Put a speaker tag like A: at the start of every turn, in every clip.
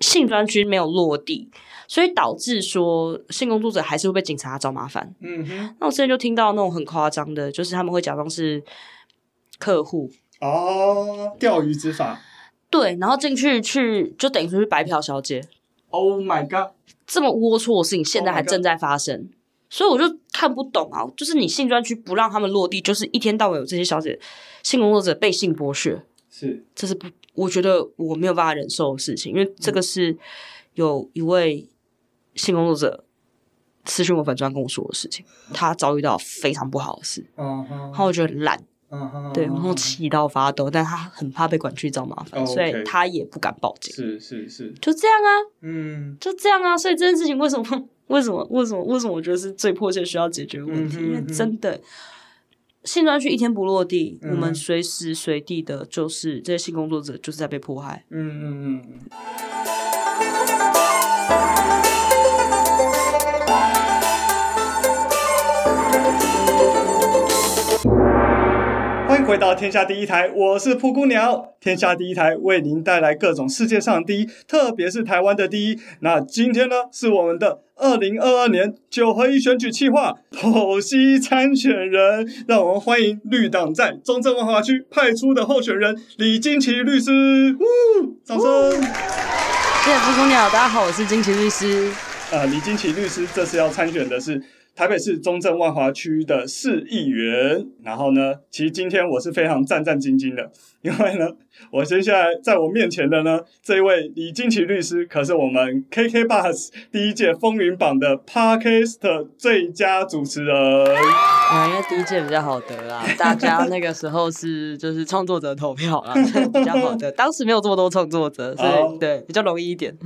A: 性专区没有落地，所以导致说性工作者还是会被警察找麻烦。
B: 嗯哼，
A: 那我之前就听到那种很夸张的，就是他们会假装是客户，
B: 哦，钓鱼执法
A: 对，然后进去去就等于说是白嫖小姐，
B: ，Oh my god，
A: 这么龌龊的事情现在
B: Oh my
A: 还
B: God
A: 正在发生所以我就看不懂啊，就是你性专区不让他们落地，就是一天到晚有这些小姐性工作者被性剥削，
B: 是
A: 这是不，我觉得我没有办法忍受的事情，因为这
B: 嗯
A: 个是有一位性工作者私讯我粉专跟我说的事情，他遭遇到非常不好的事，
B: 嗯哼，
A: 然后我就很懒，
B: 嗯哼，
A: 对，然后气到发抖，但他很怕被管去找麻烦，
B: 哦
A: 所以
B: OK
A: 他也不敢报警，
B: 是是是，
A: 就这样啊，
B: 嗯
A: 就这样啊，所以这件事情为什么为什么为什么为什么我觉得是最迫切需要解决的问题，
B: 嗯哼
A: 因为
B: 嗯哼
A: 真的。性专区一天不落地，我
B: 嗯
A: 们随时随地的，就是这些性工作者就是在被迫害。
B: 嗯嗯嗯嗯，欢迎回到天下第一台，我是布谷鸟。天下第一台为您带来各种世界上第一，特别是台湾的第一。那今天呢，是我们的二零二二年九合一选举计划剖析参选人，让我们欢迎绿党在中正文化区派出的候选人李金奇律师。呜，掌声！
A: 谢谢布谷鸟，大家好，我是金奇律师。
B: 啊，李金奇律师这次要参选的是台北市中正万华区的市议员。然后呢，其实今天我是非常战战兢兢的，因为呢，我接下来在我面前的呢，这一位李金奇律师可是我们 KK Bus 第一届风云榜的 Podcast 最佳主持人。
A: 哎
C: 啊，因为第一届比较好得
A: 啊
C: 啦，大家那个时候是就是创作者投票
A: 啊
C: 啦，所以比较好得。当时没有这么多创作者，所
B: 哦
C: 以对比较容易一点。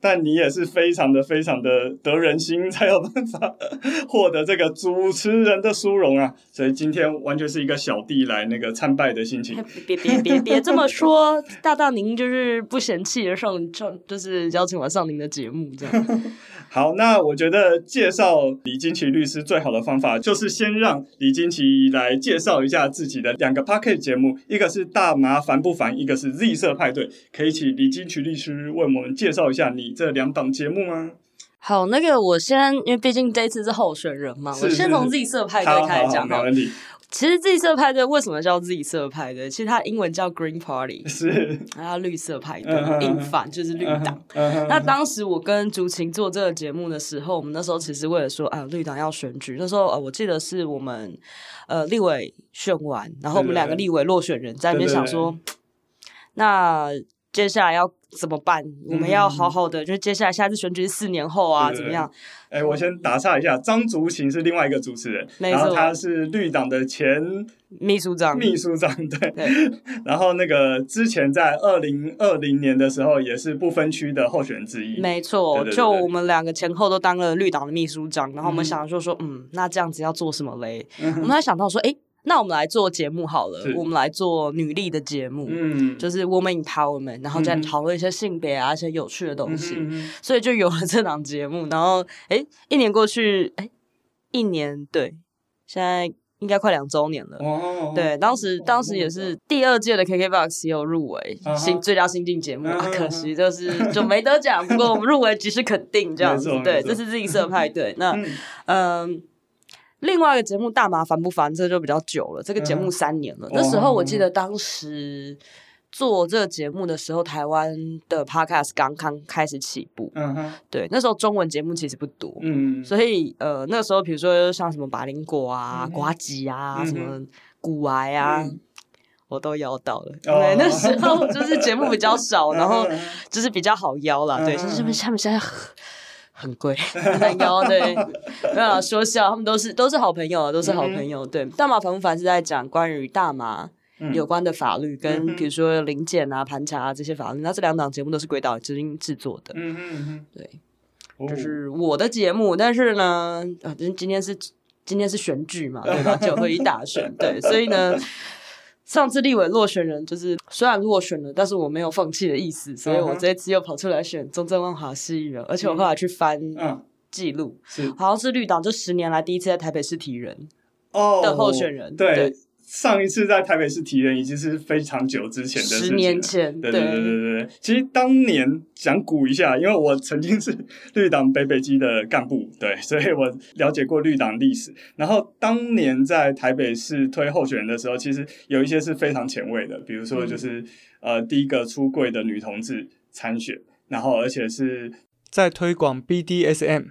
B: 但你也是非常的非常的得人心，才有办法 获得这个主持人的殊荣啊！所以今天完全是一个小弟来那个参拜的心情。
A: 别别别别这么 说，大大您就是不嫌弃而上上，就是邀请我上您的节目这样。
B: 好，那我觉得介绍李金奇律师最好的方法，就是先让李金奇来介绍一下自己的两个 p o c k e t 节目，一个是《大麻烦不烦》，一个是《Z 色派对》，可以请李金奇律师为我们介绍一下你这两档节目吗？
A: 好，那个我先，因为毕竟这一次是候选人嘛，
B: 是
A: 我
B: 是
A: 先从
B: 是
A: Z 色派
B: 好
A: 对开
B: 好
A: 始
B: 好，
A: 讲
B: 没
A: 好了。
B: 问题，
A: 其实 Z 色派对为什么叫 Z 色派对？其实它英文叫 Green Party，
B: 是
A: 它绿色派
B: 嗯嗯嗯
A: 对，硬反就是 绿党。
B: 嗯哼
A: 那当时我跟竹琴做这个节目的时候，我们那时候其实为了说啊，绿党要选举，那时候呃，我记得是我们呃立委选完，然后我们两个立委落选人在那边想说，那接下来要怎么办？我们要好好的，就是接下来下次选举是四年后啊，
B: 嗯对
A: 怎么样？
B: 哎，我先打岔一下，张竹琴是另外一个主持人，
A: 没
B: 然后
A: 错
B: 他是绿党的前
A: 秘书长，
B: 秘书长对，
A: 对
B: 然后那个之前在二零二零年的时候也是不分区的候选人之一，
A: 没错
B: 对对，对
A: 就
B: 对
A: 我们两个前后都当了绿党的秘书长，然后我
B: 嗯
A: 们想说说，嗯，那这样子要做什么嘞？
B: 嗯
A: 我
B: 哼
A: 们还想到说，哎，那我们来做节目好了
B: 是，
A: 我们来做女力的节目，
B: 嗯，
A: 就是 woman empowerment，然后再
B: 嗯
A: 讨论一些性别啊、一些有趣的东西，
B: 嗯哼
A: 所以就有了这档节目。然后，哎，一年过去，哎，一年对，现在应该快两周年了。
B: 哦，
A: 对，当时
B: 哦
A: 当时也是第二届的 KKBOX 也有入围
B: 啊哈
A: 新最佳新进节目
B: 啊
A: 啊
B: 哈，
A: 可惜就是就没得奖。不过我们入围即是肯定这样子
B: 没错，没
A: 对，
B: 错
A: 这是自己色派对。那
B: 嗯
A: 嗯，另外一个节目《大麻烦不烦》，这就比较久了，这个节
B: 嗯哼
A: 目三年了。
B: 哦
A: 那时候我记得当时做这个节目的时候，台湾的 podcast 刚刚开始起步，
B: 嗯哼
A: 对，那时候中文节目其实不多。
B: 嗯，
A: 所以，呃，那时候比如说像什么百灵果啊、
B: 嗯哼
A: 瓜吉啊、
B: 嗯哼
A: 什么骨癌啊，
B: 嗯
A: 我都邀到了。
B: 哦
A: 对，那时候就是节目比较 少，然后
B: 嗯哼
A: 就是比较好邀啦，对，
B: 嗯
A: 就是他们现在很很贵， 很难邀，对，没有啦说笑，他们都是都是好朋友啊，都是好朋友，对。大麻反不反是在讲关于大麻
B: 嗯
A: 有关的法律，
B: 嗯哼
A: 跟比如说零检啊、盘查啊这些法律，那这两档节目都是鬼岛基金制作的，
B: 嗯哼嗯哼，
A: 对，
B: 哦
A: 这是我的节目，但是呢，啊，今今天是今天是选举嘛，对吧？九合一大选，对，所以呢。上次立委落选人就是虽然落选了，但是我没有放弃的意思，
B: 嗯
A: 所以我这一次又跑出来选中正万华市议员，而且我后来去翻
B: 嗯
A: 记录，
B: 是
A: 好像是绿党这十年来第一次在台北市提人
B: 哦
A: 的候选人
B: 对
A: 对。
B: 上一次在台北市提人已经是非常久之前的事情
A: 十
B: 了
A: 年前，
B: 啊对对对对对，其实当年讲古一下，因为我曾经是绿党北北基的干部，对， 所以我了解过绿党历史。然后当年在台北市推候选人的时候，其实有一些是非常前卫的，比如说就是、呃第一个出柜的女同志参选，然后而且是在推广 BDSM，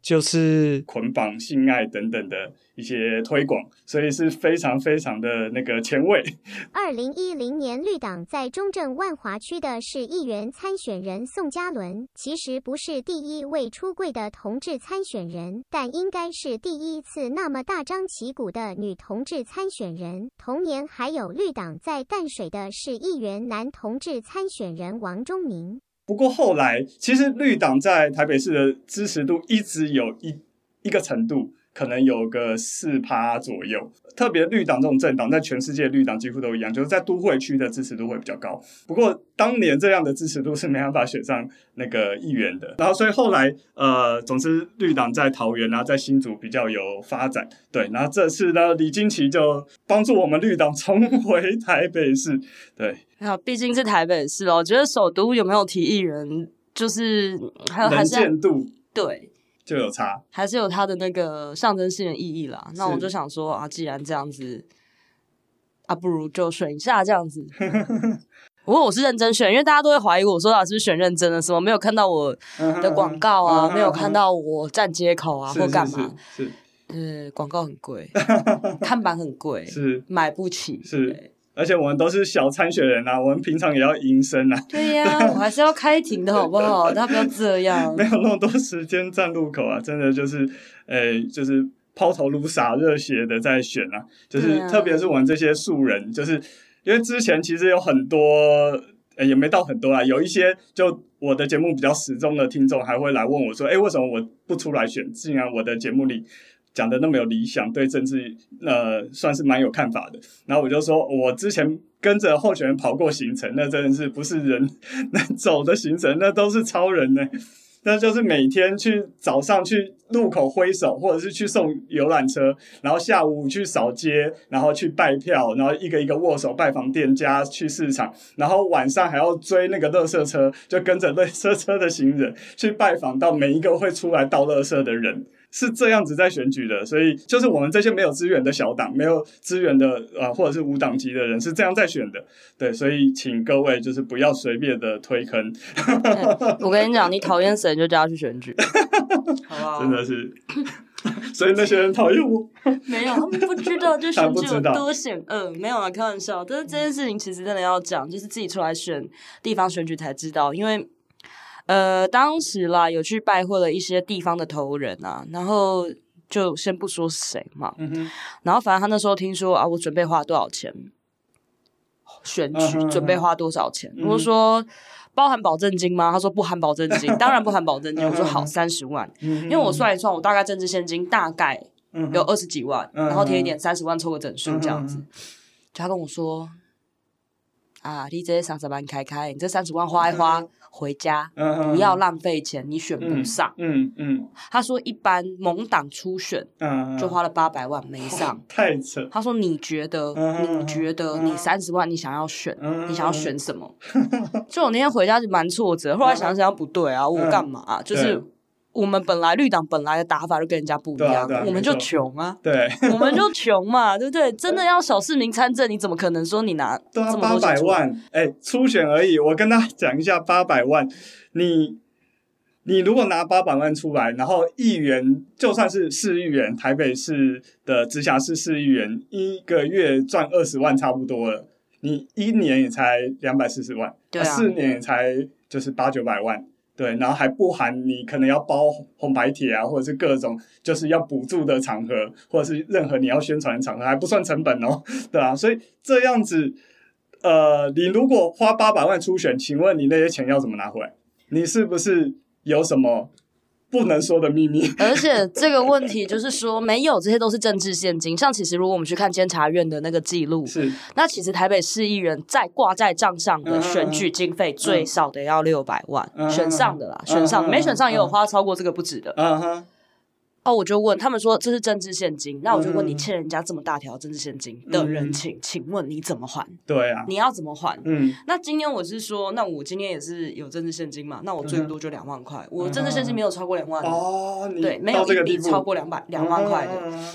B: 就是捆绑性爱等等的一些推广，所以是非常非常的那个前卫。
D: 二零一零年，绿党在中正万华区的市议员参选人宋嘉伦，其实不是第一位出柜的同志参选人，但应该是第一次那么大张旗鼓的女同志参选人。同年，还有绿党在淡水的市议员男同志参选人王忠明。
B: 不过后来，其实绿党在台北市的支持度一直有一一个程度，可能有个四趴左右。特别绿党这种政党，在全世界绿党几乎都一样，就是在都会区的支持度会比较高。不过当年这样的支持度是没办法选上那个议员的。然后所以后来，呃，总之绿党在桃园啊，在新竹比较有发展。对，然后这次呢，李金奇就帮助我们绿党重回台北市。对，
A: 啊，毕竟是台北市哦，我觉得首都有没有提议人，就是还有
B: 能
A: 还是要
B: 见度
A: 对，
B: 就有差。
A: 还是有它的那个象征性的意义啦。那
B: 是
A: 我就想说啊，既然这样子，啊，不如就选一下这样 子。不过我是认真选，因为大家都会怀疑我说啊，是不是选认真了？什么没有看到我的
B: 的
A: 广告
B: 嗯
A: 啊，没有看
B: 到。
A: 到我站街口啊，
B: 嗯是
A: 或干
B: 是
A: 嘛？
B: 是
A: 呃，广告很 贵，看板很贵，
B: 是是，
A: 买不起。
B: 是
A: 对
B: 而且我们都是小参选人啊，我们平常也要营生啊，
A: 对呀、我还是要开庭的好不好？大家不要这样
B: 没。有那么多时间站路口啊，真的就是，呃，就是抛头颅洒热血的在选啊，就是、
A: 对啊
B: 特别是我们这些素人，就是因为之前其实有很多。呃也没到很多啦，有一些就我的节目比较始终的听众还会来问我说，哎、为什么我不出来选？竟然我的节目里讲的那么有理想，对政治呃算是蛮有看法的。然后我就说，我之前跟着候选人跑过行程，那真的是不是人 能走的行程，那都是超人呢、那就是每天去早上去路口挥手，或者是去送游览车，然后下午去扫街，然后去拜票，然后一个一个握手拜访店家，去市场，然后晚上还要追那个垃圾车，就跟着垃圾车的行人 去拜访到每一个会出来倒垃圾的人。是这样子在选举的，所以就是我们这些没有资源的小党、没有资源的呃，或者是无党籍的人是这样在选的，对，所以请各位就是不要随便的推坑，
A: 我跟你讲，你讨厌谁就叫他去选举， 好不好？
B: 真的是， 所以那些人讨厌我，
A: 没有，他们不知道这
B: 他
A: 选
B: 不
A: 举
B: 知
A: 有
B: 道
A: 多险恶。没有啦，啊开玩笑。但是这件事情其实真的要讲，就是自己出来选地方选举才知道，因为呃，当时啦有去拜会了一些地方的头人啊，然后就先不说谁嘛，
B: 嗯哼，
A: 然后反正他那时候听说啊，我准备花多少钱选
B: 嗯哼
A: 举
B: 嗯哼
A: 准备花多少钱？
B: 嗯
A: 我说包含保证金吗？他说不含保证金，当然不含保证 金。我说
B: 嗯
A: 好，
B: 哼
A: 三十万，
B: 因
A: 因为我算一算，我大概政治现金大概有
B: 有
A: 二十几万，
B: 嗯
A: 然后贴一点三十万凑个整数这样子
B: 嗯。
A: 就他跟我说啊，你这三十万开开，你这三十万花一花回家。不要，浪费钱，你选不上。
B: 嗯嗯嗯
A: 他说一般蒙党初选
B: 嗯，
A: 就花了八百万没上，
B: 太扯，
A: 他说：“你觉得，
B: 嗯
A: 你觉得
B: 嗯
A: 你三十万，你想要选，
B: 嗯
A: 你想要选什 么？”就我那天回家就蛮挫折，后来想想不对啊，我干嘛啊、就是
B: 嗯对
A: 我们本来绿党本来的打法就跟人家不一
B: 对啊
A: 样，
B: 对啊
A: 我们就
B: 没错，
A: 穷啊
B: 对，
A: 我们就穷嘛，对不对？真的要小市民参政，你怎么可能说你拿
B: 对啊，
A: 这么
B: 八
A: 多钱
B: 百
A: 出来？
B: 万，哎，初选而已。我跟他讲一下，八百万，你你如果拿八百万出来，然后议员就算是市议员，台北市的直辖市市议员，一个月赚二十万差不多了，你一年也才两百四十万，
A: 对啊
B: 四年也才就是八九百万。对，然后还不含你可能要包红白帖啊，或者是各种就是要补助的场合，或者是任何你要宣传的场合，还不算成本哦，对啊，所以这样子，呃，你如果花八百万初选，请问你那些钱要怎么拿回来？你是不是有什么不能说的秘密？
A: 而且这个问题就是说，没有这些都是政治现金。像其实如果我们去看监察院的那个记录，
B: 是，
A: 那其实台北市议员在挂在账上的选举经费最少的要六百万
B: 嗯，
A: 选上的啦，
B: 嗯
A: 选上
B: 嗯
A: 没选上也有花超过这个不止的。
B: 嗯哼，
A: 哦，我就问他们说这是政治现金，那我就
B: 嗯
A: 问你欠人家这么大条政治现金的人情，请问你怎么还？
B: 对啊，
A: 你要怎么还？
B: 嗯，
A: 那今天我是说，那我今天也是有政治现金嘛，那我
B: 嗯
A: 最多就两万块，我政治现金没有超过两万的，
B: 哦，你
A: 对，没
B: 到
A: 有
B: 这
A: 一
B: 个
A: 笔
B: 地步
A: 超过两百两万块的。
B: 嗯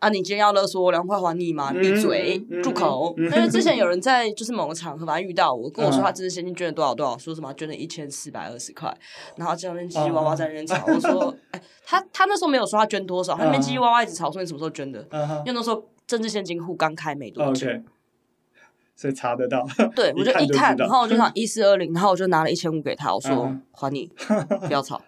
A: 啊，你今天要勒索我两块还你吗？
B: 嗯
A: 闭嘴
B: 嗯，
A: 住口！
B: 嗯
A: 但是之前有人在就是某个场合反正遇到我，跟我说
B: 嗯
A: 他真治现金捐了多少多少，说什么他捐了一千四百二十块，然后这样边叽叽
B: 嗯
A: 哇哇在那边吵，我 说，哎，他他那时候没有说他捐多少，他那边叽叽哇哇一直吵，说你什么时候捐的？
B: 嗯哼
A: 因为那时候政治现金户刚开没多久，
B: 哦，OK，所以查得到，
A: 对我就一
B: 一看就知
A: 看，
B: 道
A: 然后我 就想一四二零，然后我就拿了一千五给他，我说
B: 嗯
A: 还 你，不要吵，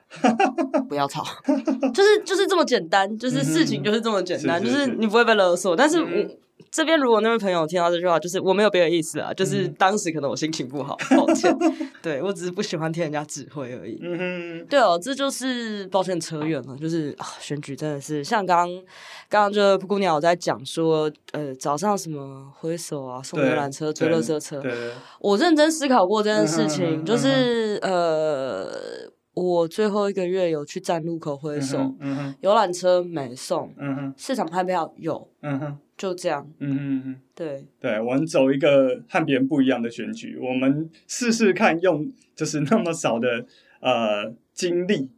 A: 不要吵， 就是就是这么简单，就是事情就是这么简单，
B: 嗯是
A: 就是是
B: 是
A: 你不会被勒索。但是我
B: 嗯
A: 这边如果那位朋友听到这句话，就是我没有别的意思啊，就是
B: 嗯
A: 当时可能我心情不好，抱 歉，对我只是不喜欢听人家指挥而已。
B: 嗯
A: 对哦，这就是抱歉扯远了，就是啊，选举真的是像刚刚刚刚就布谷鸟在讲说，呃，早上什么挥手啊，送游览车、追
B: 对
A: 垃圾车
B: 哼，，对，
A: 我认真思考过这件事
B: 嗯哼嗯
A: 情，
B: 哼
A: 就是呃，我最后一个月有去站路口挥
B: 嗯
A: 手
B: 哼，，嗯哼，
A: 游览车没送，
B: 嗯哼，
A: 市场派票有，
B: 嗯哼，
A: 就这样。
B: 嗯哼，嗯哼。
A: 对，
B: 对，我们走一个和别人不一样的选举，我们试试看用就是那么少的呃精力，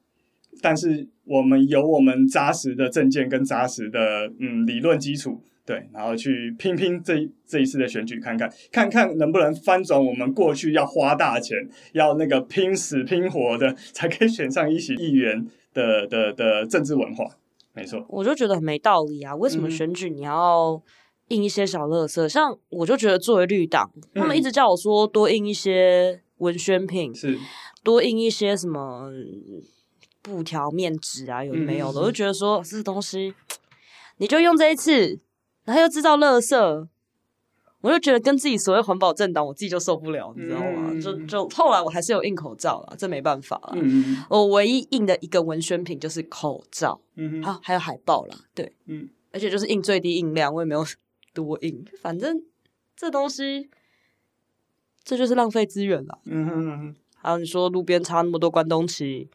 B: 但是我们有我们扎实的证件跟扎实的嗯理论基础，对，然后去拼拼这一这一次的选举，看看看看能不能翻转我们过去要花大钱，要那个拼死拼活的才可以选上一席议员的的的政治文化，没错，
A: 我就觉得很没道理啊！为什么
B: 嗯
A: 选举你要印一些小垃圾？像我就觉得作为绿党，他
B: 嗯
A: 们一直叫我说多印一些文宣品，
B: 是，
A: 多印一些什么嗯布条、面纸啊，有的没有的，
B: 嗯嗯嗯
A: 我就觉得说哦这东西，你就用这一次，然后又制造垃圾，我就觉得跟自己所谓环保政党，我自己就受不了，你知道吗？
B: 嗯
A: 就就后来我还是有印口罩啦，这没办法啦。
B: 嗯
A: 我唯一印的一个文宣品就是口罩，
B: 嗯
A: 啊，还有海报啦，对，
B: 嗯，
A: 而且就是印最低印量，我也没有多印，反正这东西，这就是浪费资源啦。
B: 嗯哼
A: 还有你说路边插那么多关东旗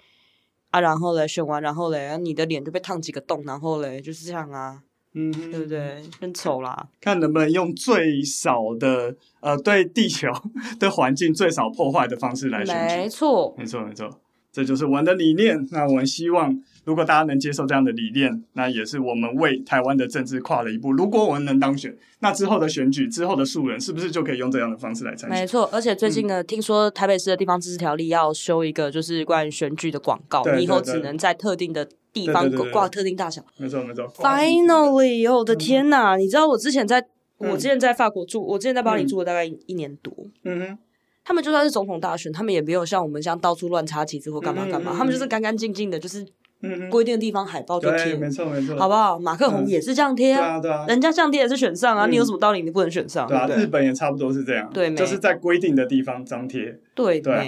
A: 啊，然后嘞选完，然后嘞、啊你的脸就被烫几个洞，然后嘞就是这样啊，
B: 嗯哼，
A: 对不？对？很丑啦。
B: 看能不能用最少的呃对地球 对环境最少破坏的方式来选
A: 没
B: 举。
A: 错，
B: 没错，没错，这就是我们的理念。那我们希望，如果大家能接受这样的理念，那也是我们为台湾的政治跨了一步。如果我们能当选，那之后的选举之后的素人是不是就可以用这样的方式来参
A: 没
B: 选？
A: 错。而且最近
B: 嗯
A: 呢，听说台北市的地方自治条例要修一个，就是关于选举的广告，
B: 对
A: 你以后
B: 对对
A: 只能在特定的地
B: 对
A: 方
B: 对对对
A: 挂特定大小。
B: 没错，没错。
A: Finally，我哦的天呐！你知道我之前在，
B: 嗯
A: 我之前在法国住，我之前在巴黎
B: 嗯
A: 住了大概一一年多。
B: 嗯哼，
A: 他们就算是总统大选，他们也没有像我们这样到处乱插旗子或干嘛干嘛，
B: 嗯嗯嗯
A: 他们就是干干净净的，就是
B: 嗯哼，
A: 规定的地方海报就
B: 对，
A: 贴，
B: 没错，没错。
A: 好不好？马克宏也是这样贴
B: 对啊，对啊，
A: 人家这样贴也是选上啊，
B: 嗯
A: 你有什么道理你不能选上？
B: 对啊，
A: 不
B: 日本也差不多是这样，
A: 对没
B: 就是在规定的地方张贴。
A: 对
B: 对啊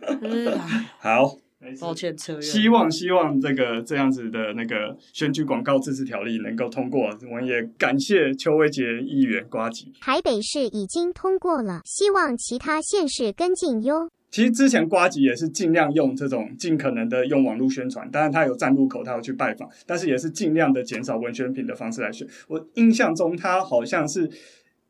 A: 对，就是唉
B: 好，没事
A: 抱歉扯远了。
B: 希望希望这个这样子的那个选举广告自治条例能够通过，我们也感谢邱威杰议员瓜吉。
D: 台北市已经通过了，希望其他县市跟进哟。
B: 其实之前瓜吉也是尽量用这种尽可能的用网络宣传，当然他有站路口，他有去拜访，但是也是尽量的减少文宣品的方式来选。我印象中他好像是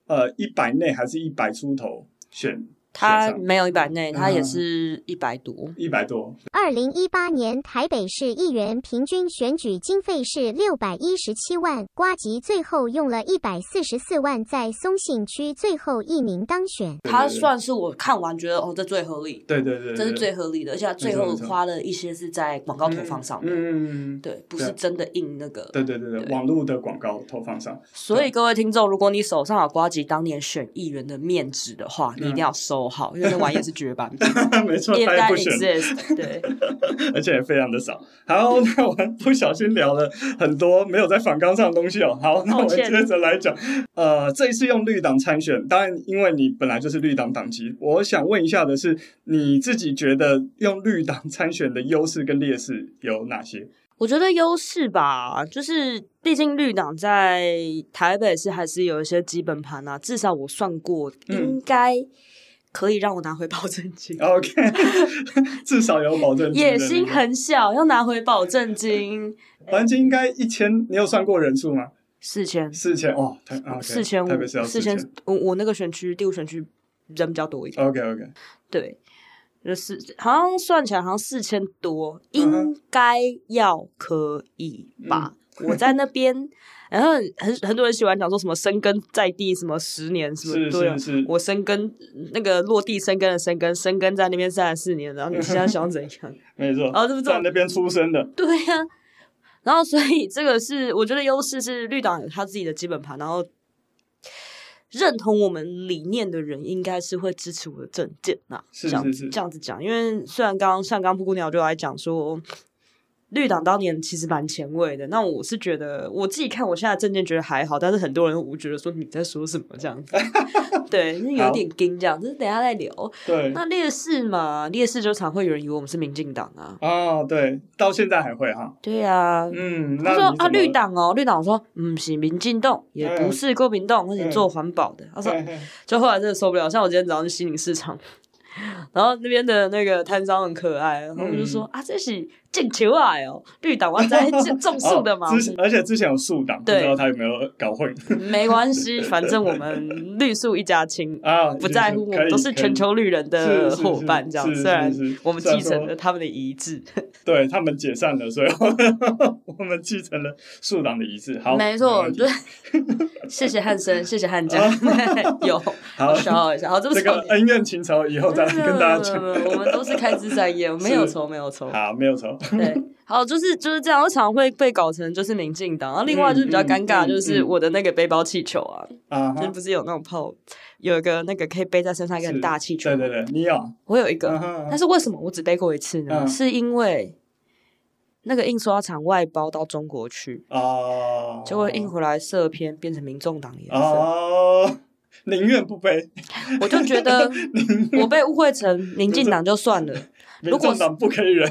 B: 呃一百内还是一百出头选，
A: 他
B: 选上
A: 没有一百内，他也
B: 嗯
A: 是一百多。
B: 一百多，
D: 二零一八年台北市议员平均选举经费是六百一十七万，瓜吉最后用了一百四十四万，在松信区最后一名当选。
B: 对
A: 他算是我看完觉得哦，这最合理，
B: 对对对，对
A: 这是最合理的，而且他最
B: 没
A: 后
B: 错
A: 花了一些是在广告投放上
B: 嗯
A: 面，
B: 嗯嗯嗯，
A: 对，不
B: 对
A: 是真的印那个
B: 对对对对，
A: 对
B: 网络的广告投放上，
A: 所以各位听众，如果你手上有瓜吉当年选议员的面纸的话，你一定要收好，因为那玩意儿是绝 版品。
B: 没错，
A: If
B: 嗯他也
A: that
B: 不选。
A: exists，对，
B: 而且也非常的少。好，那我们不小心聊了很多没有在反纲上的东西哦。好，那我
A: 抱
B: 们
A: 歉
B: 接着来讲，呃，这一次用绿党参选，当然因为你本来就是绿党党籍，我想问一下的是，你自己觉得用绿党参选的优势跟劣势有哪些？
A: 我觉得优势吧，就是毕竟绿党在台北市还是有一些基本盘啊，至少我算过，
B: 嗯
A: 应该可以让我拿回保证金。
B: OK，至少有保证金的
A: 野
B: 那个。
A: 心很小，要拿回保证金。
B: 环境应该一千，你有算过人数吗？
A: 四千，
B: 四千哦，台啊，OK，
A: 四千
B: 台北市要
A: 五，四
B: 千
A: 千。，我我那个选区第五选区人比较多一点，
B: OK OK，
A: 对，就是好像算起来好像四千多，
B: 嗯哼
A: 应该要可以吧？
B: 嗯
A: 我在那边，然后很很多人喜欢讲说什么深耕在地，什么十年，什
B: 是
A: 么对啊
B: 是。是，
A: 我深耕那个落地生根的生根，生根在那边三十四年，然后你现在想怎样？
B: 没错。
A: 哦这不是我
B: 在那边出生的，
A: 对呀、然后所以这个是我觉得优势是绿党有他自己的基本盘，然后认同我们理念的人应该是会支持我的政见呐、
B: 是
A: 这样
B: 是
A: 子
B: 是
A: 这样子讲，因为虽然刚刚像刚刚布谷鸟就来讲说。绿党当年其实蛮前卫的，那我是觉得我自己看我现在证件觉得还好，但是很多人我觉得说你在说什么这样 子，对，那有点惊这样，就是等一下再聊。
B: 对
A: 那劣势嘛，劣势就常会有人以为我们是民进党啊，
B: 哦，对，到现在还会哈。
A: 对呀、啊，
B: 嗯，那
A: 他说
B: 你怎
A: 啊，
B: 么
A: 绿，党哦，绿党我说嗯，是民进党，也不是国民
B: 哎
A: 党，而且做环保的。他说
B: 嘿嘿
A: 就后来真的受不了，像我今天早上去西宁市场， 然后那边的那个摊商很可爱，然后
B: 嗯
A: 我就说、啊，这是进球啊哦，绿党我在种种树的嘛
B: 哦，之前而且之前有树党，不
A: 对
B: 知道他有没有 搞混
A: 没关系，反正我们绿树一家亲。
B: 啊？
A: 不在乎，我
B: 可以
A: 们都是全球绿人的
B: 是是
A: 伙伴，这样
B: 是是
A: 虽然
B: 是
A: 我们
B: 虽然
A: 继承
B: 说
A: 了他们的遗志，
B: 可以对他们解散了，所以我们继承了树党的遗志。好，
A: 没错，
B: 问题
A: 对， 谢谢汉生，谢谢汉 江， 有
B: 好，
A: 笑一下，好，这不
B: 这
A: 是
B: 个
A: 重点
B: 恩怨情仇以后再来跟大家讲。
A: 没有没有没有我们都是开枝散叶，没有
B: 是
A: 仇，没有仇。
B: 好，没 有错，
A: 对，好，就是就是这样，我常会被搞成就是民进党，然后另外就是比较尴
B: 嗯嗯
A: 尬，
B: 嗯
A: 就是我的那个背包气球啊，
B: 啊
A: 就是
B: 哈，
A: 不是有那种泡，有一个那个可以背在身上一个很大气球
B: 对，对对，你有，
A: 我有一
B: 嗯
A: 个，
B: 哼
A: 但是为什么我只背过一次呢？
B: 嗯
A: 是因为那个印刷厂外包到中国去，
B: 哦，
A: 结果印回来色偏变成民众党的颜色，
B: 哦，宁愿不背，
A: 我就觉 得我被误会成民进党就算了。
B: 民
A: 如果
B: 众党不可以忍，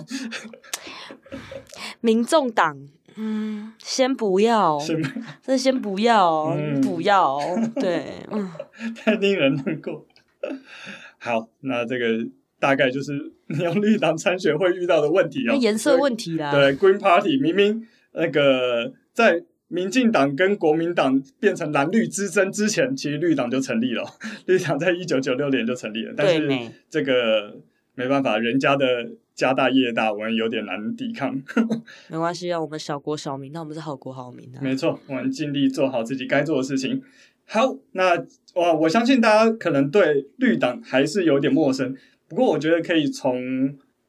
A: 民众党，嗯，先不要，
B: 是吗？
A: 这先不要，
B: 嗯
A: 不 要，对，嗯，
B: 太令人难过。 好，那这个大概就是你要绿党参选会遇到的问题
A: 那
B: 哦，
A: 颜色问题啊啦，
B: 对 Green Party 明明那个在民进党跟国民党变成蓝绿之争之前，其实绿党就成立了， 绿党在一九九六年就成立了，但
A: 对
B: 是
A: 没，
B: 这个没办法，人家的家大业大，我们有点难抵抗。
A: 没关系啊，我们小国小民，那我们是好国好民啊，
B: 没错，我们尽力做好自己该做的事情。好，那哇，我相信大家可能对绿党还是有点陌生，不过我觉得可以从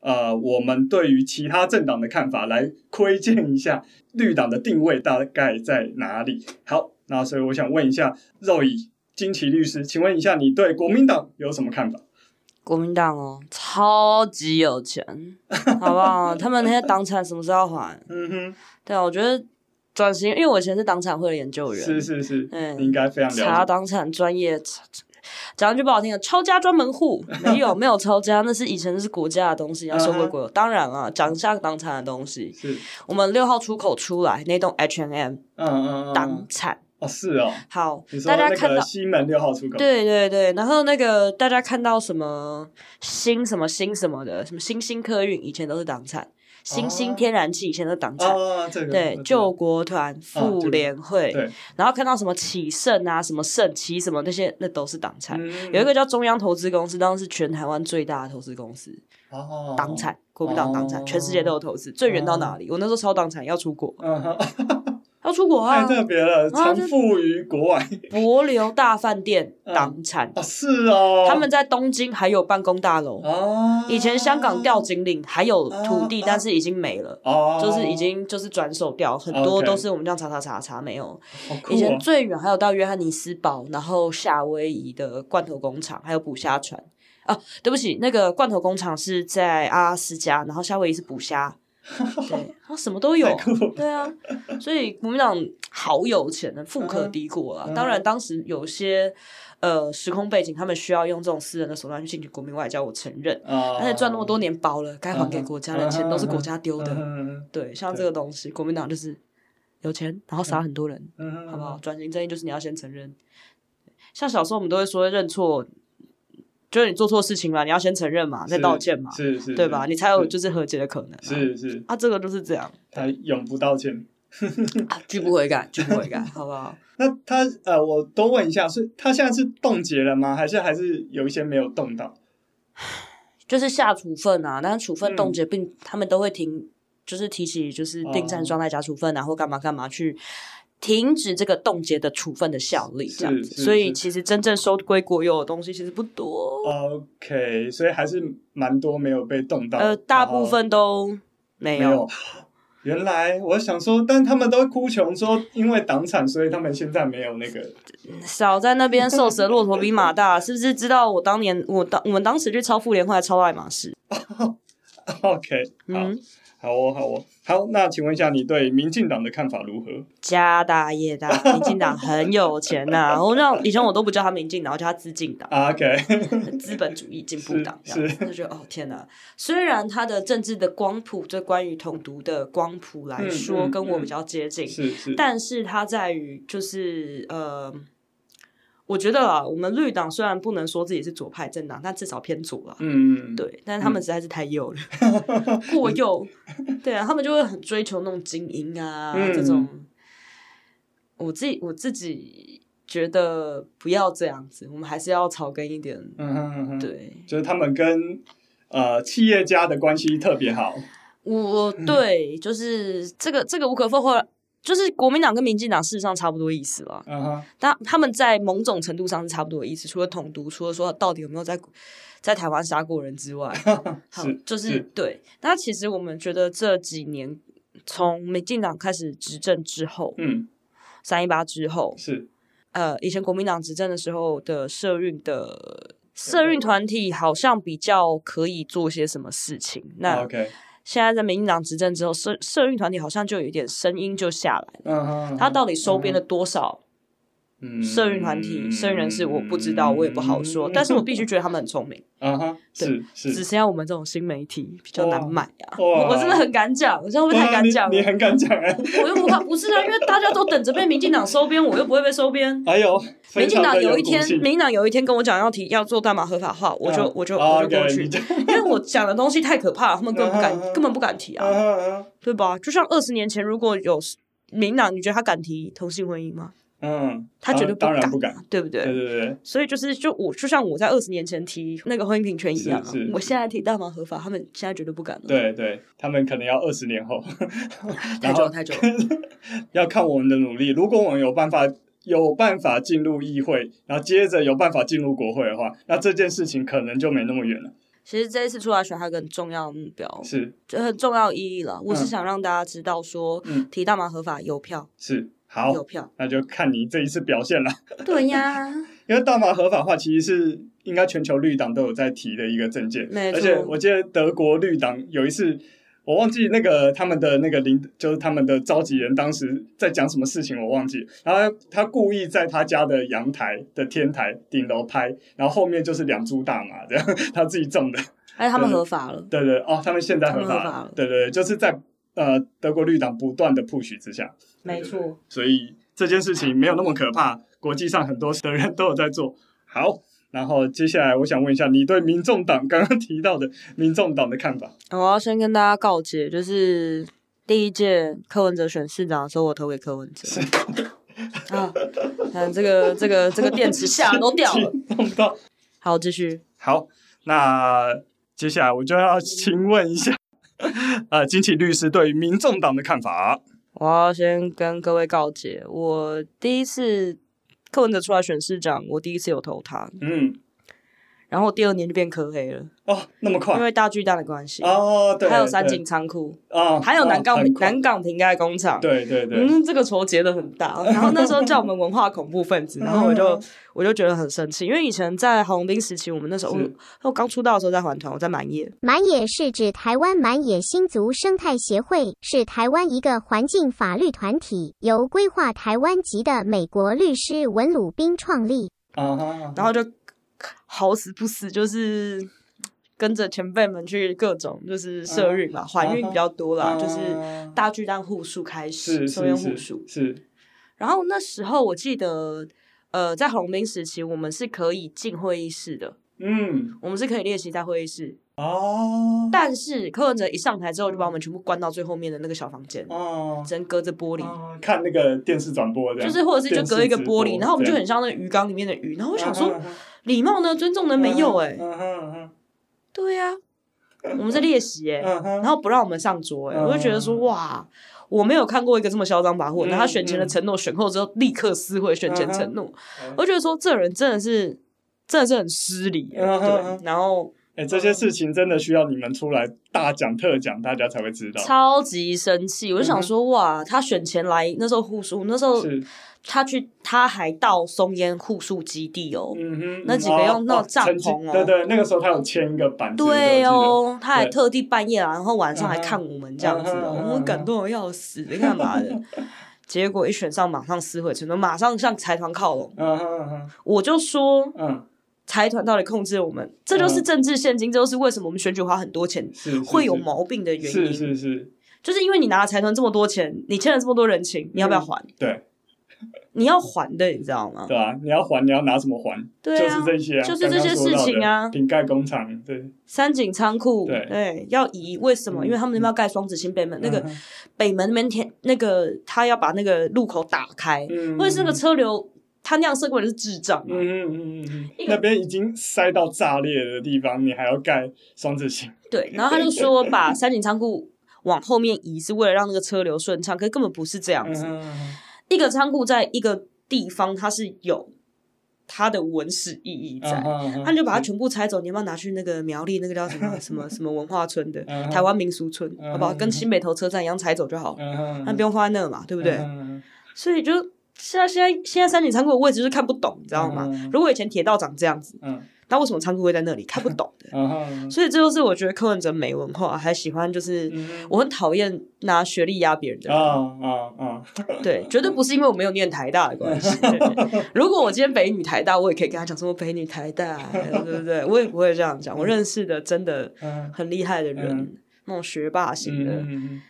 B: 呃我们对于其他政党的看法来窥见一下绿党的定位大概在哪里。好，那所以我想问一下肉乙金奇律师，请问一下你对国民党有什么看法？
A: 国民党哦，超级有 钱，好不好？他们那些党产什么时候要还？
B: 嗯
A: 对啊，我觉得转型，因为我以前是党产会的研究
B: 哼，
A: 员，
B: 是是是，
A: 嗯
B: 你应该非常
A: 查
B: 了解。
A: 党产专业，查讲一句不好听的，抄家专门户没有没有抄家，那是以前那是国家的东西，要收归
B: 嗯
A: 国有。当然了，讲一下党产的东西，
B: 是，
A: 我们六号出口出来那栋 H&M
B: 嗯嗯嗯
A: 党
B: 嗯，
A: 产，
B: 哦是哦，
A: 好
B: 你，说
A: 大家
B: 那
A: 看
B: 个
A: 到。
B: 西门六号出口，
A: 对对对，然后那个大家看到什么新什么新什么的，什么新兴客运以前都是党产，新
B: 哦
A: 兴天然气以前都是党产，
B: 啊，这个
A: 对
B: 我知道
A: 救国团、
B: 这
A: 妇
B: 个
A: 联会，
B: 哦对，嗯
A: 然后看到什么启盛啊、什么盛旗什么那些，那都是党产。
B: 嗯
A: 有一个叫中央投资公司，当时是全台湾最大的投资公司，
B: 哦
A: 党产，国民党党产，全世界都有投资，最远到哪里？我那时候超党产要出国，
B: 嗯哼，
A: 要出国
B: 太
A: 啊！
B: 特别了，
A: 啊
B: 常
A: 这
B: 富于国外
A: 博流大饭店
B: 嗯
A: 党产
B: 哦，，是哦，
A: 他们在东京还有办公大楼，
B: 哦，
A: 以前香港吊井岭还有土地
B: 啊，
A: 但是已经没了。
B: 哦，
A: 就是已经就是转手掉，很多
B: OK
A: 都是我们这样查查查查没有，
B: 好酷
A: 以
B: 哦
A: 前最远还有到约翰尼斯堡，然后夏威夷的罐头工厂，还有捕虾船。啊，对不起，那个罐头工厂是在阿拉斯加，然后夏威夷是捕虾， 对，它什么都有
B: 太，酷了，
A: 对啊，所以国民党好有钱的，富可敌国啊
B: 嗯。哼
A: 当然，当时有些呃时空背景，他们需要用这种私人的手段去进行国民外交，我承认。
B: 啊，
A: 但是赚那么多年薄了，该还给国家的
B: 嗯
A: 钱
B: 哼
A: 都是国家丢的。
B: 嗯
A: 对，像这个东西，国民党就是有钱，然后
B: 嗯
A: 杀很多人，
B: 哼，嗯
A: 嗯好不好？转型正义就是你要先承认。像小时候我们都会说认错就是你做错事情嘛，你要先承认嘛，再道歉嘛，
B: 是是，
A: 对吧？你才有就是是和解的可能、啊。
B: 是是，
A: 啊，这个就是这样，
B: 他永不道歉。
A: 啊，拒不悔改，拒不悔改，好不好？
B: 那他呃，我多问一下，是他现在是冻结了吗？还是还是有一些没有冻到？
A: 就是下处分啊，但是处分
B: 嗯
A: 冻结并、他们都会停，就是提起就是定
B: 哦
A: 战状态加处分啊，或干嘛干嘛去停止这个冻结的处分的效力，这样
B: 是是
A: 子。所以
B: 是
A: 其实真正收归国有的东西其实不多，
B: OK，所以还是蛮多没有被冻到。
A: 呃，大
B: 然后
A: 部分都没
B: 没有。原来我想说，但他们都哭穷说，因为党产，所以他们现在没有那个。
A: 少在那边瘦死的骆驼比马大，是不是知道我当年我当我们当时去超妇联会还超爱马仕？
B: OK，好，
A: 嗯，
B: 好哦，好哦，好。那请问一下，你对民进党的看法如何？
A: 家大业 大，民进党很有钱呐、我让以前我都不叫他民进党，我叫他资进党，
B: 啊 OK，
A: 资本主义进步党这
B: 是
A: 样。就觉得哦天哪，虽然他的政治的光谱，就关于统独的光谱来
B: 嗯
A: 说，
B: 嗯
A: 跟我
B: 嗯
A: 比较接近，
B: 是是，
A: 但是它在于就是呃，我觉得啊，我们绿党虽然不能说自己是左派政党，但至少偏左啦。
B: 嗯，嗯，
A: 对，但是他们实在是太右了， 过右。对啊，他们就会很追求那种精英啊、
B: 嗯
A: 这种。我自己我自己觉得不要这样子，我们还是要草根一点。
B: 嗯哼嗯哼，，
A: 对
B: 就是他们跟呃企业家的关系特别好。
A: 我
B: 嗯
A: 对就是这个这个无可否认，就是国民党跟民进党事实上差不多意思了。
B: 嗯哼，
A: 但他们在某种程度上是差不多的意思，除了统独，除了说到底有没有在在台湾杀过人之外，好
B: 是
A: 就是
B: 是
A: 对。那其实我们觉得这几年从民进党开始执政之后，
B: 嗯，
A: 三一八之后，
B: 是，
A: 呃，以前国民党执政的时候的社运的社运团体好像比较可以做些什么事情。那
B: OK，
A: 现在在民进党执政之后，社社运团体好像就有一点声音就下来了。
B: 嗯哼，
A: 他到底收编了多少？
B: 嗯
A: 社运团体、社运人士，我不知道，我也不好说。但是我必须觉得他们很聪明，
B: 嗯哼，是
A: 只
B: 是
A: 剩。下我们这种新媒体比较难买啊。
B: 哇哇
A: 我我真的很敢讲，我这样会不会太
B: 哇
A: 敢
B: 你
A: 讲
B: 啊你
A: 了？
B: 很敢讲哎，
A: 我又不怕，不是啊，因为大家都等着被民进党收编，我又不会被收编。
B: 哎呦，
A: 民进党有一天，
B: 没
A: 民进党有一天跟我讲要提要做大麻合法化，我
B: 啊
A: 就我就我就过去，因为我讲的东西太可怕了，他们根本不
B: 嗯嗯嗯
A: 敢，根本不敢提啊，
B: 嗯
A: 对吧？就像二十年前，如果有民进党，你觉得他敢提同性婚姻吗？
B: 嗯，
A: 他绝对
B: 当然
A: 敢，啊
B: 不敢，
A: 对不对？嗯
B: 对对对，
A: 所以就是，就我就像我在二十年前提那个婚姻平权一样、啊
B: 是是，
A: 我现在提大麻合法，他们现在绝对不敢了。，
B: 对对，他们可能要二十年后，
A: 太久了太久了。
B: 要看我们的努力。如果我们有办法有办法进入议会，然后接着有办法进入国会的话，那这件事情可能就没那么远了。
A: 其实这一次出来选还有个很重要的目标，
B: 是
A: 这很重要的意义了。我
B: 嗯
A: 是想让大家知道说，
B: 嗯
A: 提大麻合法有票，
B: 是，好，
A: 有票。
B: 那就看你这一次表现了。
A: 对 呀，
B: 因为大麻合法化其实是应该全球绿党都有在提的一个政见，
A: 没错
B: 而且我记得德国绿党有一次。我忘记那个他们的那个领，就是他们的召集人当时在讲什么事情，我忘记。然后他他故意在他家的阳台的天台顶楼拍，然后后面就是两株大麻，这样 他自己种的。
A: 而哎且他们
B: 对
A: 合法了。
B: 对对，哦，他们现在合
A: 他们
B: 法
A: 合法
B: 了
A: 了。
B: 对对对，就是在呃德国绿党不断的 push 之下，
A: 没错，
B: 所以这件事情没有那么可怕，国际上很多的人都有在做。好，然后接下来我想问一下，你对民众党 刚刚提到的民众党的看法？
A: 我要先跟大家告诫，就是第一届柯文哲选市长的时候，我投给柯文哲。 啊，看这个这个这个电 池下都掉了。
B: 弄不到。
A: 好，继续。
B: 好，那接下来我就要请问一下，呃，金奇律师对于民众党的看法。
A: 我要先跟各位告诫，我第一次柯文哲出来选市长，我第一次有投他，
B: 嗯，
A: 然后我第二年就变科黑了，
B: 哦，那么
A: 因
B: 快。
A: 为大巨蛋的关系，
B: 哦，对，
A: 还有三
B: 对
A: 井仓库，
B: 啊，
A: 还有南港
B: 啊很快
A: 南港瓶盖工厂。
B: 对对对，
A: 嗯，这个仇结的很 大。然后那时候叫我们文化恐怖分子，然后我就
B: 嗯
A: 我就觉得很生气，因为以前在红兵时期，我们那时候
B: 是
A: 我刚出道的时候在环团，我在满业，
D: 满野是指台湾满野新族生态协会，是台湾一个环境法律团体，由规划台湾籍的美国律师文鲁宾创立。
B: 啊哈，
A: 然后就好死不死就是跟着前辈们去各种
B: 嗯
A: 就是社运啦，怀孕比较多啦，就是
B: 啊
A: 大巨蛋户数开
B: 是
A: 始，收
B: 是
A: 编户
B: 是
A: 数。
B: 是
A: 然后那时候我记得，呃，在红兵时期，我们是可以进会议室的，
B: 嗯，
A: 我们是可以列席在会议室，
B: 哦，
A: 但是柯文哲一上台之后就把我们全部关到最后面的那个小房间，
B: 哦，
A: 只能隔着玻璃，
B: 哦看那个电视转播这样，
A: 就是或者是就隔一个玻
B: 电视直播
A: 璃，然后我们就
B: 这
A: 很
B: 样
A: 像那个鱼缸里面的鱼，然后我想
B: 嗯
A: 说
B: 嗯嗯
A: 礼貌呢，尊重呢没有哎、
B: 嗯哼嗯
A: 对呀、我们在练习哎、
B: 哼嗯哼，
A: 然后不让我们上桌哎、
B: 嗯
A: 我就觉得说哇。我没有看过一个这么嚣张跋扈，
B: 嗯
A: 然后他选前的承诺，选后之后立刻撕毁选前承诺，我觉得说这人真的是，真的是很失礼哎、
B: 嗯哼嗯
A: 对
B: 哼，
A: 然后
B: 哎，这些事情真的需要你们出来大讲特讲，大家才会知道。
A: 超级生气，我就想
B: 嗯哼
A: 说哇，他选前来那时候护书，那时候
B: 是，
A: 他去他还到松烟护树基地哦，
B: 嗯哼，
A: 那几个用
B: 哦
A: 那种
B: 哦
A: 帐
B: 曾经
A: 篷哦
B: 对对，那个时候他有签一个板子，
A: 对
B: 我
A: 哦，他还
B: 对
A: 特地半夜啊来，然后晚上还
B: 嗯哼
A: 看我们这样子哦，
B: 嗯哼
A: 我们感动的要死，干嘛的？ 结果一选上，马上撕毁承诺，马上向财团靠拢
B: 记。得，嗯哼嗯哼
A: 我就说，
B: 嗯，
A: 财团到底控制我们？这就是
B: 嗯
A: 政治现金，这就是为什么我们选举花很多钱
B: 是是
A: 会有
B: 是
A: 毛病的原
B: 是
A: 因，
B: 是是，
A: 就是因为你拿了财团这么多钱，你欠了这么多人情，你要不
B: 嗯
A: 要还？
B: 对
A: 你要还的，你知道吗？
B: 对啊，你要还，你要拿什么还？
A: 对啊
B: 就是这些啊，
A: 就是这些事情啊
B: 刚刚说到的瓶盖工厂，对，
A: 三井仓库，
B: 对
A: 要移，为什么？
B: 嗯
A: 因为他们那边要盖双子星北门，那
B: 嗯
A: 个北门那边天，那个他要把那个路口打开，
B: 嗯，
A: 为什么那个车流，他那样设过来是智障嘛？
B: 嗯嗯嗯嗯嗯，那边已经塞到炸裂的地方，你还要盖双字形，
A: 对，然后他就说把三井仓库往后面移是为了让那个车流顺畅，可是根本不是这样
B: 嗯
A: 子。
B: 嗯嗯
A: 一个仓库在一个地方，它是有它的文史意义在。
B: 嗯
A: 他就把它全部拆走，你要不要拿去那个苗栗那个叫什么什么什么文化村的
B: 嗯哼
A: 台湾民俗村，
B: 嗯哼
A: 好不好？跟新北投车站一样拆走就好了，
B: 嗯嗯，
A: 那不用放在那嘛，对
B: 对
A: 不对？所以就现在现在现在三井仓库的位置就是看不懂，你知道吗
B: 嗯？
A: 如果以前铁道长这样子，
B: 嗯
A: 那为什么仓库会在那里？看不懂的。
B: 嗯嗯
A: 所以这就是我觉得柯文哲没文化，还喜欢就是
B: 嗯
A: 我很讨厌拿学历压别人的
B: 啊
A: 人。
B: 啊啊，
A: 对，绝对不是因为我没有念台大的关系。对如果我今天北女台大，我也可以跟他讲说我北女台大，对不对？我也不会这样讲。我认识的真的
B: 嗯
A: 很厉害的人，
B: 嗯
A: 那种学霸型的，
B: 嗯，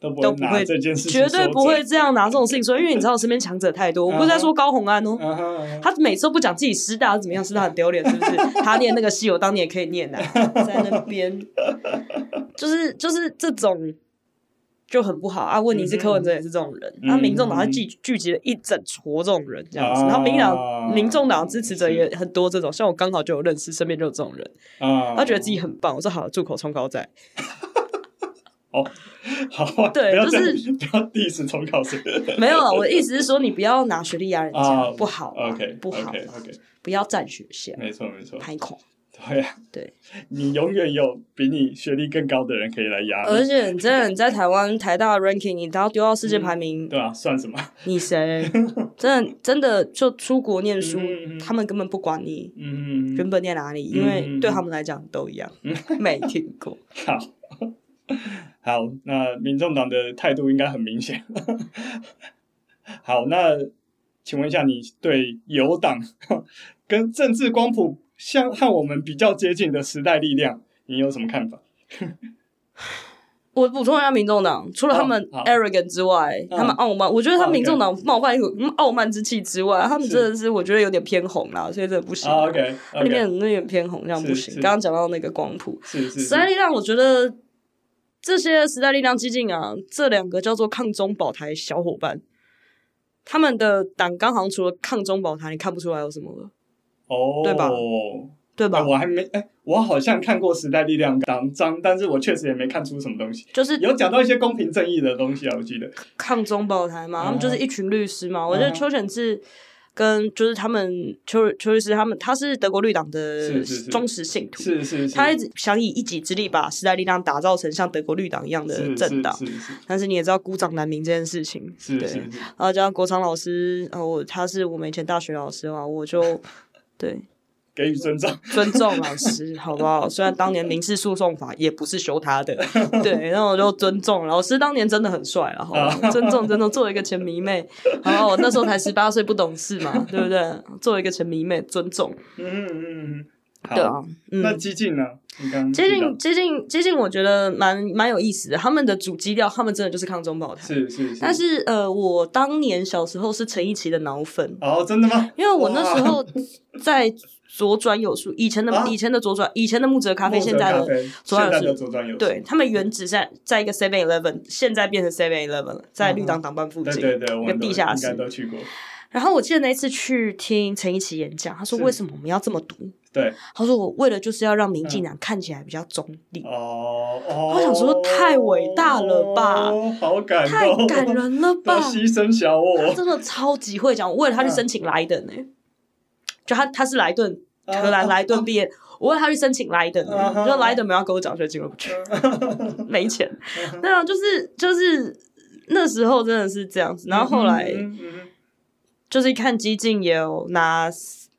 B: 都不
A: 都
B: 会
A: 不
B: 拿
A: 会
B: 这件事情，
A: 绝对不会。这样拿这种事情说，因为你知道我身边强者太多。我不是在说高红安哦。
B: 嗯哼，
A: 他每次都不讲自己师大是怎么样，师大很丢脸，是不 是？他念那个戏，我当年也可以念的、在那 边，就是就是这种就很不好啊。问题是柯文哲也是这种人，
B: 嗯
A: 那、民众党他聚聚集了一整撮这种人这样子，
B: 啊
A: 然后民党民众党支持者也很多这种，像我刚好就有认识，身边就有这种人，
B: 啊，
A: 他觉得自己很棒，我说好，住口冲高在，
B: 好啊，
A: 对
B: 不要
A: 就是
B: 这样不要 diss 重考生
A: 没有了。我的意思是说，你不要拿学历压人家，
B: 啊，
A: 不好啊、
B: OK，
A: 不好啊、
B: OK OK，
A: 不要占学校，
B: 没错没错，
A: 拍垮。
B: 对啊，
A: 对，
B: 你永远有比你学历更高的人可以来压你，
A: 而且你真的你在台湾台大的 ranking，你然后丢到世界排名，
B: 对啊，算什么？
A: 你谁？真的真的就出国念书
B: 嗯嗯嗯，
A: 他们根本不管你
B: 嗯，
A: 原本念哪里，
B: 嗯
A: 因为对他们来讲都一样， 没听过。
B: 好。好，那民众党的态度应该很明显。 好，那请问一下，你对友党 跟政治光谱相和我们比较接近的时代力量，你有什么看法？
A: 我补充一下，民众党除了他们
B: 哦好好
A: arrogant 之外，
B: 嗯哦
A: 他们傲慢，我觉得他
B: 好
A: 们民众党冒犯有傲慢之气之外，他们真的是我觉得有点偏红啦，所以这不行。
B: 啊，OK，
A: 那里面
B: OK，
A: 有点偏红，这样不
B: 是
A: 行。
B: 是
A: 刚刚讲到那个光谱，
B: 是是
A: 时
B: 是，
A: 代力量，我觉得这些时代力量激进啊，这两个叫做抗中保台小伙伴，他们的党纲好像除了抗中保台，你看不出来有什么了，
B: 哦，
A: 对吧对吧？
B: 哎我还没，哎，我好像看过时代力量党章，但是我确实也没看出什么东西。
A: 就是
B: 有讲到一些公平正义的东西啊，我记得。
A: 抗中保台嘛，他们就是一群律师嘛。我觉得
B: 嗯
A: 邱显志跟就是他们邱邱律师他们，他是德国绿党的
B: 是是是
A: 忠实信徒。
B: 是是是，
A: 他一直想以一己之力把时代力量打造成像德国绿党一样的
B: 是
A: 政党，
B: 是是是
A: 但是你也知道孤掌难鸣这件事情，
B: 是
A: 对
B: 是是。
A: 然后加上国昌老师，呃，我他是我们以前大学老师嘛，我 就对
B: 给予尊重。
A: 尊重老师，好不好？虽然当年民事诉讼法也不是修他的，对，然后我就尊重老师，当年真的很帅了，好不好？尊重尊重，作为一个前迷妹，然后我那时候才十八岁，不懂事嘛，对不对？作为一个前迷妹，尊重。
B: 嗯嗯嗯，
A: 对啊，嗯
B: 那激进呢？你刚刚
A: 接
B: 提到
A: 近接近接近，我觉得蛮蛮有意思的。他们的主基调，他们真的就是抗中保台。
B: 是是是，
A: 但是呃，我当年小时候是陈奕奇的脑粉，
B: 哦，真的吗？
A: 因为我那时
B: 哇
A: 候在左转有书，以前的、
B: 啊
A: 以前的左转，以前的木泽咖啡，
B: 木
A: 现
B: 泽
A: 在
B: 咖
A: 的
B: 啡
A: 左
B: 现
A: 转
B: 在
A: 有
B: 的
A: 书。
B: 左转有
A: 对他们原址在在一个 Seven Eleven，现在变成 Seven Eleven 了，在绿党党办附
B: 嗯对
A: 近。
B: 对对，我
A: 一个
B: 们都
A: 地下
B: 应该
A: 室
B: 都去过，
A: 然后我记得那一次去听陈奕奇演讲，他说
B: 是
A: 为什么我们要这么读？
B: 对，
A: 他说我为了就是要让民进党看起来比较中立。
B: 嗯哦哦，
A: 我想说太伟大了吧
B: 好感动，
A: 太感， 人了吧
B: 要！牺牲小
A: 他
B: 我，
A: 真的超级会讲，我为了他去申请莱登呢、就他他是莱顿，
B: 啊
A: 荷兰莱顿毕业，我为了他去申请莱登、
B: 啊
A: 欸，
B: 哈
A: 你说莱登没有要给我奖学 金，我不去，没钱。对啊，就是就是那时候真的是这样 子，然后后来
B: 嗯嗯嗯嗯
A: 就是看激进也有拿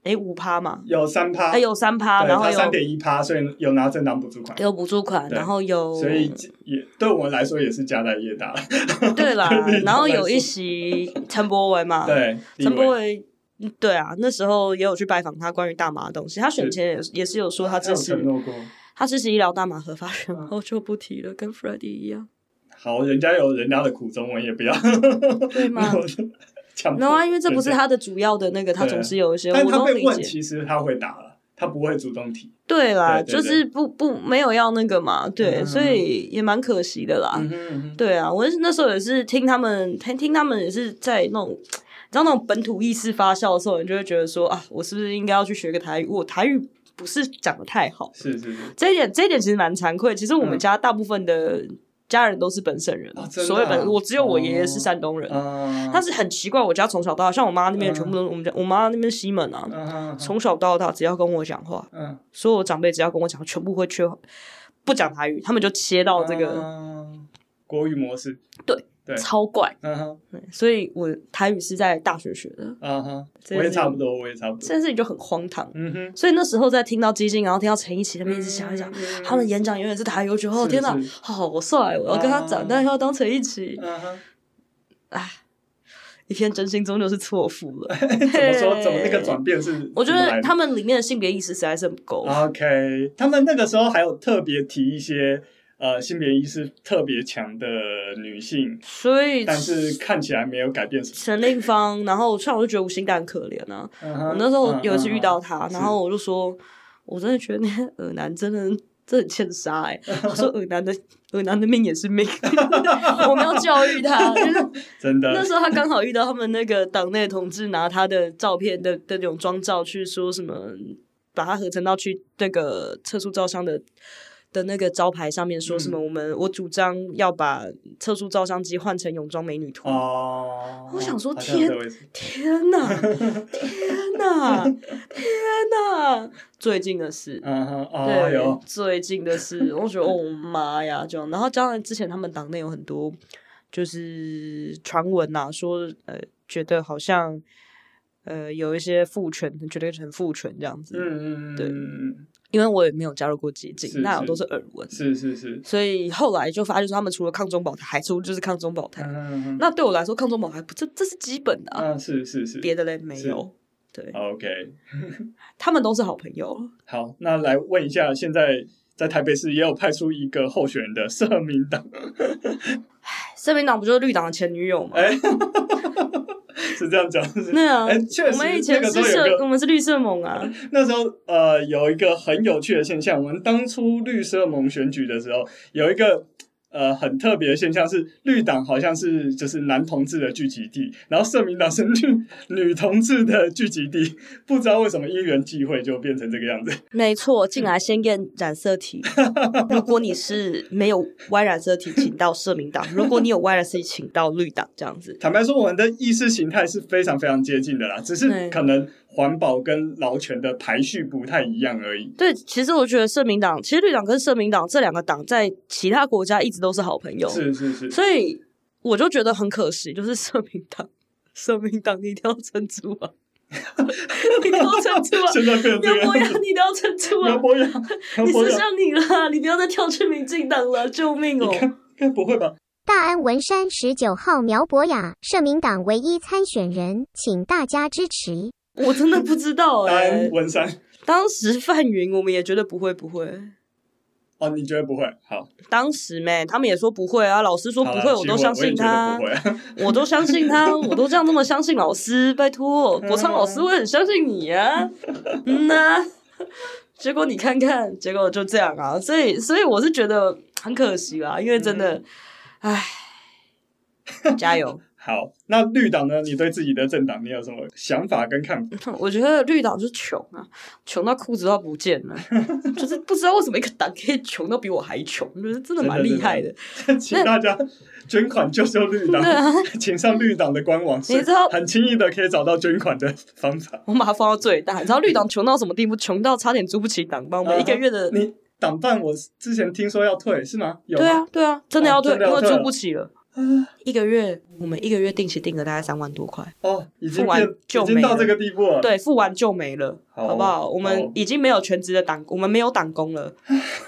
A: 诶五趴嘛，
B: 有三趴，
A: 哎、有三趴，
B: 啊对，
A: 然后
B: 他三
A: 有
B: 点一趴，所以有拿政党补助款，
A: 有补助款，
B: 对
A: 然后有
B: 所以也对我们来说也是家大业大，
A: 对啦
B: 对对，
A: 然后
B: 对
A: 有一席陈柏维嘛，
B: 对，
A: 陈
B: 立
A: 柏
B: 委
A: 伟，嗯对啊，那时候也有去拜访他关于大麻的东西。他选前也是也是有说他
B: 他有
A: 支持
B: 承诺过，
A: 他支持医疗大麻合法，然
B: 嗯
A: 后就不提了，跟 f r e d d y 一样，
B: 好，人家有人家的苦衷，我也不要，
A: 对吗？
B: 强迫
A: 然后啊，因为这不
B: 人
A: 是
B: 家
A: 他的主要的那个，他
B: 嗯对
A: 总是有一些
B: 但
A: 我
B: 他
A: 都
B: 被
A: 理
B: 问，
A: 解。
B: 其实他会答了，他不会主动提。
A: 对啦，
B: 对对对
A: 就是不不没有要那个嘛，对，
B: 嗯
A: 所以也蛮可惜的啦。
B: 嗯哼嗯哼，
A: 对啊，我那时候也是听他们，听听他们也是在那种，你知道那种本土意识发酵的时候，你就会觉得说啊，我是不是应该要去学个台语？我台语不是讲的太好。
B: 是是是，
A: 这一点，这一点其实蛮惭愧。其实我
B: 嗯
A: 们家大部分的家人都是本省人，
B: 哦真的啊
A: 所谓本，我只有我爷爷是
B: 哦
A: 山东人，
B: 啊，
A: 但是很奇怪，我家从小到大，像我妈那边
B: 嗯
A: 全部都是我们家，我妈那边西门啊，
B: 啊，
A: 从小到大只要跟我讲话，
B: 嗯，
A: 所有长辈只要跟我讲话，全部会缺不讲台语，他们就切到这个、
B: 啊国语模式，对
A: 超怪，
B: 嗯哼
A: 对所以我台语是在大学学的，
B: 啊哈，
A: 这
B: 我也
A: 是
B: 差不多，我也差不
A: 这
B: 多，
A: 件事情就很荒唐。
B: 嗯哼，
A: 所以那时候在听到激进，然后听到陈奕奇他们一直想一想，
B: 嗯
A: 他们演讲永远是台语，我觉得哦
B: 是
A: 天哪
B: 是，
A: 好帅，哦我要跟他
B: 啊
A: 长大，要当陈奕奇。
B: 嗯哼，
A: 一片真心终究是错付了。
B: 怎么说？怎么那个转变是？
A: 我觉
B: 怎么来
A: 得
B: 的啊
A: 他们里面的性别意识实在是不够。
B: OK，他们那个时候还有特别提一些呃性别意识特别强的女性，
A: 所以
B: 但是看起来没有改变什么。
A: 陈令芳，然后像我就觉得吴欣丹很可怜啊。
B: 嗯
A: 我
B: 哼
A: 那时候
B: 嗯
A: 有一次
B: 嗯
A: 遇
B: 嗯
A: 到他，
B: 是
A: 然后我就说，我真的觉得那些耳男真的。真的很欠杀 哎、我说耳男的耳男的命也是命， 我们要教育他。就是
B: 嗯 真 的
A: 那时候他刚好遇到他们那个党内同志拿他的照片的的那种妆照去说什么，把它合成到去那个测速照相的的那个招牌上面说什么，我们我主张要把测速照相机换成泳装美女图。
B: 哦，
A: 我想说
B: 好像
A: 天
B: 有这回事
A: 天哪！天哪！天哪！最近的事，
B: 嗯哼，哦
A: 对，
B: 有，
A: 最近的 事，我觉得哦妈呀，这样。然后加上之前他们党内有很多就是传闻呐、说呃，觉得好像呃有一些父权，觉得很父权这样子。
B: 嗯嗯嗯，
A: 对
B: 嗯，
A: 因为我也没有加入过激
B: 是
A: 进，那
B: 是
A: 我都是耳闻，
B: 是是是，
A: 所以后来就发现说他们除了抗中保台，还出就是抗中保台。
B: 嗯哼哼，
A: 那对我来说，抗中保台不这这是基本的、啊，
B: 嗯是是是，
A: 别的嘞没
B: 是
A: 有。对，
B: OK，
A: 他们都是好朋友。
B: 好，那来问一下，现在在台北市也有派出一个候选人的社民党，
A: 哎社民党不就是绿党的前女友吗？
B: 哎， 是这样讲， 是
A: 对啊，
B: 哎，确
A: 我
B: 实，
A: 们以
B: 那
A: 前
B: 个时
A: 是
B: 候有
A: 社，我
B: 个，
A: 们是绿色盟啊。
B: 那时候呃有一个很有趣的现象，我们当初绿色盟选举的时候，有一个呃很特别的现象是，绿党好像是就是男同志的聚集地，然后社民党是女女同志的聚集地，不知道为什么因缘际会就变成这个样子。
A: 没错，进来先验染色 体。如果你是没有 Y 染色体，请到社民党；如果你有 Y 染色体，请到绿党。这样子，
B: 坦白说，我们的意识形态是非常非常接近的啦，只是
A: 对
B: 可能环保跟劳权的排序不太一样而已。
A: 对，其实我觉得社民党，其实绿党跟社民党这两个党在其他国家一直都是好朋友，
B: 是是是，
A: 所以我就觉得很可惜，就是社民党， 社民党你一定要撑住啊！ 你 一定要撑住啊！
B: 现在变成这
A: 刘
B: 个
A: 博
B: 样
A: 雅，
B: 子。
A: 你一定要 撑住啊
B: 刘！博洋，刘
A: 你
B: 博
A: 是
B: 洋，
A: 像你啦，你不要再跳去民进党 了，救命哦！
B: 该不会吧？
D: 大安文山十九号苗博雅，社民党唯一参选人，请大家支持。
A: 我真的不知道
B: 大
A: 哎、
B: 安文山，
A: 当时范云我们也觉得不会不会，
B: 哦，你觉得不会？好，
A: 当时没，他们也说不会啊，老师说不
B: 好啦
A: 会，我
B: 其实
A: 都相信他，
B: 我也觉得不会。
A: 我都相信他，我都这样那么相信老师，拜
B: 嗯
A: 托，国昌老师我很相信你 啊，嗯呐、结果你看看，结果就这样啊，所以所以我是觉得很可惜啦，因为真的，
B: 嗯
A: 唉，加油！
B: 好，那绿党呢？你对自己的政党你有什么想法跟看 法？
A: 我觉得绿岛就是穷啊，穷到裤子都要不见 了，就是不知道为什么一个党可以穷到比我还穷，就是真的蛮厉害的。啊
B: 请大家捐款救救绿党， 请上绿党的官网，
A: 你知道
B: 很轻易的可以找到捐款的方法。
A: 我把它放到最大，你知道绿党穷到什么地步？穷到差点租不起党帮，我们一个月的。
B: 嗯你党办，我之前听说要退是吗？有
A: 对啊，对啊，真的
B: 哦
A: 要退，
B: 真的
A: 因
B: 要
A: 为
B: 退
A: 租
B: 了
A: 不起了。
B: 啊，
A: 一个月，我们一个月定期定额大概三万多块，
B: 哦，已经
A: 付完
B: 变，
A: 就
B: 已经到
A: 没了
B: 这个地步了。，
A: 对，付完就没了，
B: 好
A: 好不好？我们
B: 好
A: 已经没有全职的党，我们没有党工 了，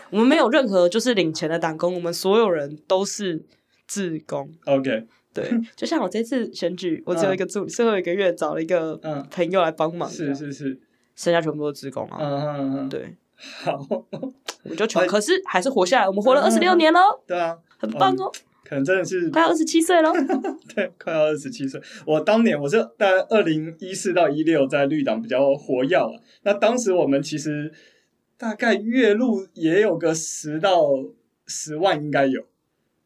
A: 我们没有任何就是领钱的党工，我们所有人都是自工。
B: ，OK，
A: 对， 就像我这次选举，我只有
B: 嗯
A: 一个助理，最后一个月找了一个
B: 嗯
A: 朋友来帮忙，
B: 是，是是，
A: 剩下全部都是自工
B: 嗯
A: 啊。
B: 嗯嗯，
A: 对，
B: 好，
A: 我们就穷
B: 哎，
A: 可是还是活下来，我们活了
B: 嗯
A: 二十六年喽，
B: 对啊，
A: 很棒哦，
B: 可能真的是
A: 快要二十七 岁喽。
B: 对，快要二十七岁。我当年我是在二零一四到一六在绿党比较活跃了。那当时我们其实大概月入也有个十到十万，应该有。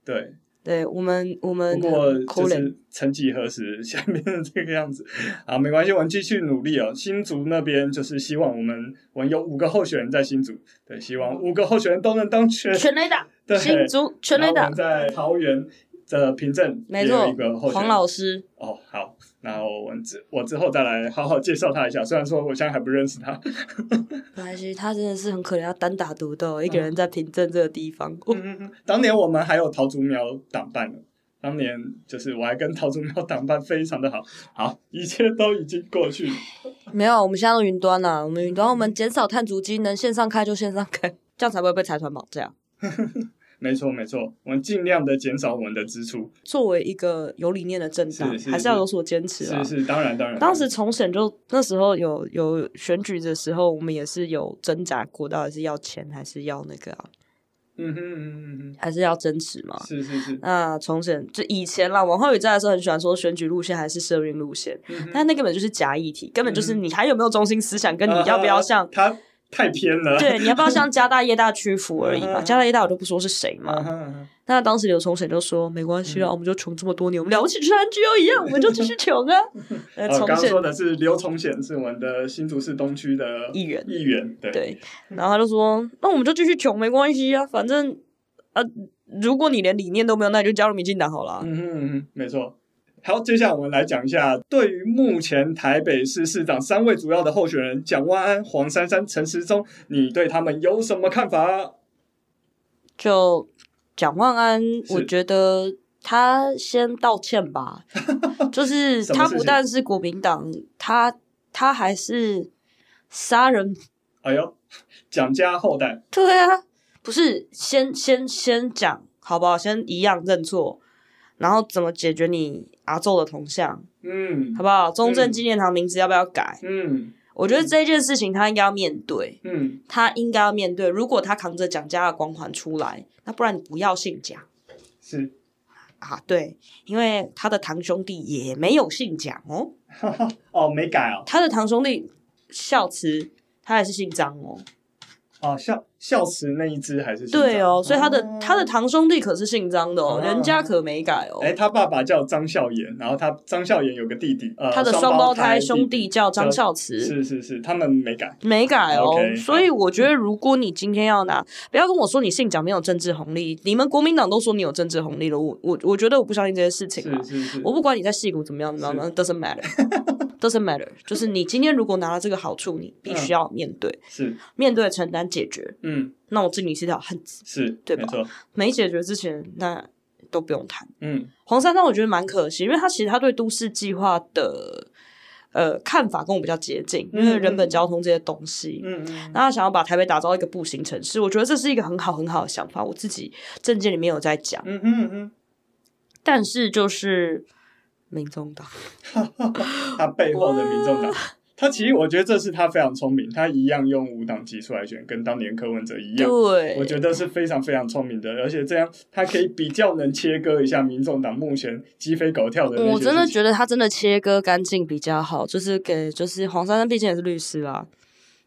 B: 对，
A: 对我们，我
B: 不
A: 们
B: 过
A: 抠
B: 就
A: 脸
B: 是曾几何时，下面这个样子啊，没关系，我们继续努力哦。新竹那边就是希望我们，我们有五个候选人在新竹，对，希望五个候选人都能当选。
A: 全雷打，
B: 对
A: 新竹全雷
B: 然
A: 打
B: 后我们，在桃园的平镇
A: 没
B: 也有
A: 错
B: 一个，候选
A: 黄
B: 人。
A: 老师，
B: 哦，好，那我们之我之后再来好好介绍他一下。虽然说我现在还不认识他，
A: 没关系，他真的是很可怜，他单打独斗，一个
B: 嗯
A: 人在平镇这个地方。哦
B: 当年我们还有桃竹苗党办呢。当年就是我还跟桃竹苗党办非常的好， 好，一切都已经过去了。
A: 没有，我们现在都云端了，我们云端，我们减少碳足迹，能线上开就线上开，这样才不会被财团绑架。
B: 没错没错，我们尽量的减少我们的支出。
A: 作为一个有理念的政党，
B: 是是
A: 还是要有所坚持啊。
B: 是是，当然当然。
A: 当时重审就那时候有有选举的时候，我们也是有挣扎过，到底是要钱还是要那个啊，
B: 嗯哼嗯哼嗯
A: 还是要争持嘛
B: 哼，？是是是。
A: 那重审就以前啦，王浩宇在的时候很喜欢说选举路线还是社运路线，
B: 嗯哼
A: 但那根本就是假议题，根本就是
B: 嗯
A: 你还有没有中心思想， 跟你要不要像
B: 啊他太偏了？
A: 对，你要不要向加大业大屈服而已嘛？
B: 嗯
A: 加大业大我就不说是谁
B: 啊
A: 嘛。
B: 哈啊
A: 那当时刘崇显就说没关系啦，啊
B: 嗯
A: 我们就穷这么多年，我们了不起就像 NGO 一样，我们就继续穷 啊。呃，
B: 哈，哦，
A: 崇
B: 刚刚
A: 显
B: 说的是刘崇显，是我们的新竹市东区的
A: 议员
B: 议员，对
A: 对，然后他就说那我们就继续穷没关系啊，反正啊，如果你连理念都没有，那你就加入民进党好了。
B: 嗯哼嗯哼，没错。好，接下来我们来讲一下，对于目前台北市市长三位主要的候选人蒋万安、黄珊珊、陈时中，你对他们有什么看法？
A: 就蒋万安，我
B: 是
A: 觉得他先道歉 吧，就是
B: 什么
A: 他
B: 事
A: 不
B: 情
A: 但是国民党，他他还是杀人
B: 哎呦， 蒋家后代，
A: 对啊，不是先先先讲好不好？先一样认错，然后怎么解决你阿宙的铜像，
B: 嗯
A: 好不好？中正
B: 嗯
A: 纪念堂名字要不要改？
B: 嗯
A: 我觉得这件事情他应该要面对，
B: 嗯，
A: 他应该要面对。如果他扛着蒋家的光环出来，那不然你不要姓蒋
B: 是，
A: 啊，对，因为他的堂兄弟也没有姓蒋哦，
B: 哈哈，哦，没改哦，
A: 他的堂兄弟孝慈。他也是姓张哦，
B: 哦，孝孝慈那一只还是姓
A: 对哦，
B: 张
A: 所以他的、
B: 哦
A: 他的堂兄弟可是姓张的哦，
B: 哦
A: 人家可没改哦。
B: 哎，他爸爸叫张孝炎，然后他张孝炎有个弟弟，呃，
A: 他的
B: 双
A: 双
B: 胞
A: 胞胎兄弟
B: 弟
A: 叫张
B: 叫
A: 孝慈，
B: 是是是，他们没改，
A: 没改哦。
B: OK，
A: 所以我觉得，如果你今天要拿，不要跟我说你姓蒋没有政治红利，你们国民党都说你有政治红利了，我我我觉得我不相信这些事情
B: 是
A: 啊。
B: 是是，
A: 我不管你在戏骨怎么样，怎么样，doesn't matter，doesn't matter，就是你今天如果拿了这个好处，你必
B: 嗯
A: 须要面对，
B: 是
A: 面对承担解决。
B: 嗯
A: 那我敬你是条汉子，
B: 是，
A: 对吧
B: 没错，
A: 没解决之前，那都不用谈。
B: 嗯
A: 黄珊珊我觉得蛮可惜，因为他其实他对都市计划的呃看法跟我比较接近，因
B: 嗯
A: 为人本交通这些东西。
B: 嗯嗯
A: 那他想要把台北打造一个步行城市，我觉得这是一个很好很好的想法。我自己证件里面有在讲，
B: 嗯哼嗯
A: 但是就是民众党，
B: 哼，他背后的民众党，他其实我觉得这是他非常聪明，他一样用五档级数来选，跟当年柯文哲一样，
A: 对，
B: 我觉得是非常非常聪明的，而且这样他可以比较能切割一下民众党目前鸡飞狗跳的那些
A: 我真的
B: 事情
A: 觉得他真的切割干净比较好，就是给就是黄珊珊毕竟也是律师啦，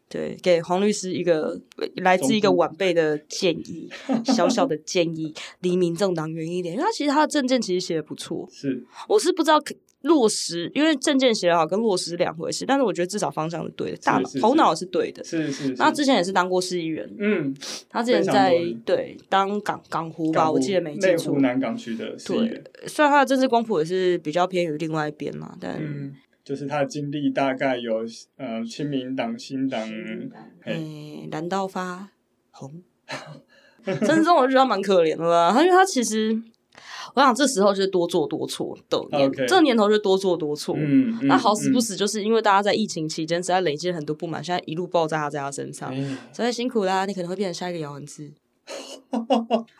A: 对，给黄律师一个来自一个
B: 忠告
A: 晚辈的建 议，小小的建议，离民众党远一点，因为他其实他的证件其实写的不错，
B: 是
A: 我是不知道可落实，因为证件写得好跟落实是两回事，但是我觉得至少方向是对的，大脑
B: 是是
A: 头脑是对的。
B: 是是是，
A: 那之前也是当过市议员，
B: 嗯，
A: 他之前
B: 非常
A: 在
B: 多人
A: 对当港港湖吧，
B: 港湖
A: 我记得没记
B: 内
A: 错
B: 湖。南港区的市议员，
A: 虽然他的政治光谱也是比较偏于另外一边嘛，但
B: 嗯，就是他的经历大概有呃亲民党、新党，嘿，
A: 诶，嗯哎蓝到发 红，真的我觉得他蛮可怜的啦。他因为他其实，我想这时候就是多做多错的年
B: OK
A: 这个年头就是多做多错。
B: 嗯，嗯
A: 那好死不
B: 嗯
A: 死，就是因为大家在疫情期间实在累积了很多不满，现在一路爆炸在他身上，
B: 哎
A: 所以辛苦啦，你可能会变成下一个姚文 智。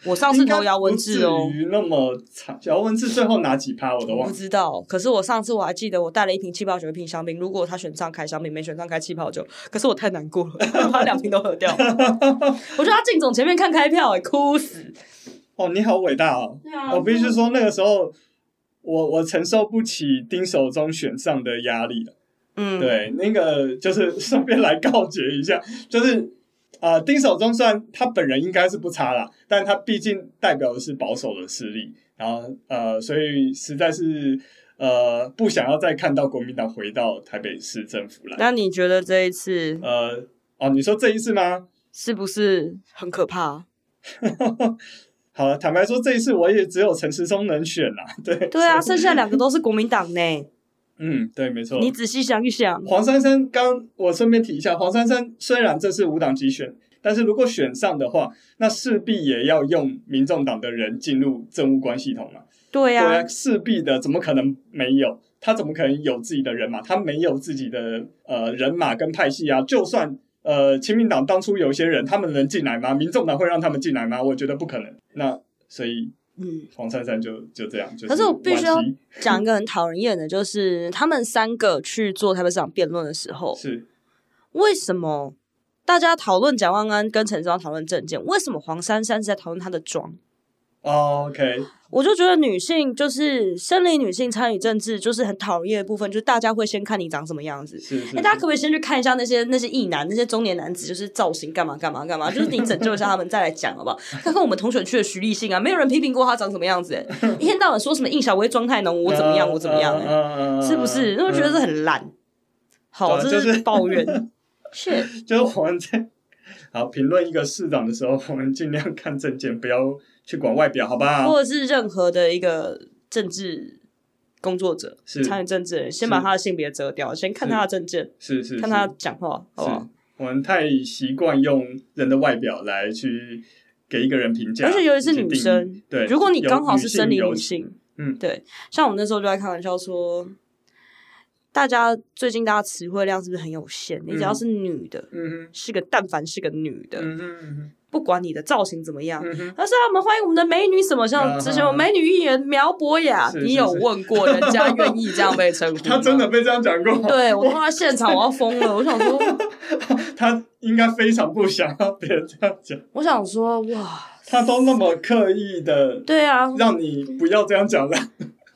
A: 我上次投姚文智哦
B: 应该不，至于那么惨。姚文智最后拿几趴我都
A: 我
B: 忘
A: 不
B: 了。
A: 知道。可是我上次我还记得，我带了一瓶气泡酒，一瓶香槟。如果他选上开香槟，没选上开气泡酒，可是我太难过了， 我把两瓶都喝掉。我就他进总前面看开票、欸，哭死。
B: 哦，你好伟大哦！
A: 嗯
B: 我必须说，那个时候我我承受不起丁守中选上的压力了。
A: 嗯，
B: 对，那个就是顺便来告诫一下，就是。啊、丁守中虽然他本人应该是不差啦，但他毕竟代表的是保守的势力，然后呃，所以实在是呃不想要再看到国民党回到台北市政府来。
A: 那你觉得这一次
B: 呃，哦，你说这一次吗？
A: 是不是很可怕？
B: 好了，坦白说，这一次我也只有陈时中能选啦。 对，
A: 对啊，
B: 所以
A: 剩下两个都是国民党呢。
B: 嗯，对，没错。
A: 你仔细想一想，
B: 黄珊珊刚，我顺便提一下，黄珊珊虽然这是无党籍选，但是如果选上的话，那势必也要用民众党的人进入政务官系统嘛。
A: 对
B: 对
A: 啊
B: 啊，，势必的，怎么可能没有？他怎么可能有自己的人马？他没有自己的呃人马跟派系啊。就算呃，亲民党当初有一些人，他们能进来吗？民众党会让他们进来吗？我觉得不可能。那所以
A: 嗯，
B: 黄珊珊就就这样，就是
A: 可是我必须要
B: 惋惜
A: 讲一个很讨人厌的，就是他们三个去做台北市长辩论的时候，
B: 是
A: 为什么大家讨论蒋万安跟陈章讨论证件？为什么黄珊珊是在讨论她的妆？
B: 哦 OK，
A: 我就觉得女性就是生理女性参与政治，就是很讨厌的部分，就是大家会先看你长什么样子。
B: 是是
A: 哎、大家可不可以先去看一下那些那些异男、那些中年男子，就是造型干嘛干嘛干嘛？就是你拯救一下他们再来讲好不好？看看我们同选区的徐立信啊，没有人批评过他长什么样子、哎一天到晚说什么应小薇妆太浓，我怎么样我怎么样、哎
B: 嗯
A: 是不是？那我觉得这很烂。好，
B: 对
A: 这
B: 就是
A: 是抱怨。是，
B: 嗯就是我们在好评论一个市长的时候，我们尽量看证件，不要去管外表，好不好？
A: 或者是任何的一个政治工作者
B: 是
A: 参与政治的人，先把他的性别遮掉，先看他的证件，
B: 是是，
A: 看他讲话，好不
B: 是
A: 好？
B: 我们太习惯用人的外表来去给一个人评价，
A: 而且尤其是
B: 以及
A: 女
B: 定义
A: 生，
B: 对，
A: 如果你
B: 有
A: 刚好是
B: 性
A: 生理
B: 有
A: 女性，
B: 嗯
A: 对，像我们那时候就在开玩笑说，大家最近大家词汇量是不是很有限？你只要
B: 嗯
A: 是女的，
B: 嗯
A: 是个但凡是个女
B: 哼，
A: 的，
B: 嗯哼嗯
A: 不管你的造型怎么样
B: 哼，。嗯啊
A: 但是啊我们欢迎我们的美女，什么像之前有美女艺人苗博雅，
B: 是是
A: 你有
B: 是
A: 问过人家愿意这样被 称呼
B: 哼，
A: 吗？
B: 他真的被这样讲过，
A: 对我到他现场，我要疯了。我想说，
B: 他应该非常不想要别人这样讲，
A: 我想说，哇，
B: 他都那么刻意的
A: 对啊，
B: 让你不要这样讲了，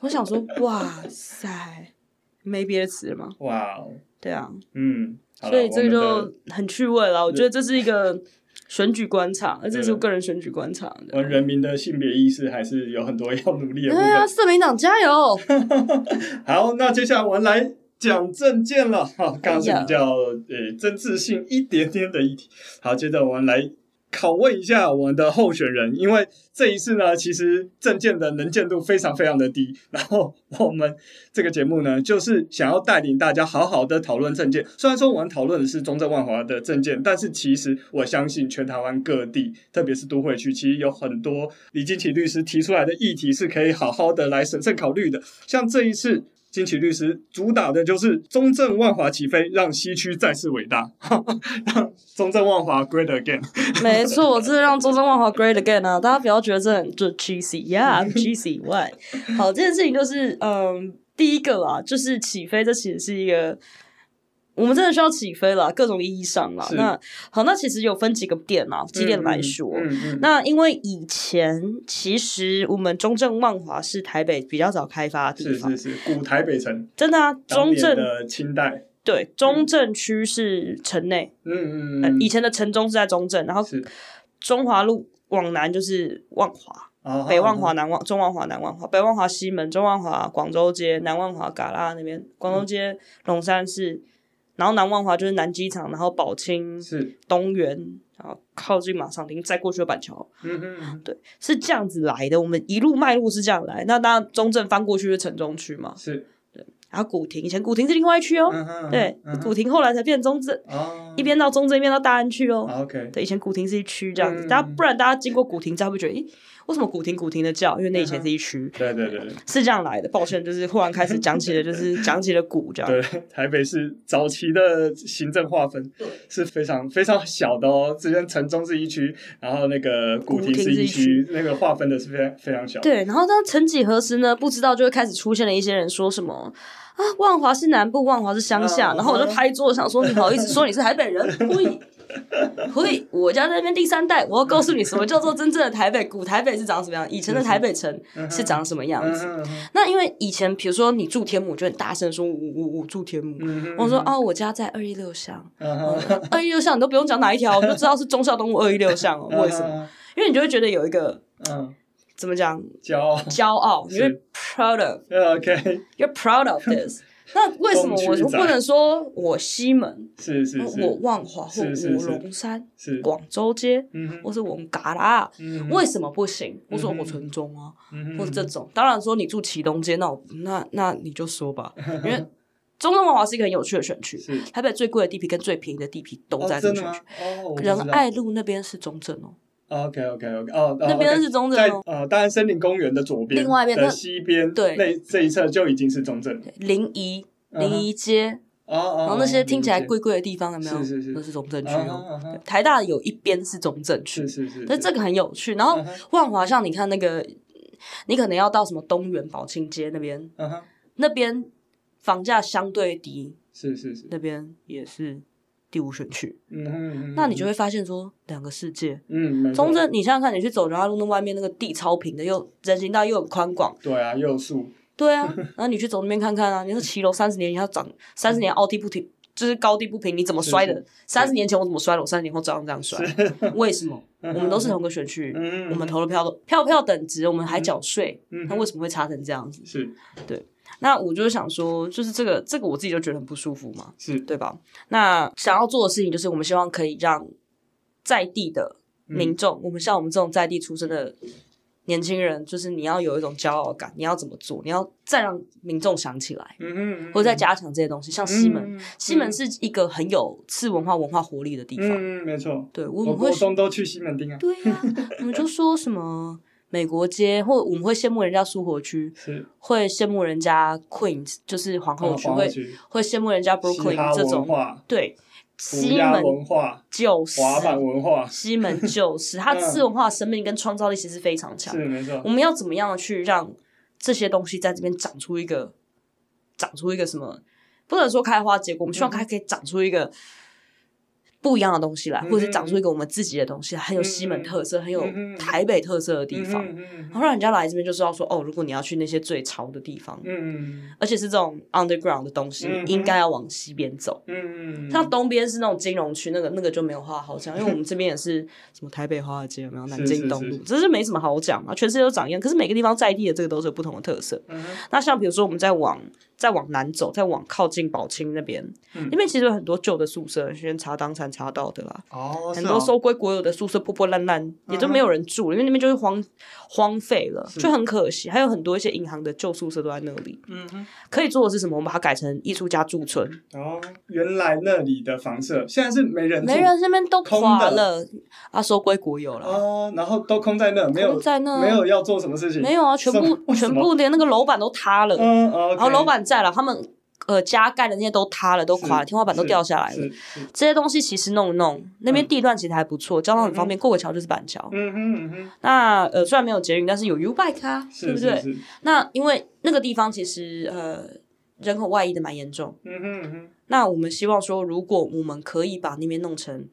A: 我想说，哇塞，没别的词了吗？
B: 哇哦，
A: 对啊，
B: 嗯，好
A: 所以
B: 了
A: 这个
B: 我们的
A: 就很趣味了。我觉得这是一个选举观察，呃而这是我个人选举观察
B: 我
A: 的。
B: 呃们人民的性别意识还是有很多要努力的
A: 对
B: 部
A: 啊，
B: 分。
A: 社民党加油！
B: 好，那接下来我们来讲证件了。哈，刚刚是
A: 哎呀
B: 比较呃政治性一点点的议题。好，接着我们来拷问一下我们的候选人，因为这一次呢，其实证件的能见度非常非常的低。然后我们这个节目呢，就是想要带领大家好好的讨论证件。虽然说我们讨论的是中正万华的证件，但是其实我相信全台湾各地，特别是都会区，其实有很多李金奇律师提出来的议题是可以好好的来审慎考虑的。像这一次。金奇律师主打的就是中正万华起飞，让西区再次伟大，让中正万华 great again。
A: 没错，我这让中正万华 great again 啊！大家不要觉得这很就 cheesy，yeah，I'm cheesy why？好，这件事情就是嗯，第一个啦，就是起飞，这其实是一个我们真的需要起飞了，各种意义上了。
B: 是
A: 那好，那其实有分几个点嘛，几点来说。
B: 嗯嗯嗯
A: 那因为以前其实我们中正万华是台北比较早开发的地
B: 是
A: 方，
B: 是是，古台北城，
A: 真的啊，
B: 当
A: 中
B: 年
A: 正
B: 的清代，
A: 对中正区是城内，
B: 嗯嗯
A: 呃
B: 嗯，
A: 以前的城中是在中正，然后
B: 是
A: 中华路往南就是万华，
B: 啊
A: 北万华、南万、中万华、南万华，北万华西门、中万华广州街、南万华嘎啦那边，广
B: 嗯
A: 州街龙山寺，然后南万华就是南机场，然后宝清、
B: 是，
A: 东园，然后靠近马场町，再过去的板桥，
B: 嗯嗯嗯
A: 对，是这样子来的。我们一路脉络是这样来，那当然中正翻过去是城中区嘛，
B: 是，
A: 然后古亭以前古亭是另外一区哦，
B: 嗯哼
A: 对，古亭后来才变中正，
B: 啊
A: 一边到中正一边到大安去哦。
B: OK
A: 对，以前古亭是一区这样子，
B: 嗯
A: 大家不然大家经过古亭，大家会觉得，咦，为什么古亭古亭的叫？因为那以前是一区，
B: 对对对
A: 是这样来的。抱歉，就是忽然开始讲起了， 就是讲起了古这样。
B: 对，对台北市早期的行政划分是非常非常小的哦，之前城中是一区，然后那个古
A: 古
B: 亭
A: 亭
B: 是
A: 是
B: 一
A: 一
B: 区，那个划分的是非常非常小。
A: 对，然后当曾几何时呢？不知道就会开始出现了一些人说什么啊，万华是南部，万华是乡下。
B: 嗯
A: 然后我就拍桌子想说，你好意思说你是台北人？ 呸呸！我家在那边第三代，我要告诉你什么叫做真正的台北，古台北是长什么样，以前的台北城是长什么样子。
B: 嗯
A: 那因为以前，比如说你住天母，就很大声说“我我我住天母”，
B: 嗯
A: 我说，哦，我家在二一六巷，
B: 嗯哼
A: 二一六巷你都不用讲哪一条，我就知道是忠孝东路二一六巷哦。为什么？？因为你就会觉得有一个
B: 嗯，
A: 怎么讲
B: 骄傲。
A: 骄傲，
B: 是
A: 你会 proud of
B: OK，
A: you're proud of this。那为什么我
B: 东区
A: 我
B: 仔
A: 不能说我西门，
B: 是是是，
A: 我万华或
B: 是是
A: 我
B: 是
A: 龙山、
B: 是，
A: 广州街，
B: 嗯哼
A: 或是我们嘎啦？
B: 嗯
A: 为什么不行？或是
B: 嗯哼
A: 我纯中啊，
B: 嗯
A: 或者这
B: 嗯
A: 种。当然说你住启东街，那我那那你就说吧，因为中正万华是一个很有趣的选区。
B: 是
A: 台北最贵的地皮跟最便宜的地皮都在这
B: 哦真
A: 个
B: 的
A: 选
B: 吗
A: 区。？
B: 哦，我不知道
A: 仁爱路那边是中正哦，
B: OK OK OK，哦，
A: 那边是中正
B: 在
A: 哦。
B: 呃大安森林公园的左边，
A: 另外一边
B: 的
A: 那
B: 西边，
A: 对
B: 那这一侧就已经是中正了。
A: 临沂
B: 嗯哼
A: 临沂街，
B: 哦哦，
A: 然后那些听起来贵贵的地方有没有？
B: 是是是
A: 都是中正
B: 理
A: 区
B: 解
A: 哦。
B: 啊啊啊
A: 对台大有一边是中正区
B: 是，是是，
A: 但这
B: 个
A: 个很有趣。然后
B: 嗯哼
A: 万华像你看那个，你可能要到什么东园宝庆街那边，
B: 嗯哼，
A: 那边房价相对低，
B: 是是是，
A: 那边也是第五选区。
B: 嗯哼嗯哼，
A: 那你就会发现说两个世界。
B: 嗯，没错
A: 中正，你想想看，你去走仁爱路那外面那个地超平的，又人行道又很宽广，
B: 对啊，又有树，
A: 对 啊。然后你去走那边看看啊，你说骑楼三十年，你要长三十年凹地不平，就是高低不平，你怎么摔
B: 嗯是
A: 的？三十年前我怎么摔的？我三十年后照样这样摔，为什么？我们都是同个选区，
B: 嗯，
A: 我们投了票都票票等值，我们还缴税，
B: 嗯
A: 那为什么会差成这样子？
B: 是
A: 那我就想说，就是这个这个我自己就觉得很不舒服嘛，
B: 是
A: 对吧？那想要做的事情就是，我们希望可以让在地的
B: 嗯
A: 民众，我们像我们这种在地出身的年轻人，就是你要有一种骄傲感，你要怎么做？你要再让民众想起来，
B: 嗯哼，
A: 或者再加强这些东西。像西门，
B: 嗯，
A: 西门是一个很有次文化文化活力的地方，
B: 嗯嗯，没错，
A: 对我
B: 我
A: 们会
B: 国中都去西门町啊，
A: 对呀、我们就说什么美国街，或我们会羡慕人家苏活区，
B: 是
A: 会羡慕人家 Queens，就是皇后区，
B: 黄
A: 会
B: 哦区，
A: 会羡慕人家
B: 嘻哈
A: Brooklyn 这
B: 文
A: 种。
B: 化，
A: 对，
B: 涂
A: 西
B: 鸦
A: 门
B: 文化，
A: 九十，
B: 滑板文化，
A: 西门九十，它
B: 嗯
A: 次文化生命跟创造力其实非常强。
B: 是没错
A: 我，们要怎么样去让这些东西在这边长出一个，长出一个什么？不能说开花结果，我们希
B: 嗯
A: 望它可以长出一个不一样的东西来，
B: 嗯
A: 或者是长出一个我们自己的东西来，很有西门特色，很有
B: 嗯嗯
A: 台北特色的地方，
B: 嗯嗯
A: 然后让人家来这边就知道说，哦，如果你要去那些最潮的地方，
B: 嗯
A: 而且是这种 underground 的东西，
B: 嗯嗯
A: 应该要往西边走。
B: 嗯嗯，
A: 像东边是那种金融区，那个那个就没有话好讲，因为我们这边也 是什么台北华尔街，有没有南
B: 是是
A: 京东路，
B: 是
A: 这是没什么好讲嘛，全世界都长一样。可是每个地方在地的这个都是有不同的特色。
B: 嗯哼
A: 那像比如说我们再往再往南走，再往靠近宝清那边，
B: 嗯
A: 那边其实有很多旧的宿舍，有些人查当产查到的啦，
B: 哦，
A: 很
B: 是
A: 多
B: 哦
A: 收归国有的宿舍破破烂烂，也就没有人住了，因为那边就是荒荒废了，
B: 是
A: 就很可惜。还有很多一些银行的旧宿舍都在那里，
B: 嗯哼，
A: 可以做的是什么？我们把它改成艺术家驻村。
B: 哦，原来那里的房舍现在是没人住，
A: 没人那边都
B: 空
A: 垮
B: 的
A: 了，啊，收归国有了，
B: 哦，然后都空在那，没有
A: 空在那
B: 没有要做什么事情，
A: 没有啊，全
B: 什么
A: 部全部，连那个楼板都塌了，
B: 为什么嗯，然
A: 然后楼板在了，他们呃加盖的那些都塌了，都垮了，天花板都掉下来了
B: 是，，嗯是是
A: 这些东西其实弄一弄，那边地段其实还不错，交通很方便，过个桥就是板桥。
B: 嗯哼嗯哼，
A: 那呃虽然没有捷运，但是有 U bike 啊，对
B: 是
A: 不
B: 是
A: 对？
B: 是，
A: 那因为那个地方其实呃。人口外移的蛮严重。
B: 嗯哼嗯哼，
A: 那我们希望说，如果我们可以把那边弄成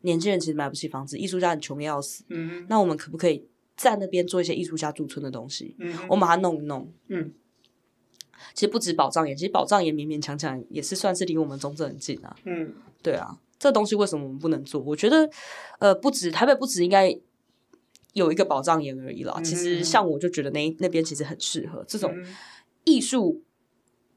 A: 年轻人其实买不起房子，艺术家很穷的要死，
B: 嗯哼，
A: 那我们可不可以在那边做一些艺术家驻村的东西？
B: 嗯哼
A: 我们把它弄一弄。
B: 嗯，
A: 其实不止宝藏岩，其实宝藏岩勉勉强强也是算是离我们中正很近啊。
B: 嗯
A: 对啊，这东西为什么我们不能做？我觉得，呃，不止台北，不止应该有一个宝藏岩而已啦。
B: 嗯
A: 其实像我就觉得那那边其实很适合这种
B: 嗯
A: 艺术。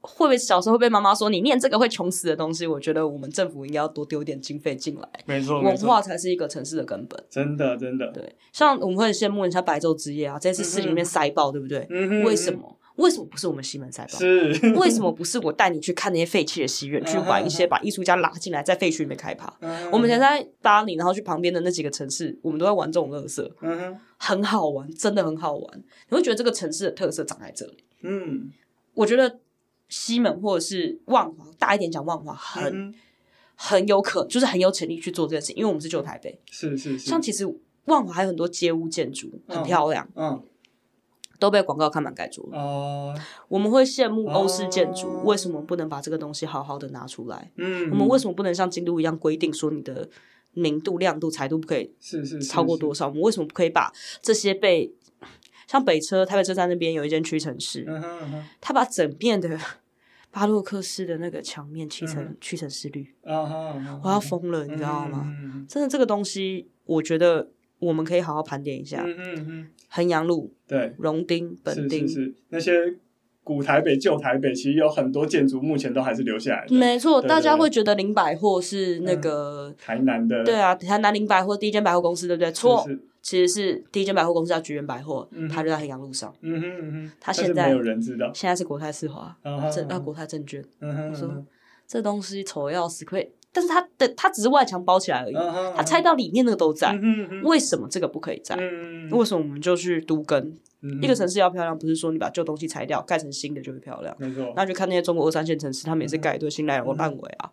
A: 会不会小时候会被妈妈说你念这个会穷死的东西？我觉得我们政府应该要多丢点经费进来，
B: 没错，哦没
A: 文
B: 错
A: 化才是一个城市的根本。
B: 真的真的，
A: 对，像我们会很羡慕人家白昼之夜啊，这次市里面塞爆，对不对？
B: 嗯哼，
A: 为什么？为什么不是我们西门塞爆？
B: 是？
A: 为什么不是我带你去看那些废弃的戏院，去玩一些把艺术家拉进来在废墟里面开趴？
B: 嗯
A: 我们以前在巴黎，然后去旁边的那几个城市，我们都在玩这种乐色，
B: 嗯哼
A: 很好玩，真的很好玩。你会觉得这个城市的特色长在这里。
B: 嗯
A: 我觉得西门或者是万华，大一点讲万华，很
B: 嗯哼
A: 很有可，就是很有潜力去做这件事，情，因为我们是旧台北。
B: 是嗯是是
A: 像，其实万华还有很多街屋建筑，很漂亮，
B: 嗯
A: 都被广告看板盖住了。
B: 哦
A: 我们会羡慕欧式建筑，
B: 哦
A: 为什么不能把这个东西好好的拿出来？
B: 嗯，
A: 我们为什么不能像京都一样规定说你的明度、亮度、彩度不可以
B: 是是是
A: 超过多
B: 少？
A: 少？我们为什么不可以把这些被像北车、台北车站那边有一间屈臣氏，
B: 嗯哼嗯哼
A: 它把整面的巴洛克式的那个墙面漆成
B: 嗯
A: 屈臣氏绿，
B: 啊哈嗯哼，
A: 我要疯了，你知道吗？
B: 嗯
A: 真的，这个东西我觉得我们可以好好盘点一下。
B: 嗯嗯嗯，
A: 衡阳路、
B: 对，
A: 荣町、本
B: 是
A: 町
B: 是，是，那些古台北、旧台北，其实有很多建筑目前都还是留下来的。
A: 没错，
B: 对
A: 大家
B: 对
A: 会觉得林百货是那
B: 嗯
A: 个。
B: 台南的
A: 对啊，台南林百货第一间百货公司，对不对？错，
B: 是是
A: 其实是第一间百货公司叫菊园百货
B: 嗯，
A: 它就在衡阳路上。
B: 嗯哼嗯哼，
A: 他
B: 但是
A: 现在
B: 没有人知道。
A: 现在是国泰世华
B: 啊哈
A: 证啊，
B: 啊哈
A: 国泰证券
B: 嗯哼，
A: 我
B: 嗯
A: 说
B: 哼
A: 这东西丑得要死，可以，但是它的它只是外墙包起来而已，
B: 啊哈
A: 它拆到里面那个都在
B: 嗯，哼嗯哼
A: 为什么这个不可以在？
B: 嗯
A: 为什么我们就去都跟
B: 嗯
A: 一个城市要漂亮，不是说你把旧东西拆掉盖成新的就会漂亮？
B: 嗯没错，
A: 那就看那些中国二三线城市，他们也是盖一堆新来楼烂尾啊，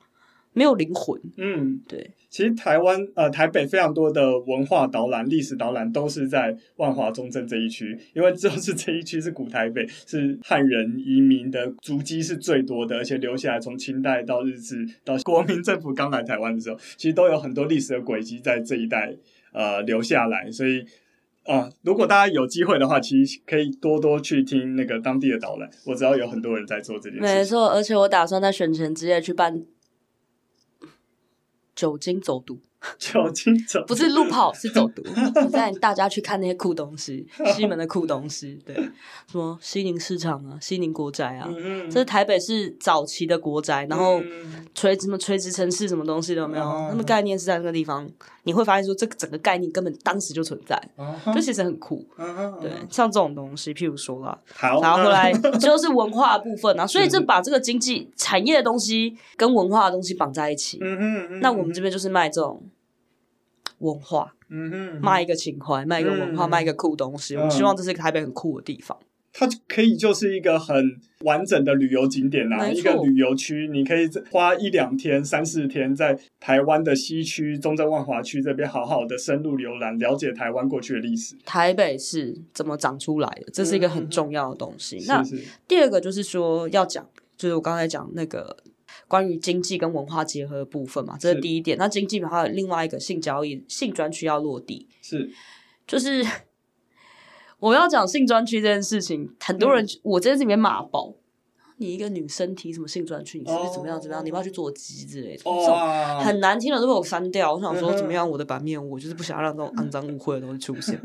A: 没有灵魂。
B: 嗯，
A: 对，
B: 其实台湾呃台北非常多的文化导览、历史导览都是在万华中正这一区，因为就是这一区是古台北，是汉人移民的足迹是最多的，而且留下来从清代到日治到国民政府刚来台湾的时候，其实都有很多历史的轨迹在这一带呃留下来，所以。啊、如果大家有机会的话，其实可以多多去听那个当地的导览。我知道有很多人在做这件事情。
A: 没错，而且我打算在选前之夜去办酒精走读。
B: 酒精走
A: 不是路跑，是 走读，我带大家去看那些酷东西，西门的酷东西，对，什么西宁市场啊，西宁国宅啊，
B: 嗯
A: 这是台北市早期的国宅，然后
B: 嗯
A: 垂什么垂直城市什么东西都有没有？
B: 嗯
A: 那么概念是在那个地方，你会发现说这个整个概念根本当时就存在，
B: 啊哈
A: 就其实很酷。
B: 啊哈
A: 对，像这种东西，譬如说啦，
B: 好，
A: 然后
B: 那
A: 后来 就是文化的部分啊，所以
B: 是
A: 这
B: 是
A: 把这个经济产业的东西跟文化的东西绑在一起。
B: 嗯哼嗯哼，
A: 那我们这边就是卖这种文化，
B: 嗯哼，
A: 卖一个情怀，卖一个文化，
B: 嗯
A: 卖一个酷东西。
B: 嗯
A: 我希望这是台北很酷的地方。
B: 它就可以就是一个很完整的旅游景点啦、
A: 没错
B: 一个旅游区，你可以花一两天、三四天在台湾的西区、中正万华区这边好好的深入浏览，了解台湾过去的历史。
A: 台北是怎么长出来的？这是一个很重要的东西。那
B: 嗯是是，
A: 第二个就是说要讲，就是我刚才讲那个关于经济跟文化结合的部分嘛，这
B: 是
A: 是第一点。那经济还有另外一个性交易、性专区要落地，
B: 是，
A: 就是我要讲性专区这件事情，很多人、我这件事情被骂爆。嗯你一个女生提什么性专区，你是不是怎么样怎么样？
B: 哦
A: 你要不要去做鸡之类的？这种
B: 哇，
A: 很难听的都被我删掉。我想
B: 嗯
A: 说，
B: 哼
A: 怎么样，我的版面我就是不想要让这种肮脏误会的东西出 现。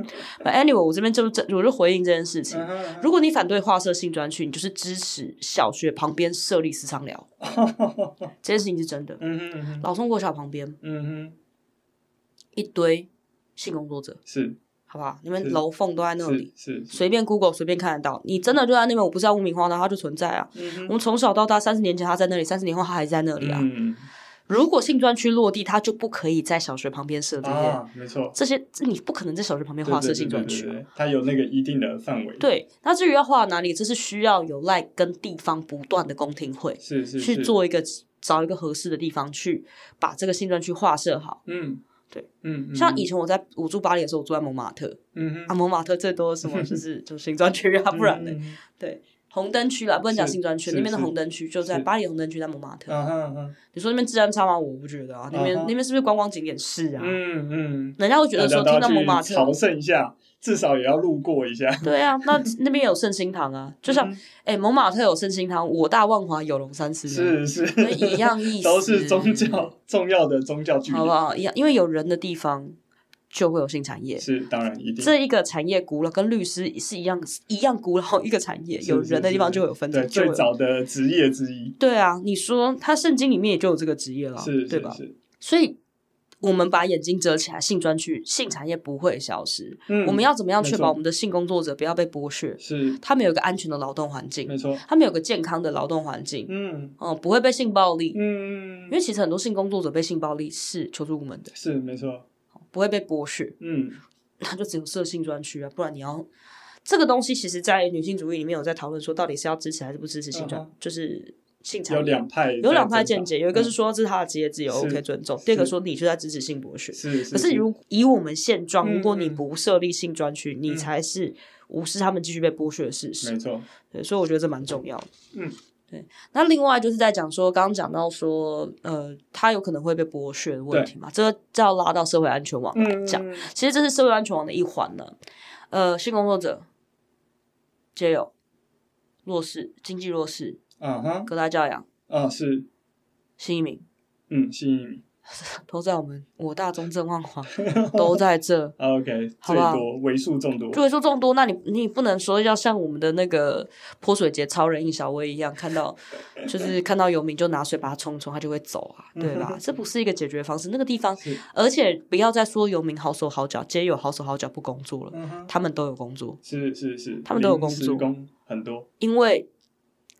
A: But anyway，我这边就这，我就回应这件事情
B: 嗯。哼
A: 如果你反对划设性专区，你就是支持小学旁边设立私商寮，这件事情是真的。
B: 嗯哼嗯哼
A: 老中国小旁边
B: 嗯哼，
A: 一堆性工作者，
B: 是
A: 好不好？你
B: 是
A: 们楼缝都在那
B: 是
A: 里，
B: 是，
A: 随便 Google 随便看得到。你真的就在那边，我不是要污名化它，它就存在啊。
B: 嗯
A: 我们从小到大，三十年前它在那里，三十年后它还在那里啊。
B: 嗯
A: 如果性专区落地，它就不可以在小学旁边设这些。
B: 啊，没错，
A: 这些这你不可能在小学旁边画色
B: 对对
A: 性
B: 对
A: 专
B: 对
A: 区
B: 对
A: 啊。
B: 对它有那个一定的范围，，
A: 对，那至于要画哪里，这是需要有赖跟地方不断的公听会
B: 是是
A: 去
B: 是，
A: 做一个找一个合适的地方去把这个性专区画设好。
B: 嗯，
A: 对，
B: 嗯，嗯
A: 像以前我在我住巴黎的时候，我住在蒙马特
B: 嗯哼
A: 啊，蒙马特最多什么就是就是性专区啊，不然呢？
B: 嗯
A: 对，红灯区啦，不能讲
B: 是
A: 新专区，
B: 是
A: 那边的
B: 是
A: 红灯区就在
B: 是
A: 巴黎红灯区在蒙马特。
B: 嗯哼哼，
A: 你说那边治安差吗？我不觉得啊，那边、
B: 嗯哼
A: 那边是不是观光景点是啊？
B: 嗯嗯，
A: 人家会觉得说
B: 大
A: 听
B: 家都
A: 到蒙马
B: 要去朝
A: 特，
B: 圣一下，至少也要路过一下。
A: 对啊，那那边有圣心堂啊，就像
B: 嗯
A: 哎、蒙马特有圣心堂，我大万华有龙山寺，
B: 是是，
A: 所以一样意思，
B: 都是宗教重要的宗教据
A: 好不
B: 点，
A: 好？一样，因为有人的地方就会有性产业。
B: 是当然一定。
A: 这一个产业古老跟律师是一样一样古老一个产业，
B: 是
A: 有
B: 是
A: 人的地方
B: 是
A: 就会有纷
B: 对
A: 争，就会
B: 最
A: 有
B: 早的职业之一，
A: 对啊，你说他圣经里面也就有这个职业了，
B: 是
A: 对
B: 是
A: 吧？
B: 是，
A: 所以我们把眼睛遮起来，性专区、性产业不会消失。
B: 嗯
A: 我们要怎么样
B: 没
A: 确
B: 错
A: 保我们的性工作者不要被剥削？
B: 是
A: 他们有一个安全的劳动环境
B: 没，错，
A: 他们有个健康的劳动环境，
B: 嗯
A: 嗯，不会被性暴力。
B: 嗯
A: 因，为其实很多性工作者被性暴力是求助无门的，
B: 是没错，
A: 不会被剥削，
B: 嗯
A: 那就只有设性专区啊，不然你要这个东西，其实，在女性主义里面有在讨论说，到底是要支持还是不支持性专
B: 嗯哼
A: 就是性产业。
B: 有两派，
A: 有两派见解，有一个是说这是他的职业自由
B: 嗯是
A: ，OK 尊重；第二个
B: 是
A: 说你就在支持性剥削。
B: 是，是
A: 可是如以我们现状，
B: 嗯
A: 如果你
B: 嗯
A: 不设立性专区，你
B: 嗯
A: 才是无视他们继续被剥削的事实
B: 没。错，
A: 对，所以我觉得这蛮重要的。
B: 嗯，
A: 对。那另外就是在讲说，刚刚讲到说，呃，他有可能会被剥削的问题嘛，这个这要拉到社会安全网来
B: 嗯
A: 讲。其实这是社会安全网的一环呢。呃，性工作者、皆有弱势、经济弱势、
B: 啊哈
A: 隔代教养、
B: 啊是，
A: 新移民。
B: 嗯吸引
A: 都在我们我大中正万 华都在这，
B: ，OK
A: 好不
B: 最
A: 好
B: 多为数众多，
A: 就会说众多。那你你不能说要像我们的那个泼水节超人应小薇一样，看到就是看到游民就拿水把他冲冲，他就会走啊，对吧？这不是一个解决方式。那个地方
B: 是，
A: 而且不要再说游民好手好脚，皆有好手好脚不工作了，
B: 嗯哼，
A: 他们都有工作，
B: 是是是，
A: 他们都有
B: 临
A: 工
B: 时
A: 作
B: 工很多，
A: 因为。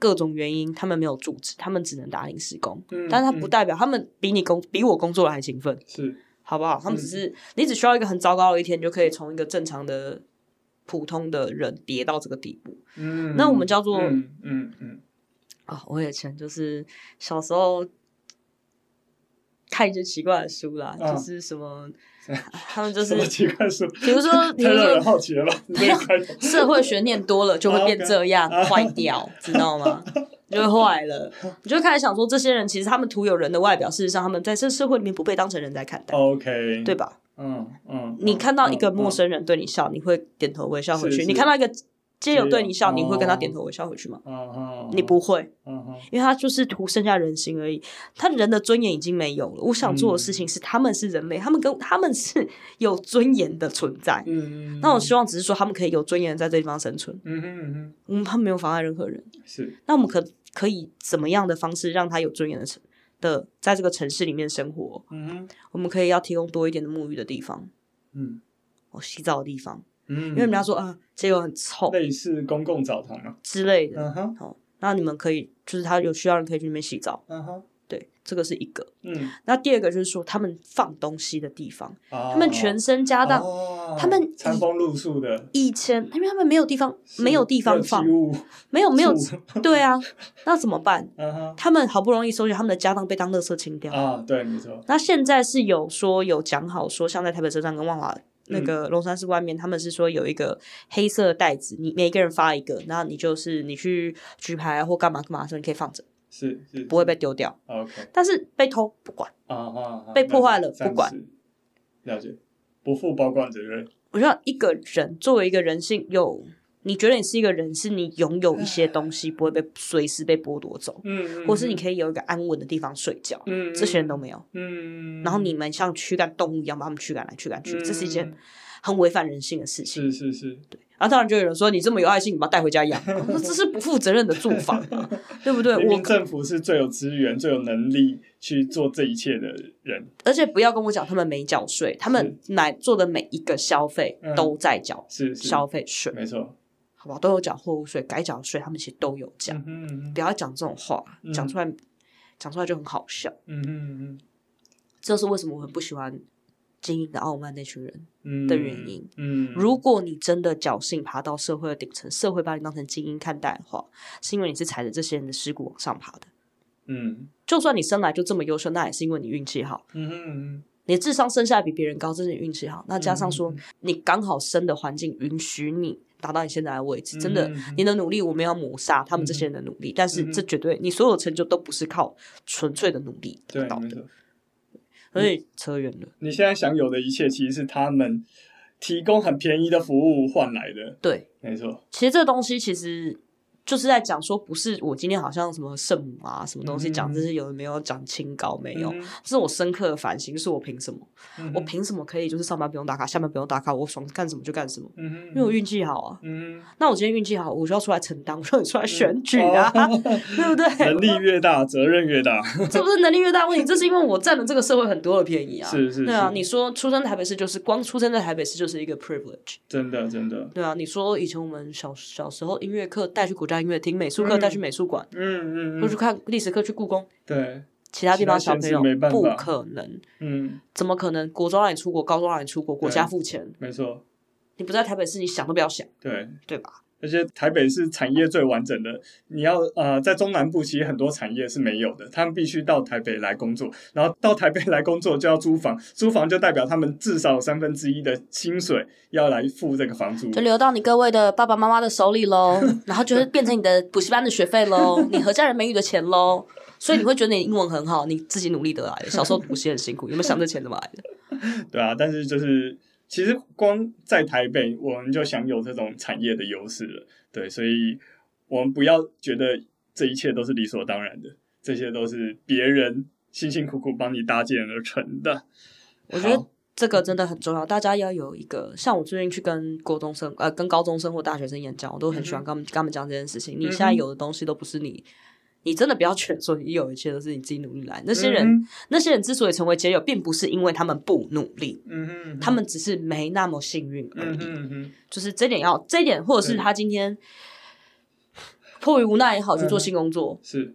A: 各种原因，他们没有住址，他们只能打临时工。
B: 嗯
A: 但是他不
B: 嗯
A: 代表他们比你工比我工作的还勤奋，
B: 是
A: 好不好？他们
B: 嗯
A: 只是、你只需要一个很糟糕的一天，就可以从一个正常的普通的人跌到这个地步
B: 嗯，
A: 那我们叫做
B: 嗯嗯嗯，
A: 啊、我以前就是小时候看一些奇怪的书啦，
B: 嗯
A: 就是什么，他们就
B: 什
A: 是
B: 么奇怪说，
A: 比如说，比
B: 太
A: 如
B: 让人
A: 说。
B: 好奇 了吧？你这个开头
A: 社会悬念多了就会变这样
B: 啊 OK
A: 坏掉，知道吗？就会坏了，你就会开始想说，这些人其实他们徒有人的外表，事实上他们在这社会里面不被当成人在看待，
B: OK，
A: 对，吧？
B: 嗯哦嗯，
A: 你
B: 嗯
A: 看到一个陌。
B: 嗯嗯
A: 生人对你笑，你会点头微笑回
B: 是
A: 去；
B: 是哦
A: 你看到一个街友对你笑，
B: 街
A: 你
B: 友
A: 会跟他点头微笑回去吗？
B: 嗯哼，
A: 你不会，
B: 嗯哼，
A: 因为他就是图剩下人心而已，他人的尊严已经没有了。我想做的
B: 嗯
A: 事情是，他们是人类，他们跟他们是 有尊严的存在。
B: 嗯，
A: 那我希望只是说，他们可以有尊严地在这地方生存，
B: 嗯哼嗯
A: 嗯，他们没有妨碍任何人。
B: 哼，是
A: 那我们可可以怎么样的方式让他有尊严的成的在这个城市里面生活？
B: 嗯哼
A: 我们可以要提供多一点的沐浴的地方，
B: 嗯
A: 哦，洗澡的地方。
B: 嗯，
A: 因为人家说啊，这个很臭
B: 类似公共澡堂嘛，
A: 之类的。
B: 嗯哼
A: 哦，那你们可以，就是他有需要人可以去那边洗澡。
B: 嗯哼，
A: 对，这个是一个。
B: 嗯，
A: 那第二个就是说，他们放东西的地方，
B: 他
A: 他们全身家当。
B: 哦
A: 他们
B: 啊餐风露宿的，
A: 以前因为他们没有地方，
B: 是
A: 没有地方放
B: 废，物
A: 没有没有，
B: 住
A: 对啊，那怎么办？
B: 嗯哼
A: 他们好不容易收集他们的家当被当垃圾清掉。
B: 啊，对，没错，
A: 那现在是有说有讲好说，像在台北车站跟万华那个
B: 嗯
A: 龙山寺外面，他们是说有一个黑色的袋子，你每个人发一个，然后你就是你去举牌啊或干嘛干嘛的时候，你可以放着，
B: 是是啊
A: 不会被丢掉。
B: OK
A: 但是被偷不管，
B: 啊啊，啊
A: 被破坏了
B: 那暂
A: 不管
B: 时了解，不负保管责任，
A: 我觉得一个人作为一个人性有，你觉得你是一个人，是你拥有一些东西不会被随时被剥夺走，
B: 嗯
A: 或是你可以有一个安稳的地以方睡觉，
B: 嗯，
A: 这些人都没有。
B: 嗯，
A: 然后你们像驱赶动物一样把他们驱赶来驱赶去，这是一件
B: 嗯
A: 很违反人性的事情。
B: 是是是，
A: 然后当然就有人说你这么有爱心，你把它带回家养， 我说这是不负责任的做法嘛，对不对？
B: 明
A: 我
B: 明政府是最有资源、最有能力去做这一切的人，
A: 而且不要跟我讲他们没缴税，他们买做的每一个消费
B: 嗯
A: 都在缴
B: 是是，
A: 消费税，
B: 没错，
A: 好不好？都有缴货物税，该缴的税他们其实都有缴。
B: 嗯哼嗯
A: 不
B: 哼
A: 要讲这种话，
B: 嗯
A: 讲出来讲出来就很好笑。
B: 嗯哼
A: 这是为什么我很不喜欢精英的傲慢那群人。
B: 嗯
A: 的原因，
B: 嗯，
A: 如果你真的侥幸爬到社会的顶层，社会把你当成精英看待的话，是因为你是踩着这些人的尸骨往上爬的。
B: 嗯
A: 就算你生来就这么优秀，那也是因为你运气好，
B: 嗯哼嗯
A: 你的智商生下来比别人高，这是你运气好。那加上说
B: 嗯
A: 你刚好生的环境允许你达到你现在的位置，
B: 嗯
A: 真的
B: 嗯，
A: 你的努力我们要抹杀他们这些人的努力，但是这绝对你所有成就都不是靠纯粹的努力
B: 对
A: 得到，
B: 没
A: 的，
B: 错。
A: 所以扯远了。
B: 你现在享有的一切，其实是他们提供很便宜的服务换来的。
A: 对，
B: 没错，
A: 其实这东西其实就是在讲说，不是我今天好像什么圣母啊，什么东西
B: 嗯
A: 讲这些有的没有，讲清高没有，
B: 嗯
A: 这是我深刻的反省，是我凭什么？
B: 嗯
A: 我凭什么可以就是上班不用打卡，下班不用打卡，我爽干什么就干什么？
B: 嗯哼，
A: 因为我运气好啊。
B: 嗯
A: 那我今天运气好，我就要出来承担，我就要出来 选举啊，
B: 哦
A: 对不对？
B: 能力越大，责任越大。
A: 这不是能力越大问题，这是因为我占了这个社会很多的便宜啊。
B: 是是
A: 对啊，
B: 是
A: 你说出生在台北市就是光出生在台北市就是一个 privilege。
B: 真的，真的，
A: 对啊，你说以前我们小小时候音乐课带去国家音乐厅，美术课带去美术馆，
B: 嗯嗯
A: 或者
B: 嗯，
A: 看历史课去故宫，
B: 对，
A: 其他地方小朋友
B: 其他县市没办法
A: 不可能，
B: 嗯，
A: 怎么可能？国中让你出国，高中让你出国，国家付钱，
B: 没错，
A: 你不在台北市，你想都不要想，
B: 对。
A: 嗯对吧？
B: 而且台北是产业最完整的，你要呃，在中南部其实很多产业是没有的，他们必须到台北来工作，然后到台北来工作就要租房，租房就代表他们至少有三分之一的薪水要来付这个房租。
A: 就留到你各位的爸爸妈妈的手里喽，然后就会变成你的补习班的学费喽，你和家人美语的钱喽，所以你会觉得你英文很好，你自己努力得来的。小时候补习很辛苦，有没有想这钱怎么来的？
B: 对啊，但是就是其实光在台北，我们就享有这种产业的优势了。对，所以我们不要觉得这一切都是理所当然的，这些都是别人辛辛苦苦帮你搭建而成的。
A: 我觉得
B: 好
A: 这个真的很重要，大家要有一个像我最近去跟国中生呃跟高中生或大学生演讲，我都很喜欢
B: 嗯哼
A: 跟他们、跟他们讲这件事情。你
B: 嗯哼
A: 现在有的东西都不是你，你真的不要觉得说你有一切都是你自己努力来。那
B: 那
A: 些人、，那些人之所以成为解友，并不是因为他们不努力，
B: 嗯哼，嗯哼
A: 他，们只是没那么幸运而
B: 嗯
A: 已。
B: 哼嗯哼，
A: 就是这点要这一点，或者是
B: 对
A: 他今天迫于无奈也好去
B: 嗯
A: 做新工作，
B: 是，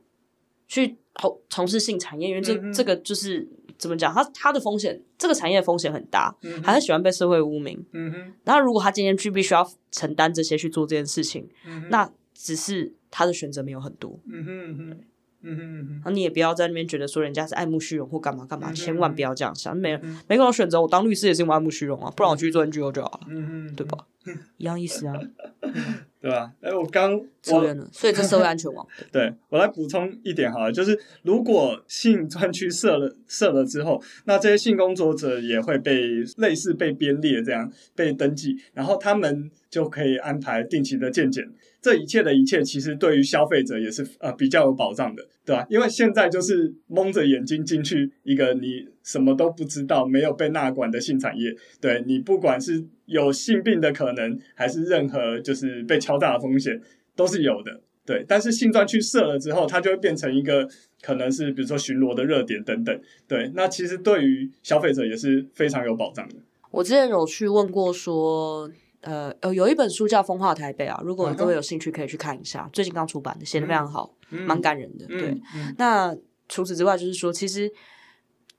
A: 去从从事性产业，因为这、
B: 嗯哼
A: 这个就是怎么讲，他他的风险，这个产业的风险很大。
B: 嗯哼
A: 还是喜欢被社会污名。
B: 嗯哼，
A: 那如果他今天去必须要承担这些去做这件事情，
B: 嗯哼，
A: 那只是他的选择没有很多。
B: 嗯哼嗯哼嗯哼嗯哼，
A: 然后你也不要在那边觉得说人家是爱慕虚荣或干嘛干嘛，
B: 嗯
A: 千万不要这样想。每
B: 嗯
A: 每个人选择我当律师也是因为爱慕虚荣啊，不然我去做 NGO 就好了，
B: 嗯哼，
A: 对？吧？一样意思啊，
B: 对吧？哎，我刚
A: 扯
B: 我
A: 远了。所以这社会安全网，
B: 对我来补充一点好了，就是如果性专区设了设了之后，那这些性工作者也会被类似被编列这样被登记，然后他们就可以安排定期的健检。这一切的一切，其实对于消费者也是呃比较有保障的，对吧、因为现在就是蒙着眼睛进去一个你什么都不知道、没有被纳管的性产业，对你不管是有性病的可能，还是任何就是被敲诈的风险，都是有的。对，但是性专区设了之后，它就会变成一个可能是比如说巡逻的热点等等。对，那其实对于消费者也是非常有保障的。
A: 我之前有去问过说。呃，呃，有一本书叫《风化台北》啊，如果各位有兴趣可以去看一下，最近刚出版的，写的非常好，蛮感人的。对，
B: 嗯嗯
A: 那除此之外，就是说，其实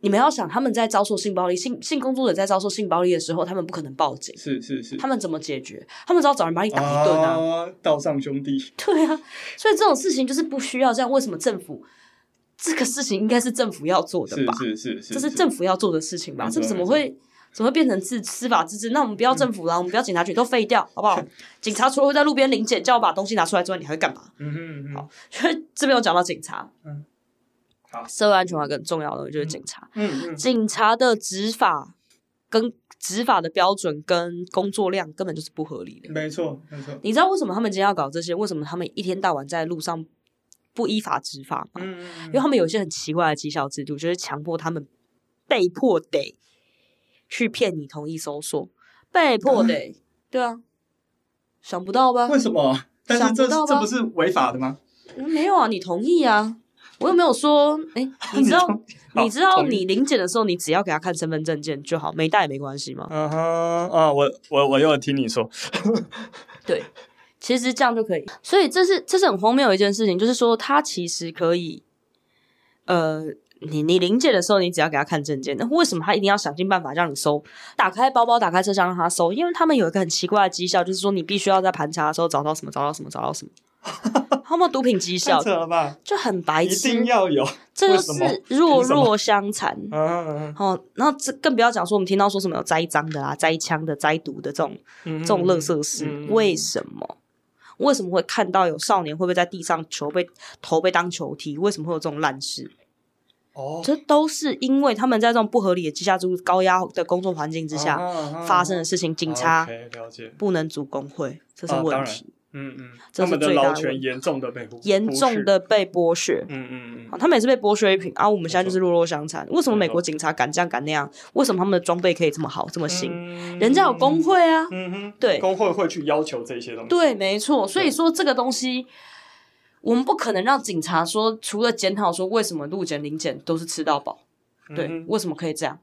A: 你们要想，他们在遭受性暴力、性性工作者在遭受性暴力的时候，他们不可能报警，
B: 是是是，
A: 他们怎么解决？他们只要找人把你打一顿啊，
B: 啊，道上兄弟，
A: 对啊。所以这种事情就是不需要这样。为什么政府这个事情应该是政府要做的
B: 是
A: 吧？
B: 是是是，
A: 这是政府要做的事情吧？
B: 没
A: 这
B: 错
A: 怎么
B: 没错
A: 会？怎么会变成自司法自治？那我们不要政府啦，我们不要警察局，都废掉，好不 好？警察除了会在路边临检，叫我把东西拿出来之外，你还会干嘛？
B: 嗯哼，嗯哼
A: 好，所以这边有讲到警察，
B: 嗯，好
A: 社会安全网一个很重要的东西就是警察，
B: 嗯嗯，
A: 警察的执法跟执法的标准跟工作量根本就是不合理的。
B: 没错没错，
A: 你知道为什么他们今天要搞这些？为什么他们一天到晚在路上不依法执法吗？
B: 嗯嗯
A: 因为他们有一些很奇怪的绩效制度，就是强迫他们被迫得去骗你同意搜
B: 嗯
A: 索，被迫得，对啊，想不到吧
B: 嗯，？为什么？但是
A: 想不
B: 这
A: 到吧
B: 这不是违法的吗？
A: 嗯没有啊，你同意啊？我又没有说，哎、 你知道
B: 同
A: 你知道
B: 同意
A: 你临检的时候，你只要给他看身份证件就好，没带也没关系吗？
B: 嗯哼啊，我我我又有听你说，
A: 对，其实这样就可以。所以这是这是很荒谬的一件事情，就是说他其实可以，呃，你你临检的时候，你只要给他看证件，那为什么他一定要想尽办法让你搜？打开包包，打开车厢让他搜，因为他们有一个很奇怪的绩效，就是说你必须要在盘查的时候找到什么，找到什么，找到什么。他泡沫毒品极
B: 太
A: 小，
B: 扯了吧？
A: 就很白
B: 一定
A: 痴，
B: 要有，
A: 这就
B: 为什么
A: 是弱
B: 凭什么
A: 弱相残。
B: 嗯啊嗯
A: 哦，然后这更不要讲说我们听到说什么有栽赃的啦、啊栽枪的、栽毒的这种
B: 嗯，
A: 这种垃圾事，
B: 嗯
A: 为什么？为什么会看到有少年会不会在地上球被头被当球踢？为什么会有这种烂事？
B: 哦
A: 这都是因为他们在这种不合理的低下注高压的工作环境之
B: 啊
A: 下发生的
B: 事，
A: 事情。警
B: 啊
A: 察
B: 哦 OK，了解，
A: 不能组工会，这是
B: 啊当
A: 问
B: 然
A: 题，
B: 嗯嗯，
A: 这是
B: 他们的
A: 最大
B: 劳
A: 的问
B: 权
A: 题
B: 严重的被忽
A: 严重，的被剥削
B: 忽视。嗯嗯
A: 啊
B: 嗯，
A: 他们也是被剥削一品，啊，我们现在
B: 没
A: 就
B: 错
A: 是弱弱相残。为什么
B: 没
A: 美国
B: 错
A: 警察敢这样敢那样？为什么他们的装备可以这么好这么新？
B: 嗯
A: 人家有工，会啊，
B: 嗯哼，
A: 对
B: 工会会去要求这些东西，
A: 对，没错。所以
B: 对
A: 说这个东西，我们不可能让警察说，除了检讨说为什么路检、临检都是吃到饱，对，
B: 嗯哼
A: 为什么可以这样？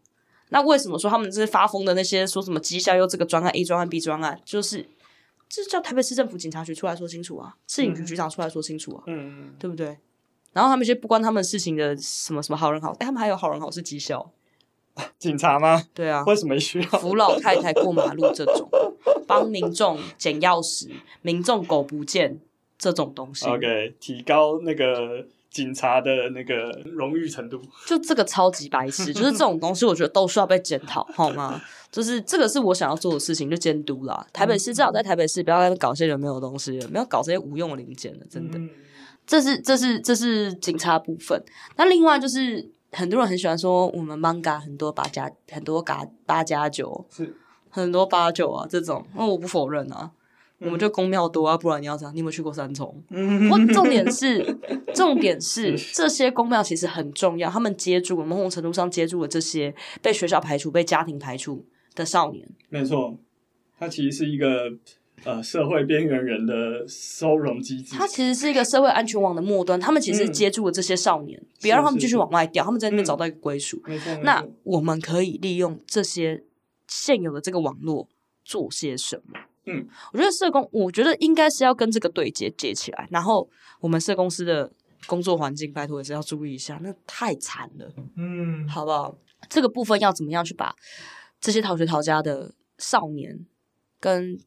A: 那为什么说他们这些发疯的那些说什么绩效又这个专案 A 专案 B 专案，就是这叫台北市政府警察局出来说清楚啊，市警局局长出来说清楚啊，
B: 嗯，
A: 对不对？然后他们一些不关他们事情的什么什么好人好，哎，他们还有好人好事绩效，
B: 警察吗？
A: 对啊，
B: 为什么需要？
A: 扶老太太过马路这种，帮民众捡钥匙，民众狗不见这种东西
B: OK，提高那个警察的那个荣誉程度。
A: 就这个超级白痴，就是这种东西，我觉得都需要被检讨，好吗？就是这个是我想要做的事情，就监督啦。台北市至少在台北市，不要再搞些有没有的东西了，不要搞这些无用的零件了，真的。
B: 嗯
A: 这是这是这是警察部分。那另外就是很多人很喜欢说我们 manga 很多八加很多嘎八加九
B: 是
A: 很多八九啊这种，那、我不否认啊。我们就公庙多啊，不然你要这样。你有没有去过三重？不
B: 嗯
A: 过重点是， 重点是这些公庙其实很重要，他们接住了某种程度上接住了这些被学校排除、被家庭排除的少年。
B: 没错，它其实是一个呃社会边缘人的收容机制。
A: 它其实是一个社会安全网的末端，他们其实是
B: 嗯
A: 接住了这些少年，不
B: 是
A: 要让他们
B: 是
A: 继续
B: 是
A: 往外掉，他们在那边
B: 嗯
A: 找到一个归属。
B: 没错，没错
A: 那我们可以利用这些现有的这个网络做些什么？
B: 嗯，
A: 我觉得社工，我觉得应该是要跟这个对接接起来，然后我们社公司的工作环境，拜托也是要注意一下，那太惨了，
B: 嗯，
A: 好不好？这个部分要怎么样去把这些逃学逃家的少年跟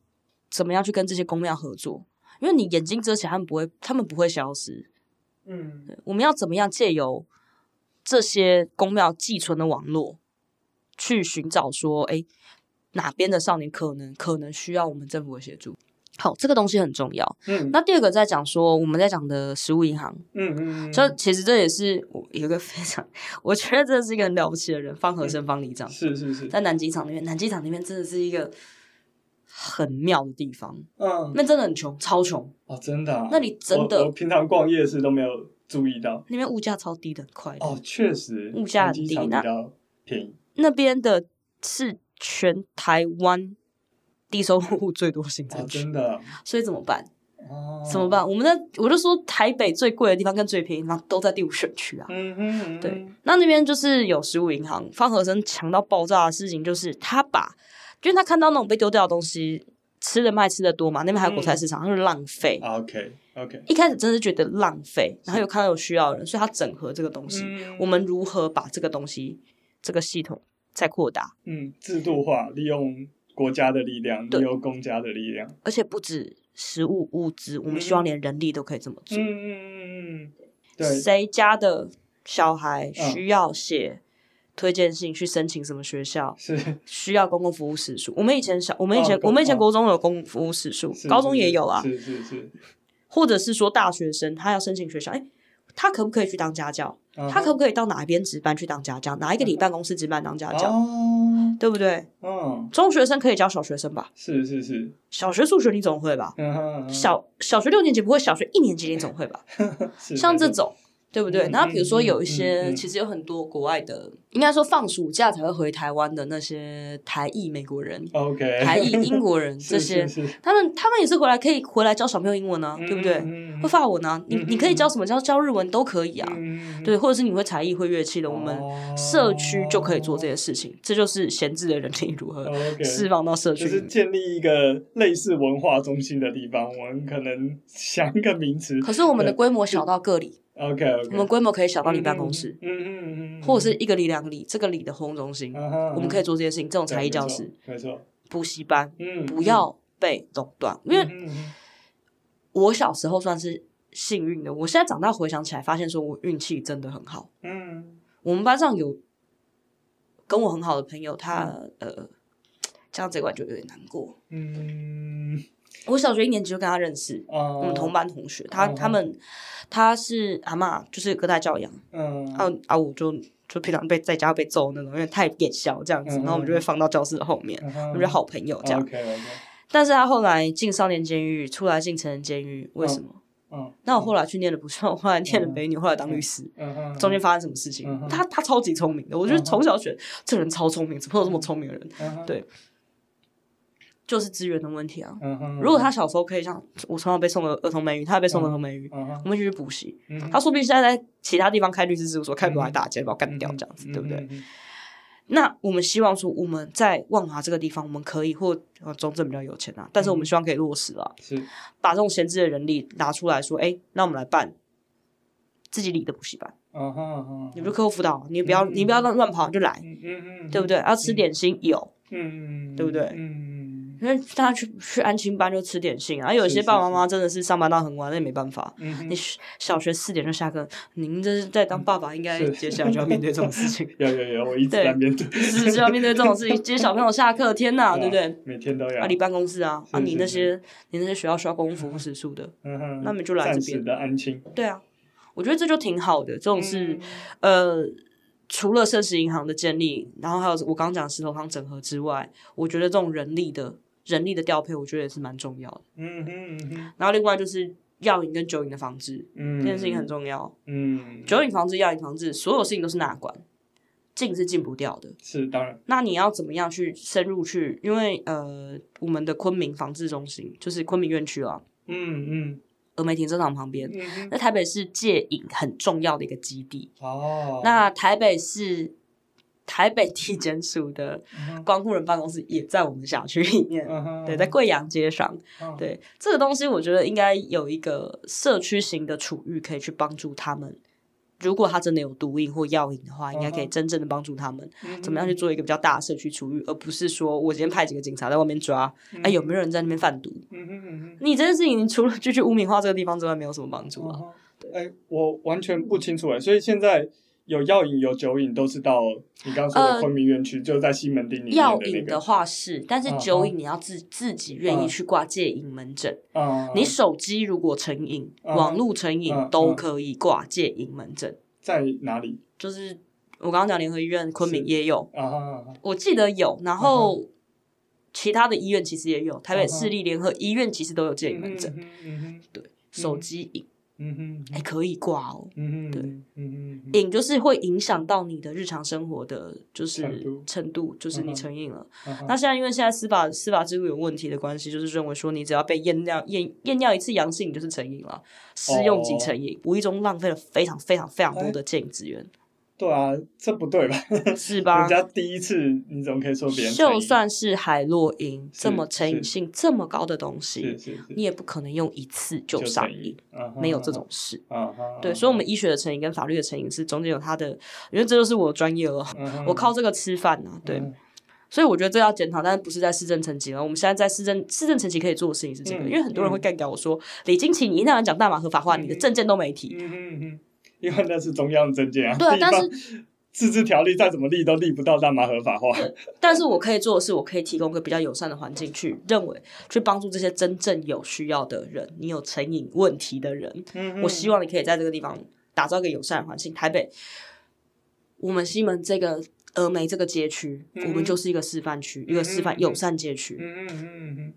A: 怎么样去跟这些公庙合作？因为你眼睛遮起来，他们不会，他们不会消失。
B: 嗯，
A: 我们要怎么样借由这些公庙寄存的网络，去寻找说，哎，哪边的少年可能可能需要我们政府的协助？好，这个东西很重要。
B: 嗯，
A: 那第二个在讲说，我们在讲的食物银行，
B: 嗯嗯，
A: 就其实这也是我有一个非常， 我觉得这是一个很了不起的人，方和生方里长，
B: 是是是，
A: 在南机场那边，南机场那边真的是一个很妙的地方，
B: 嗯，
A: 那真的很穷，超穷，
B: 哦，真的啊，
A: 那你真的
B: 我我平常逛夜市都没有注意到。
A: 那边物价超低的，很快乐
B: 哦，确实，
A: 物价很低
B: 机场
A: 那
B: 比较便宜。
A: 那边的是全台湾低收入户最多行
B: 哦，
A: 政区，
B: 真的，
A: 所以怎么办？
B: 哦，
A: 怎么？办？我们在我就说台北最贵的地方跟最便宜的地方都在第五选区啊。
B: 嗯哼，嗯
A: 对，那那边就是有食物银行，方和生强到爆炸的事情就是他把，因为他看到那种被丢掉的东西，吃的卖吃的多嘛，那边还有果
B: 嗯
A: 菜市场，他就浪费。
B: 哦，OK OK，
A: 一开始真的是觉得浪费，然后又看到有需要的人，所以他整合这个东西。
B: 嗯
A: 我们如何把这个东西、这个系统再扩大？
B: 嗯，制度化，利用国家的力量，利
A: 对
B: 用公家的力量。
A: 而且不止食物物资，我们希
B: 嗯
A: 望连人力都可以这么做。
B: 嗯嗯嗯嗯，嗯，对，
A: 谁家的小孩
B: 嗯
A: 需要写推荐信去申请什么学校？
B: 是
A: 需要公共服务时数。我们以前小，我们以前、
B: 哦公
A: 我们以前
B: 哦
A: 国中有公共服务时数，
B: 是
A: 高中
B: 是
A: 也有啊。
B: 是是是，
A: 或者是说大学生他要申请学校，哎，他可不可以去当家教？他
B: 他
A: 可不可以到哪一边值班去当家教？哪一个礼拜公司值班当家教？
B: 哦，
A: 对不对？
B: 嗯，
A: 中学生可以教小学生吧？
B: 是是是，
A: 小学数学你总会吧？
B: 嗯哼，
A: 小小学六年级不会，小学一年级你总会吧？
B: 是
A: 像这
B: 没错
A: 种，对不对？
B: 嗯
A: 然后比如说
B: 嗯
A: 有一
B: 嗯
A: 些，
B: 嗯
A: 其实有很多国外的，应该说放暑假才会回台湾的那些台裔美国人、
B: OK，
A: 台裔英国人这
B: 哎 是
A: 些，
B: 是是
A: 他们他们也是回来可以回来教小朋友英文啊，对不对？
B: 嗯
A: 会法文啊，你
B: 嗯嗯
A: 你可以教什么教教日文都可以啊，
B: 嗯
A: 对，，或者是你会才艺会乐器的，我们社区就可以做这些事情，这就是闲置的人力如何
B: OK，
A: 释放到社区
B: 就
A: 里面。
B: 是建立一个类似文化中心的地方，我们可能想一个名词。
A: 可是我们的规模小到个里，
B: OK，
A: 我们规模可以小到里办公室，，
B: 嗯嗯嗯嗯，
A: 或者是一个里两个里，这个里的活动中心，我
B: 我
A: 们可以做这些事情。这种才艺教室、，
B: 对没错，没错
A: 补习班
B: 嗯，
A: 不要被垄断，因为
B: 嗯嗯嗯
A: 我小时候算是幸运的。我现在长大回想起来，发现说我运气真的很好。
B: 嗯
A: 我们班上有跟我很好的朋友，他呃，这样这一块就有点难过。
B: 嗯
A: 我小学一年级就跟他认识，我
B: 哦，
A: 们同班同学，他他们他是阿嬷，就是隔代教养，
B: 嗯
A: 啊啊，我就就平常被在家被揍那种，因为太变小这样子，
B: 嗯嗯嗯哦
A: 然后我们就会放到教室的后面，我们就好朋友这样。
B: OK OK，
A: 但是他后来进少年监狱，出来进成人监狱，为什么？
B: 嗯
A: 那我后来去念的不算，我后来念了
B: 嗯
A: 北女，后来当律师。
B: 嗯哼
A: 中间发生什么事情
B: 嗯哼？
A: 他他超级聪明的，我觉得从小学这人超聪明，怎么会有这么聪明的人？
B: 嗯哼
A: 对就是资源的问题啊。
B: 嗯哼
A: 如果他小时候可以像我从小被送了儿童美语，他也被送了儿童美语，
B: 嗯
A: 我
B: 哼
A: 们一起去补习，
B: 嗯哼
A: 他说不定现在在其他地方开律师事务所，开不来
B: 嗯
A: 打劫把我干掉这样子，
B: 嗯哼
A: 对不对？
B: 嗯哼
A: 那我们希望说，我们在万华这个地方，我们可以或呃中正比较有钱啊，但是
B: 嗯
A: 我们希望可以落实啊，
B: 是
A: 把这种闲置的人力拿出来说，哎，那我们来办自己理的补习班，
B: 嗯哼嗯哼
A: 你们就课后辅导，你不要、
B: 嗯
A: 你不要乱乱跑你就来，
B: 嗯嗯嗯
A: 对不对？要吃点心有，
B: 嗯
A: 对不对
B: 嗯
A: 因为大家去去安亲班就吃点心啊，有一
B: 是
A: 些
B: 是
A: 爸爸妈妈真的是上班到很晚，那也没办法。
B: 嗯哼
A: 你小学四点就下课，您这是在当爸爸，应该
B: 是，
A: 接下来就要面对这种事情
B: 有有有，我一直
A: 对
B: 在面对，
A: 是不是要面对这种事情，接小朋友下课，天哪，对不对？
B: 每天都要
A: 啊，你办公室啊，啊，
B: 是
A: 你
B: 是
A: 那
B: 是
A: 些你那些学校需要公服务时数的，
B: 嗯哼，
A: 那么就来这
B: 暂
A: 边
B: 时的安亲，
A: 对啊，我觉得这就挺好的。这种是
B: 嗯、
A: 呃，除了社石银行的建立，然后还有我刚刚讲石头汤整合之外，我觉得这种人力的人力的调配，我觉得也是蛮重要的。
B: 嗯哼嗯哼，
A: 然后另外就是药引跟酒引的防治，
B: 嗯，
A: 这件事情很重要。
B: 嗯，
A: 酒引防治、药引防治，所有事情都是纳管，禁是禁不掉的。
B: 是当然，
A: 那你要怎么样去深入去？因为呃，我们的昆明防治中心就是昆明院区啊，
B: 嗯嗯
A: 峨眉停车场旁边，
B: 嗯
A: 那
B: 哼，
A: 台北是戒瘾很重要的一个基地。
B: 哦，
A: 那台北市台北地检署的
B: 嗯哼
A: 光护人办公室也在我们小区里面，
B: 嗯哼，
A: 对，在贵阳街上。
B: 嗯，
A: 对这个东西，我觉得应该有一个社区型的处遇，可以去帮助他们。如果他真的有毒瘾或药瘾的话，应该可以
B: 嗯哼
A: 真正的帮助他们，
B: 嗯
A: 怎么样去做一个比较大的社区处遇，而不是说我今天派几个警察在外面抓，
B: 嗯
A: 哎，有没有人在那边贩毒？
B: 嗯哼嗯哼
A: 你这件事情除了继续污名化这个地方之外，没有什么帮助
B: 嗯
A: 啊。
B: 哼，哎，我完全不清楚哎，所以现在。有药引有酒引，都是到你刚刚说的
A: 呃
B: 昆明园区，就在西门町里面
A: 药
B: 那
A: 瘾
B: 个
A: 的。话是，但是
B: 嗯
A: 酒
B: 嗯
A: 瘾你要自自己愿
B: 嗯
A: 意去挂戒瘾门诊。
B: 啊，
A: 你手机如果成瘾，
B: 嗯
A: 网络成瘾
B: 嗯
A: 都
B: 嗯
A: 可以挂戒瘾门诊。
B: 在哪里
A: 就是我刚刚讲联合医院昆明
B: 是
A: 也有，
B: 啊哈？啊哈
A: 我记得有，然后其他的医院其实也有，台
B: 嗯
A: 北
B: 嗯
A: 市立联合医院其实都有戒瘾门
B: 嗯
A: 诊。
B: 哼嗯哼
A: 手机瘾
B: 嗯哼，
A: 哎可以挂哦，
B: 嗯哼，
A: 对
B: 嗯哼，嗯哼，
A: 瘾就是会影响到你的日常生活的，就是
B: 程度
A: 程度，就是
B: 嗯
A: 你
B: 嗯
A: 成瘾了。
B: 嗯哼
A: 那现在因为现在司法司法制度有问题的关系，就是认为说你只要被验尿验验尿一次阳性，你就是成瘾了，施用即成
B: 哦
A: 瘾，无意中浪费了非常非常非常 多的戒瘾资源，
B: 对啊，这不对吧？
A: 是吧
B: 人？家第一次，你怎么可以说别人成瘾？
A: 就算是海洛因
B: 是
A: 这么成瘾性这么高的东
B: 是
A: 西，
B: 是是，
A: 你也不可能用一次就上
B: 成
A: 瘾
B: 瘾，，啊哈
A: 没有这种事。
B: 啊哈。
A: 对，所以，我们医学的成瘾跟法律的成瘾是中间有它的，因为这就是我的专业了，
B: 嗯哼
A: 我靠这个吃饭呐、对，
B: 嗯
A: 所以我觉得这要检讨，但是不是在市政层级了。我们现在在市政市政层级可以做的事情是这个，
B: 嗯
A: 因为很多人会
B: 嗯
A: 干掉我说、李金奇，你一天到晚讲大麻合法化，
B: 嗯
A: 你的证件都没提。
B: 嗯哼嗯哼，因为那是中央政见啊，
A: 对啊但
B: 是自治条例再怎么立都立不到大麻合法化。
A: 但是我可以做的是，我可以提供一个比较友善的环境去认为去帮助这些真正有需要的人，你有成瘾问题的人，
B: 嗯哼
A: 我希望你可以在这个地方打造一个友善的环境。台北，我们西门这个峨眉这个街区，
B: 嗯
A: 我们就是一个示范区，一
B: 嗯
A: 个示范
B: 嗯
A: 友善街区，
B: 嗯哼嗯哼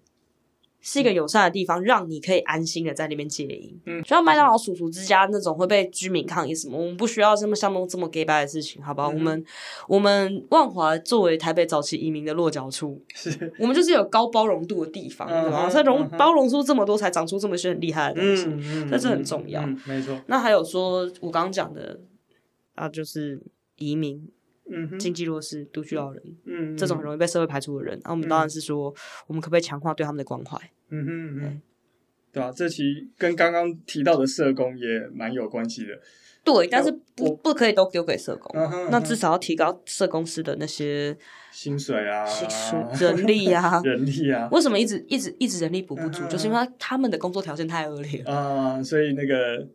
A: 是一个友善的地方，让你可以安心的在那边戒瘾。
B: 嗯
A: 嗯，就像麦当劳叔叔之家那种会被居民抗议什么，我们不需要这么像这么 gay 白的事情，好不好？
B: 嗯
A: 我们我们万华作为台北早期移民的落脚处，
B: 是
A: 我们就是有高包容度的地方，
B: 嗯
A: 对吧？
B: 嗯
A: 才容
B: 嗯嗯
A: 包容出这么多，才长出这么些很厉害的东西。
B: 嗯嗯，
A: 这是很重要
B: 嗯，没错。
A: 那还有说我刚刚讲的啊，就是移民、
B: 嗯哼，
A: 经济弱势、独居老人
B: 嗯
A: 这种很容易嗯被社会排除的人，那、我们当然是说，我们可不可以强化对他们的关怀？
B: 嗯哼嗯哼，对吧、这期跟刚刚提到的社工也蛮有关系的。
A: 对，但是
B: 我
A: 不不可以都丢给社工，
B: 嗯哼
A: 那
B: 嗯哼
A: 至少要提高社工师的那些
B: 薪水啊，、
A: 薪水、人力呀
B: 人力 啊，
A: 为什么一直一直一直人力补不足？
B: 嗯哼
A: 就是因为他他们的工作条件太恶劣了。
B: 啊、所以那个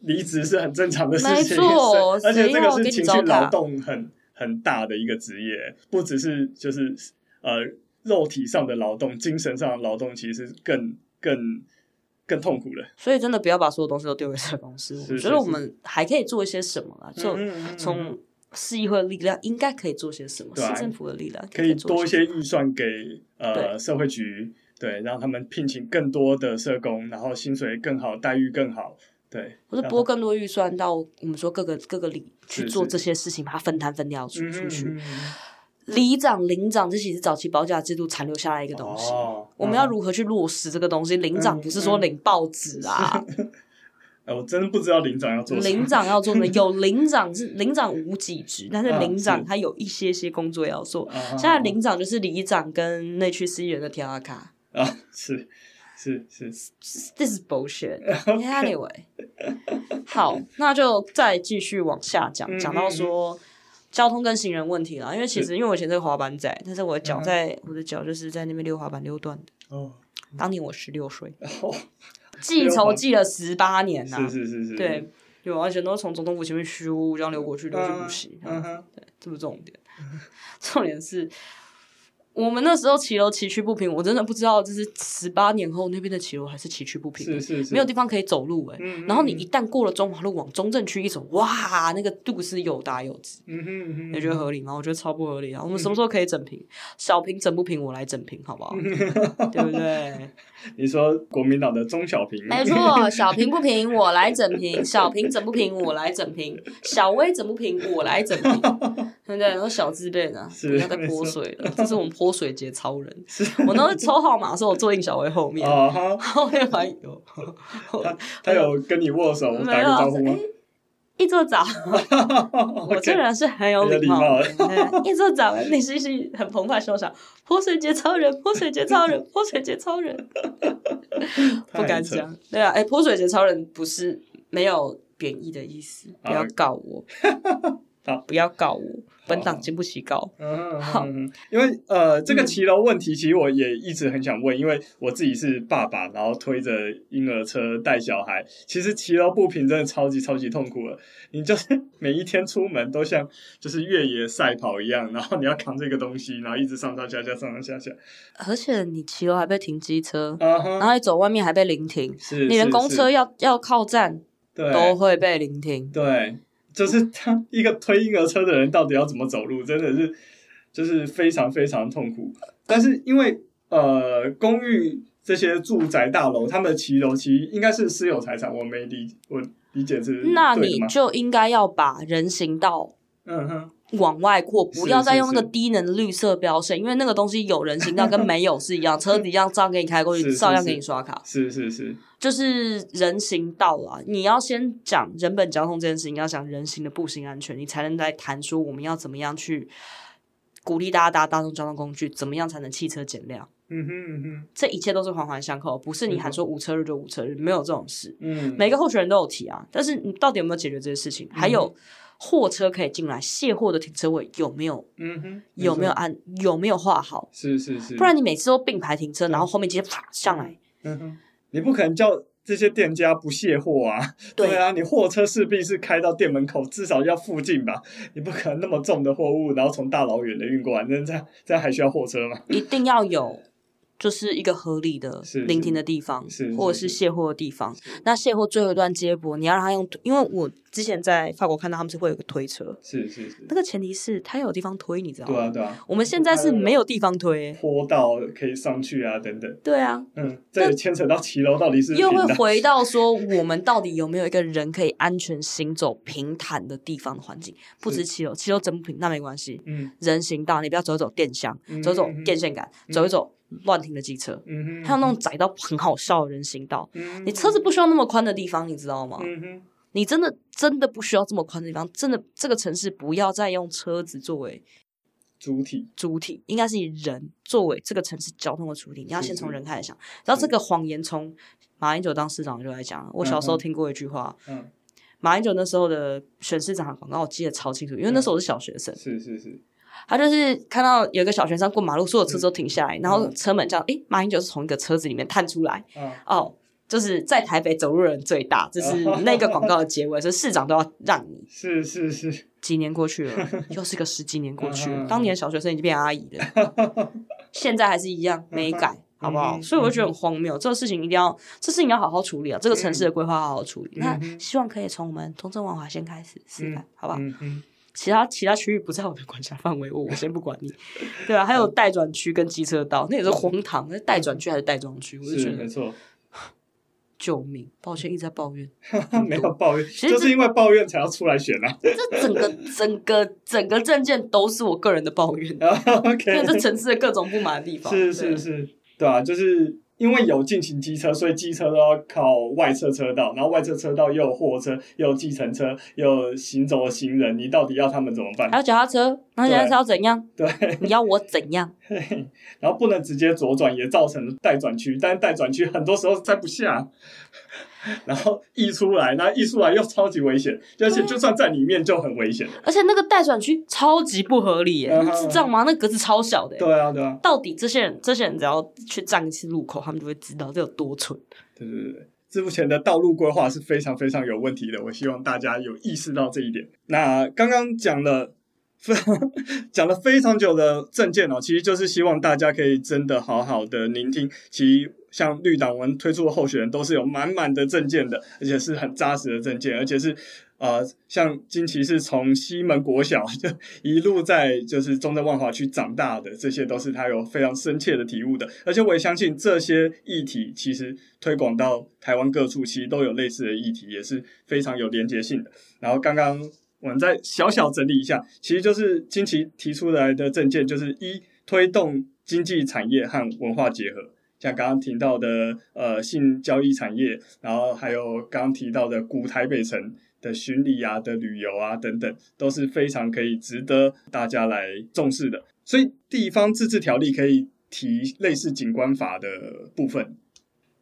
B: 离职是很正常的事情，
A: 没错
B: 是而且
A: 谁
B: 这
A: 要
B: 个
A: 给
B: 是
A: 你
B: 情
A: 糟
B: 绪
A: 蹋
B: 劳动很很大的一个职业，不只是就是呃肉体上的劳动，精神上的劳动其实更更更痛苦了。
A: 所以真的不要把所有东西都丢给社工师。
B: 是
A: 我觉
B: 是
A: 得我
B: 是
A: 们还可以做一些什么啦，就
B: 嗯嗯嗯嗯
A: 从市议会的力量应该可以做些什么，
B: 对啊
A: 市政府的力量
B: 可以
A: 做
B: 多一
A: 些
B: 些预算给呃
A: 对
B: 社会局，对，让他们聘请更多的社工，然后薪水更好，待遇更好，对，
A: 或者
B: 让
A: 拨
B: 他
A: 更多预算到我们说各个各个里去
B: 是
A: 做
B: 是
A: 这些事情，把它分摊分掉出
B: 嗯
A: 出去。
B: 嗯嗯嗯
A: 里长、领长，这其实是早期保甲制度残留下来一个东西。
B: 哦
A: 我们要
B: 嗯
A: 如何去落实这个东西？领长不是说
B: 嗯嗯
A: 领报 纸啊，
B: 哎，我真不知道领长要做什么
A: 领。长要做的有领长是领长无几职，但是
B: 嗯
A: 领
B: 是
A: 长他有一些些工作要做。
B: 啊
A: 现在领长就是里长跟内区市议员的调查卡
B: 啊，是是是，
A: ，this is bullshit。Anyway，好，那就再继续往下讲，
B: 嗯
A: 讲到说交通跟行人问题了。因为其
B: 是
A: 实因为我以前是个滑板仔，但是我的脚
B: 嗯哼
A: 在我的脚就是在那边溜滑板溜断的。
B: 哦，
A: 当年我十六岁，
B: 哦
A: 记仇记了十八年呐、
B: 是是是是，
A: 对，有而且都是从总统府前面咻这样溜过去，溜去补习，这样
B: 嗯
A: 子
B: 哼，
A: 啊这不是重点， 重点是。我们那时候骑楼崎岖不平，我真的不知道，就是十八年后那边的骑楼还是崎岖不平，
B: 是是是，
A: 没有地方可以走路哎、
B: 嗯，嗯
A: 然后你一，旦过了中华路往中正区一走，哇，那个路是有大有直，
B: 嗯哼嗯嗯哼，
A: 你觉得合理吗？我觉得超不合理啊！我们什么时候可以整平？小平整不平，我来整平，好不 好？对不对？
B: 你说国民党的钟小平，
A: 没 错，哎小平不平，我来整平；小平整不平，我来整平；小薇整不平，我来整 平。对不对？然后小字辈呢，
B: 是
A: 不要再泼水了，这是我们泼水节超人。我那时候抽号码的时候，我坐印小薇后面，
B: 啊哈，
A: 后面还有
B: 他有跟你握手
A: 没
B: 哦打个招
A: 有哎
B: 呼吗？
A: 一座 早。
B: 我
A: 我这人是很有礼 貌的，对一座早内心是很澎湃汹涌，泼水节超人，泼水节超人，泼水节超人，不敢讲，对啊，哎，泼水节超人不是没有贬义的意思，
B: 好
A: 不要告我
B: 啊 好，
A: 不要告我，本党经不起告。
B: 嗯，嗯，因为呃，这个骑楼问题，其实我也一直很想问，因为我自己是爸爸，然后推着婴儿车带小孩，其实骑楼不平真的超级超级痛苦了。你就是 每一天出门都像就是越野赛跑一样，然后你要扛这个东西，然后一直上上下下上上下下，
A: 而且你骑楼还被停机车，
B: 啊
A: 然
B: 哈，
A: 后你走外面还被临停，
B: 是
A: 啊你连公车
B: 是
A: 要要靠站
B: 对
A: 都会被临停。
B: 对，就是
A: 嗯
B: 他一个推婴儿车的人到底要怎么走路，真的是就是非常非常痛苦。但是因为呃，公寓这些住宅大楼，他们的骑楼其实应该是私有财产，我没理我理解是
A: 那
B: 嗯对的
A: 你
B: 吗
A: 就应该要把人行道
B: 嗯哼
A: 往外扩，
B: 是
A: 不要再用那
B: 是
A: 个低能的绿色标线，因为那个东西有人行道跟没有是一 样，车子一样照样给你开过
B: 是
A: 去，
B: 是
A: 照样
B: 是
A: 给你刷卡，
B: 是是是
A: 就是人行道啦。你要先讲人本交通这件事情，要讲人行的步行安全，你才能来谈说我们要怎么样去鼓励大家搭大众交通工具，怎么样才能汽车减量。
B: 嗯哼嗯哼
A: 这一切都是环环相扣，不是你喊说无车日就无车日，没有这种事。
B: 嗯
A: 每个候选人都有提啊，但是你到底有没有解决这些事情？还有货车可以进来，卸货的停车位有没有
B: 嗯哼
A: 有没有
B: 错嗯
A: 安有没有画好？
B: 是是是，
A: 不然你每次都并排停车，然后后面直接啪上来，
B: 嗯哼你不可能叫。这些店家不卸货啊，对啊，你货车势必是开到店门口，至少要附近吧？你不可能那么重的货物，然后从大老远的运过来，那这样这样还需要货车吗？
A: 一定要有就是一个合理的
B: 是
A: 聆听的地方，
B: 是是
A: 或者是
B: 是
A: 卸货的地方。那卸货最后一段接驳，你要让他用，因为我之前在法国看到他们是会有个推车，
B: 是是是，
A: 那个前提是他有地方推，你知道
B: 对啊
A: 吗？
B: 对啊，
A: 我们现在是没有地方推、欸
B: 坡道可以上去啊，等等，
A: 对啊，
B: 嗯，这也牵扯到骑楼到底是
A: 又
B: 平
A: 会
B: 的，
A: 回到说，我们到底有没有一个人可以安全行走平坦的地方的环境？不止骑楼，骑楼整不平那没关系，
B: 嗯
A: 人行道你不要走一走电箱
B: 嗯，
A: 走一走
B: 嗯嗯
A: 电线杆，走一走乱停的机车，
B: 嗯哼，
A: 还有那种窄到很好笑的人行道。
B: 嗯
A: 你车子，不需要那么宽的地方，你知道吗？
B: 嗯哼，
A: 你真的真的不需要这么宽的地方，真的这个城市不要再用车子作为
B: 主体，
A: 主体，应该是以人作为这个城市交通的主体。你要先从人开始想，然后这个谎言从马英九当市长就来讲，我小时候听过一句话，
B: 嗯，
A: 马英九那时候的选市长的广告我记得超清楚，因为那
B: 嗯
A: 时候我是小学生，
B: 是是是，
A: 他就是看到有一个小学生过马路，所有车都停下来，然后车门这样，诶，马英九是从一个车子里面探出来，
B: 嗯，
A: 哦。就是在台北走路人最大，这是
B: 哦
A: 那个广告的结尾，所以市长都要让你。
B: 是是是，
A: 几年过去了，又是个十几年过去
B: 嗯嗯
A: 了，
B: 嗯
A: 当年小学生已经变阿姨了， 现在还是一样没改，好不好？
B: 嗯
A: 所以我就觉得很荒谬，这个事情一定要，这事情要好好处理啊，这个城市的规划要好好处理。
B: 嗯
A: 那
B: 嗯
A: 希望可以从我们东正万华先开始示范，好不好？
B: 嗯嗯，
A: 其他其他区域不在我的管辖范围，我我先不管 你，对啊，还
B: 嗯
A: 有待转区跟机车道，那也是荒唐，那待转区还是待装区，我就觉
B: 是没
A: 得
B: 错，
A: 救命！抱歉，一直在抱怨，
B: 没有抱怨，
A: 其实
B: 就是因为抱怨才要出来选啊。
A: 这整个整个整个证件都是我个人的抱怨。因为
B: OK，
A: 这城市的各种不满的地方。
B: 是
A: 对
B: 是是，对啊，就是因为有进行机车，所以机车都要靠外侧车道，然后外侧车道又有货车，又有计程车，又有行走的行人，你到底要他们怎么办
A: 还？有脚踏车，那脚踏车要怎样？
B: 对，
A: 你要我怎样？
B: 然后不能直接左转，也造成了待转区，但是待转区很多时候塞不下， 然后溢出来，那溢出来又超级危险，而且就算在里面就很危险。
A: 而且那个待转区超级不合理耶，
B: 嗯
A: 你知道吗？那格子超小的耶。
B: 对啊，对啊，
A: 到底这些人，这些人只要去站一次路口，他们就会知道这有多蠢。
B: 对对对对，之前的道路规划是非常非常有问题的，我希望大家有意识到这一点。那刚刚讲了。非 讲了非常久的证件哦，其实就是希望大家可以真的好好的聆听。其实像绿党文推出的候选人都是有满满的证件的，而且是很扎实的证件，而且是呃，像金奇是从西门国小就一路在就是中正万华区长大的，这些都是他有非常深切的体悟的。而且我也相信这些议题其实推广到台湾各处，其实都有类似的议题，也是非常有连结性的。然后刚刚我们再小小整理一下，其实就是金奇提出来的政见，就是一推动经济产业和文化结合。像刚刚提到的呃性交易产业，然后还有刚刚提到的古台北城的巡礼啊、的旅游啊等等，都是非常可以值得大家来重视的。所以地方自治条例可以提类似景观法的部分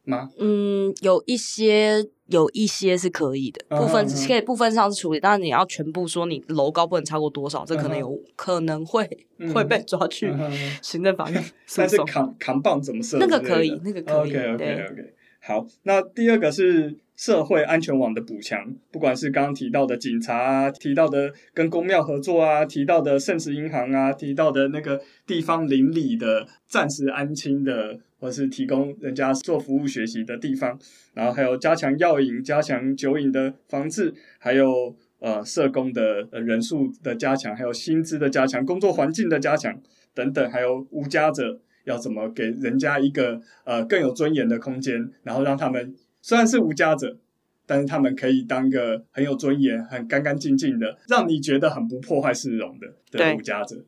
B: 吗？
A: 嗯，有一些有一些是可以的，
B: 嗯
A: 部分
B: 嗯嗯
A: 可以部分上是处理，但是你要全部说你楼高不能超过多少，这可能有可能会
B: 嗯
A: 会被抓去
B: 嗯嗯嗯
A: 行政法院诉
B: 但是
A: 讼。
B: 扛扛棒怎么设？
A: 那个可以那个可以
B: OK OK
A: 对
B: OK。好，那第二个是社会安全网的补强，不管是刚刚提到的警察啊，提到的跟公庙合作啊，提到的盛世银行啊，提到的那个地方邻里的暂时安亲的，或是提供人家做服务学习的地方，然后还有加强药引、加强酒引的防治，还有。呃，社工的呃人数的加强，还有薪资的加强，工作环境的加强，等等，还有无家者要怎么给人家一个呃更有尊严的空间，然后让他们虽然是无家者，但是他们可以当个很有尊严、很干干净净的，让你觉得很不破坏市容的的
A: 对
B: 无家者。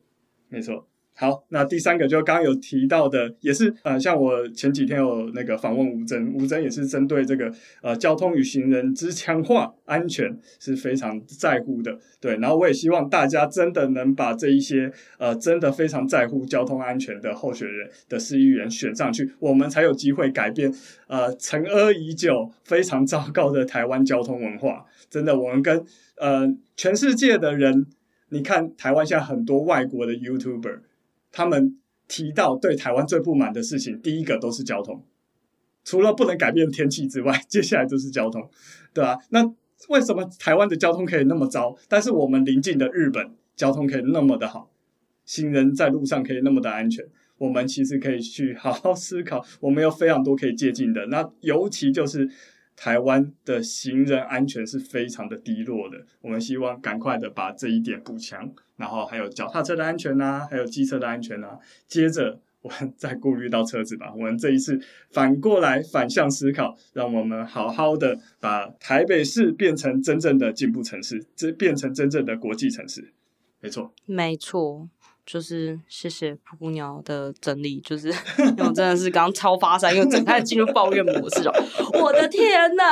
B: 没错。好，那第三个就刚刚有提到的，也是呃，像我前几天有那个访问吴征，吴征也是针对这个呃交通与行人之强化安全是非常在乎的，对。然后我也希望大家真的能把这一些呃真的非常在乎交通安全的候选人的市议员选上去，我们才有机会改变呃沉疴已久、非常糟糕的台湾交通文化。真的，我们跟呃全世界的人，你看台湾现在很多外国的 YouTuber，他们提到对台湾最不满的事情，第一个都是交通，除了不能改变天气之外，接下来就是交通，对吧、那为什么台湾的交通可以那么糟，但是我们邻近的日本交通可以那么的好，行人在路上可以那么的安全？我们其实可以去好好思考，我们有非常多可以借鉴的。那尤其就是台湾的行人安全是非常的低落的，我们希望赶快的把这一点补强，然后还有脚踏车的安全啊，还有机车的安全啊。接着我们再顾虑到车子吧， 我们这一次反过来反向思考，让我们好好的把台北市变成真正的进步城市，这变成真正的国际城市。没错，
A: 没错，就是谢谢布谷鸟的整理，就是 因为我真的是刚刚超发散，因为整个进入抱怨模式了。我的天呐，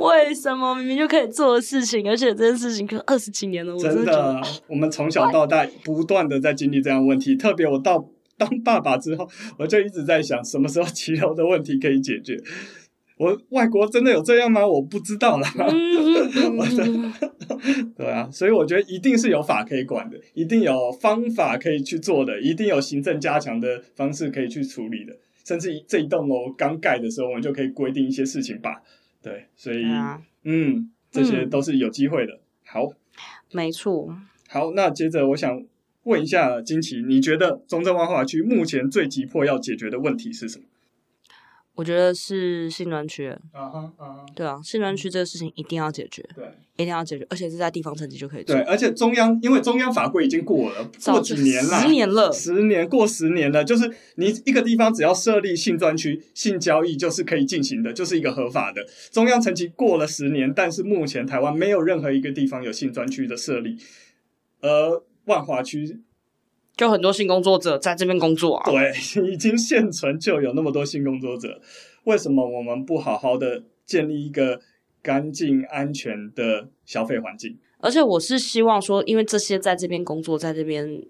A: 为什么明明就可以做的事情，而且这件事情可能二十几年了，我
B: 真
A: 的觉得
B: 的，我们从小 到大不断的在经历这样的问题，特别我到当爸爸之后，我就一直在想，什么时候骑楼的问题可以解决？我外国真的有这样吗？我不知道啦。
A: 嗯 嗯嗯
B: 对啊，所以我觉得一定是有法可以管的，一定有方法可以去做的，一定有行政加强的方式可以去处理的。甚至一这一栋楼刚盖的时候，我们就可以规定一些事情吧。对，所以、
A: 对啊，
B: 嗯，这些都是有机会的。好，
A: 没错。
B: 好，那接着我想问一下金奇，你觉得中正万华区目前最急迫要解决的问题是什么？
A: 我觉得是性专区，
B: 啊哈啊哈，
A: 对啊，性专区这个事情一定要解决，
B: 对
A: 一定要解决，而且是在地方层级就可以做
B: 对，，而且中央因为中央法规已经过了，
A: 早
B: 过
A: 就
B: 几年啦，
A: 十年了，
B: 十年过十年了，就是你一个地方只要设立性专区，性交易就是可以进行的，就是一个合法的。中央层级过了十年，但是目前台湾没有任何一个地方有性专区的设立，而万华区
A: 就很多性工作者在这边工作啊，
B: 对 已经现存就有那么多性工作者，为什么我们不好好的建立一个干净安全的消费环境？
A: 而且我是希望说，因为这些在这边工作，在这边嗯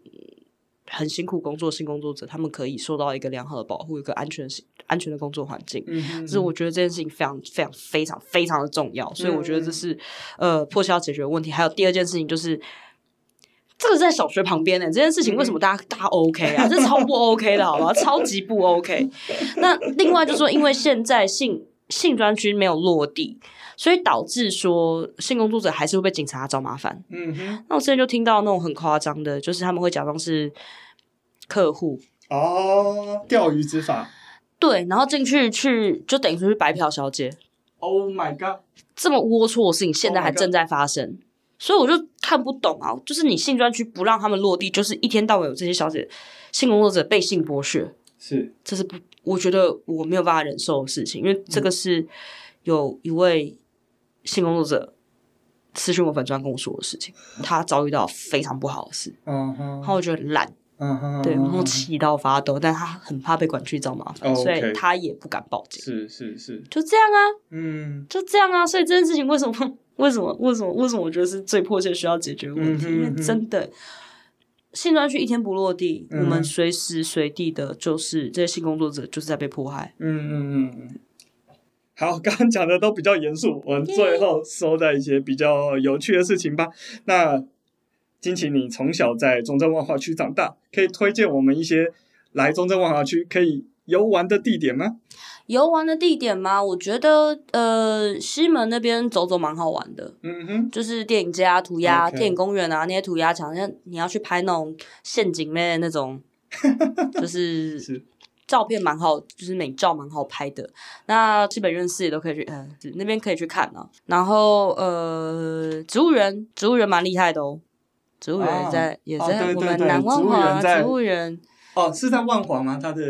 A: 很辛苦工作性工作者，他们可以受到一个良好的保护，一个安全性安全的工作环境。
B: 嗯
A: 就是我觉得这件事情非常非常非常非常的重要，所以我觉得这是呃破晓解决的问题。还有第二件事情就是，这个在小学旁边呢、这件事情为什么大家、大家 OK 啊？这超不 OK 的好吗？超级不 OK。那另外就是说，因为现在性性专区没有落地，所以导致说性工作者还是会被警察找麻烦。
B: 嗯哼，
A: 那我之前就听到那种很夸张的，就是他们会假装是客户，
B: 哦，钓鱼执法
A: 对，然后进去去就等于说是白嫖小姐，
B: ，Oh my god！
A: 这么龌龊的事情现在
B: Oh my
A: 还正在发生所以我就看不懂啊，就是你性专区不让他们落地，就是一天到晚有这些小姐性工作者被性剥削，
B: 是，
A: 这是不，我觉得我没有办法忍受的事情，因为这个
B: 嗯
A: 是有一位性工作者私讯我粉专跟我说的事情，他遭遇到非常不好的事，
B: 嗯哼，
A: 然后我觉得懒，
B: 嗯哼，
A: 对，然后
B: 嗯哦
A: 气到发抖，但他很怕被管去找麻烦
B: OK
A: 所以他也不敢报警，
B: 是是是，
A: 就这样啊，
B: 嗯
A: 就这样啊。所以这件事情为什么为什么为什么为什么我觉得是最迫切需要解决的问题？
B: 嗯哼
A: 因
B: 嗯
A: 为
B: 哼
A: 真的。性专区一天不落地，
B: 嗯
A: 我们随时随地的，就是这些性工作者就是在被迫害
B: 嗯。嗯嗯嗯。好，刚刚讲的都比较严肃，我们最后收在一些比较有趣的事情吧。那金奇，你从小在中正万华区长大，可以推荐我们一些来中正万华区可以游玩的地点吗？
A: 游玩的地点吗？我觉得，呃，西门那边走走蛮好玩的，
B: 嗯哼，
A: 就是电影街啊、涂鸦、
B: OK
A: 电影公园啊那些涂鸦墙，像你要去拍那种陷阱妹的那种， 就是
B: 是
A: 照片蛮好，就是美照蛮好拍的。那基本认识也都可以去，嗯、呃，那边可以去看啊。然后呃，植物园，植物园蛮厉害的哦。植物园也在、
B: 啊
A: 也
B: 哦
A: 在、
B: 对对
A: 我们
B: 对
A: 南湾华
B: 植物园在
A: 植物园，
B: 哦，是在万华吗？他的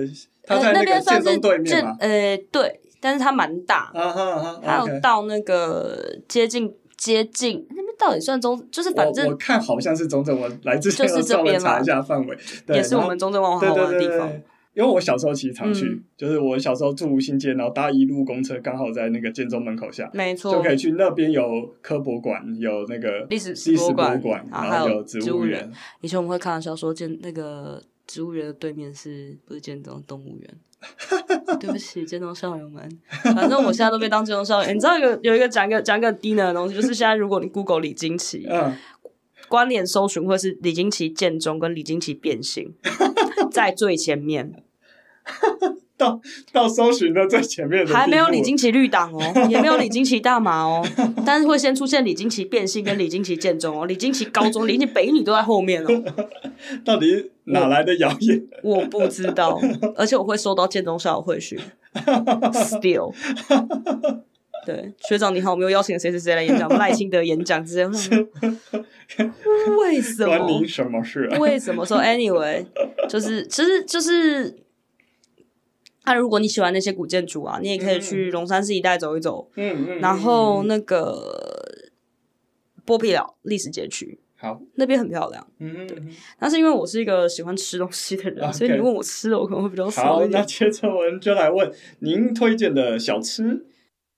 B: 他
A: 呃
B: 在
A: 那
B: 个
A: 边算
B: 建
A: 是
B: 中对面
A: 建
B: 吗？
A: 呃对，但是它蛮大，
B: 啊哈啊
A: 还
B: 哈
A: 有
B: ，OK。
A: 到那个接近接近那边到底算中，就是反
B: 我
A: 正
B: 我看好像是中正，我来之前
A: 就是
B: 有
A: 这
B: 稍微
A: 边
B: 查
A: 嘛
B: 一下范围，对
A: 也是我
B: 然后
A: 们中正万华
B: 对
A: 好
B: 对
A: 玩的
B: 对
A: 地
B: 对，
A: 方。
B: 因为我小时候其实常去，
A: 嗯
B: 就是我小时候住新街，然后搭一路公车，刚好在那个建中门口下，
A: 没错，
B: 就可以去那边有科博馆，有那个
A: 历史
B: 历史
A: 博物
B: 博
A: 馆
B: 物馆，
A: 啊
B: 然后
A: 还有
B: 有植
A: 植
B: 物
A: 物
B: 园
A: 园。以前我们会开玩笑说，建那个植物园的对面是不是建中动物 园？对不起，建中校友们，反正我现在都被当建中校友。 你知道有有一个讲一个讲一个很低能的东西，就是现在如果你 Google 李金奇，
B: 嗯，
A: 关联搜寻会是李金奇建中跟李金奇变 形在最前面，
B: 到到搜寻的最前面的地步
A: 还没有李金奇绿党 哦，也没有李金奇大麻哦，但是会先出现李金奇变性跟李金奇建中哦，李金奇高中、李金奇北女都在后面哦。
B: 到底哪来的谣言？
A: 我不知 道，而且我会收到建中校友会讯 ，still。对，学长你好，我们又邀请了谁谁谁来演讲，赖清德演讲之类的。为什
B: 关
A: 么
B: 你？什么事啊？
A: 为什么说 anyway？就是其实就是，那、如果你喜欢那些古建筑啊，你也可以去龙山寺一带走一走，
B: 嗯嗯嗯，
A: 然后
B: 嗯
A: 那个剥皮寮历史街区，
B: 好，
C: 那边很漂亮。
B: 嗯，对。
C: 但是因为我是一个喜欢吃东西的人
B: OK
C: 所以你问我吃的，我可能会比较少
B: 好
C: 一，
B: 那
C: 点。
B: 接着我们就来问您推荐的小吃。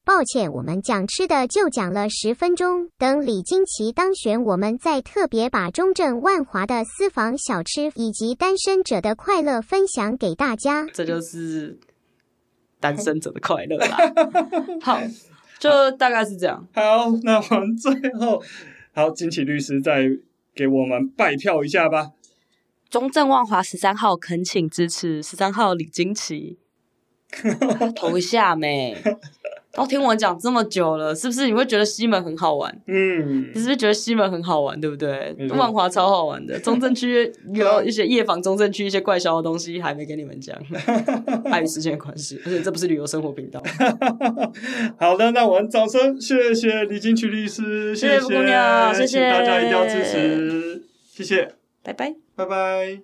D: 抱歉，我们讲吃的就讲了十分钟。等李金奇当选，我们再特别把中正万华的私房小吃以及单身者的快乐分享给大家。
C: 这就是单身者的快乐 啦。好，就大概是这样。
B: 好，那我们最后，好，金奇律师再给我们拜票一下吧。
C: 中正万华十三号恳请支持十三号李金 奇，投一下没？都听我讲这么久了，是不是你会觉得西门很好玩？
B: 嗯
C: 你，是不是觉得西门很好玩，对不对
B: 没？错啊
C: 万华超好 玩的，中正区有一些夜访，中正区一些怪销的东西还没跟你们 讲，碍于时间的关系，而且这不是旅游生活频道。
B: 好的，那我们掌声谢谢李金奇律师，
C: 谢谢
B: 谢
C: 布姑娘谢
B: 请大家一定要支
C: 谢
B: 持，谢谢。
C: 拜拜。
B: 拜拜。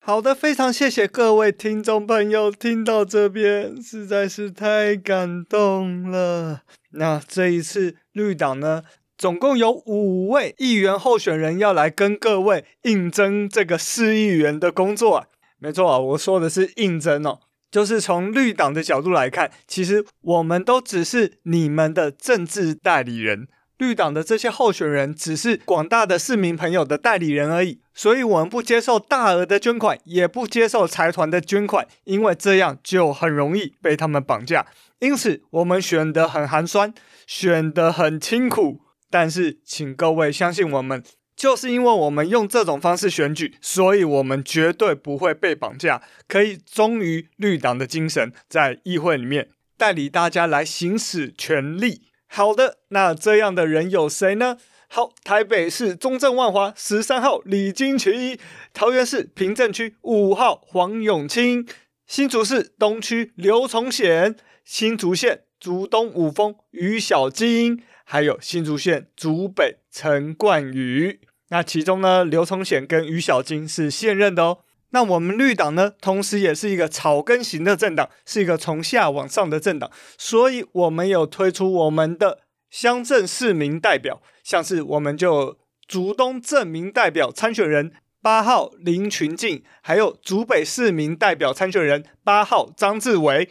B: 好的，非常谢谢各位听众朋友，听到这边实在是太感动了。那这一次绿党呢，总共有五位议员候选人要来跟各位应征这个市议员的工作啊。没错啊，我说的是应征哦，就是从绿党的角度来看，其实我们都只是你们的政治代理人。绿党的这些候选人只是广大的市民朋友的代理人而已，所以我们不接受大额的捐款，也不接受财团的捐款，因为这样就很容易被他们绑架。因此，我们选得很寒酸，选得很清苦。但是，请各位相信我们，就是因为我们用这种方式选举，所以我们绝对不会被绑架，可以忠于绿党的精神，在议会里面代理大家来行使权利。好的，那这样的人有谁呢？好，台北市中正万华十三号李金奇，桃园市平镇区五号黄永清，新竹市东区刘崇显，新竹县竹东五峰于小金，还有新竹县竹北陈冠宇。那其中呢，刘崇显跟于小金是现任的哦。那我们绿党呢，同时也是一个草根型的政党，是一个从下往上的政党，所以我们有推出我们的乡镇市民代表，像是我们就有竹东镇民代表参选人八号林群进，还有竹北市民代表参选人八号张志伟。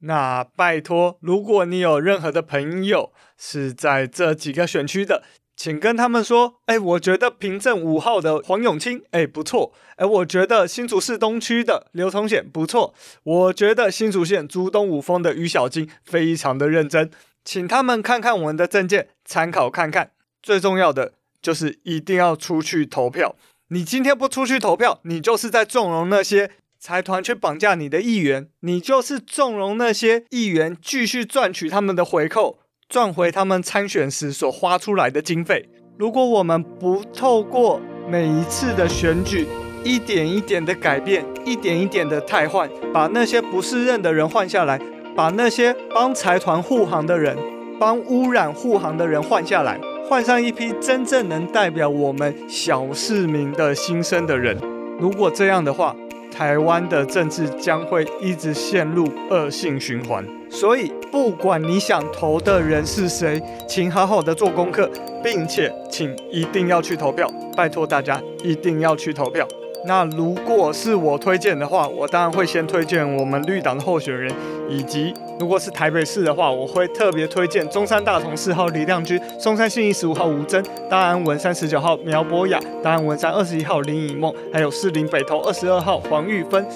B: 那拜托，如果你有任何的朋友是在这几个选区的，请跟他们说，哎，我觉得平镇五号的黄永清，哎，不错，哎，我觉得新竹市东区的刘崇显不错，我觉得新竹县竹东五峰的于小金非常的认真，请他们看看我们的证件，参考看看。最重要的就是一定要出去投票，你今天不出去投票，你就是在纵容那些财团去绑架你的议员，你就是纵容那些议员继续赚取他们的回扣，赚回他们参选时所花出来的经费。如果我们不透过每一次的选举，一点一点的改变，一点一点的汰换，把那些不适任的人换下来，把那些帮财团护航的人、帮污染护航的人换下来，换上一批真正能代表我们小市民的心声的人。如果这样的话，台湾的政治将会一直陷入恶性循环。所以，不管你想投的人是谁，请好好的做功课，并且请一定要去投票，拜托大家一定要去投票。那如果是我推荐的话，我当然会先推荐我们绿党的候选人，以及如果是台北市的话，我会特别推荐中山大同四号李亮君、松山信义十五号吴征、大安文山十九号苗博雅、大安文山二十一号林以梦，还有士林北投二十二号黄玉芬。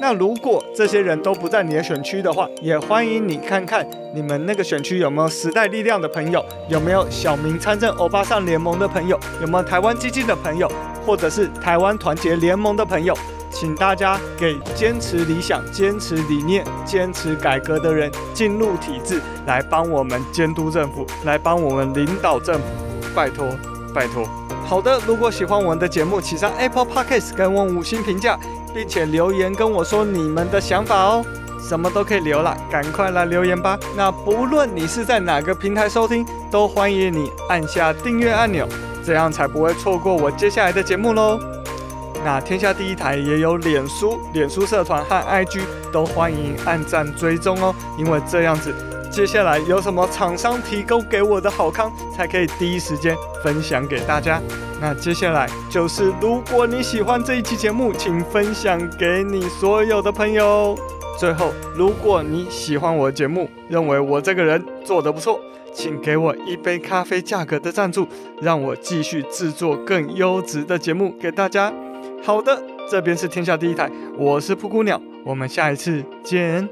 B: 那如果这些人都不在你的选区的话，也欢迎你看看你们那个选区有没有时代力量的朋友，有没有小明参政欧巴桑联盟的朋友，有没有台湾基金的朋友，或者是台湾团结联盟的朋友，请大家给坚持理想、坚持理念、坚持改革的人进入体制，来帮我们监督政府，来帮我们领导政府，拜托，拜托。好的，如果喜欢我们的节目，请上 Apple Podcast 跟我五星评价，并且留言跟我说你们的想法哦。什么都可以留了，赶快来留言吧。那不论你是在哪个平台收听，都欢迎你按下订阅按钮，这样才不会错过我接下来的节目喽。那天下第一台也有脸书、脸书社团和 IG，都欢迎按赞追踪哦，因为这样子。接下来有什么厂商提供给我的好康，才可以第一时间分享给大家。那接下来就是，如果你喜欢这一期节目，请分享给你所有的朋友。最后，如果你喜欢我的节目，认为我这个人做得不错，请给我一杯咖啡价格的赞助，让我继续制作更优质的节目给大家。好的，这边是天下第一台，我是布谷鸟，我们下一次见。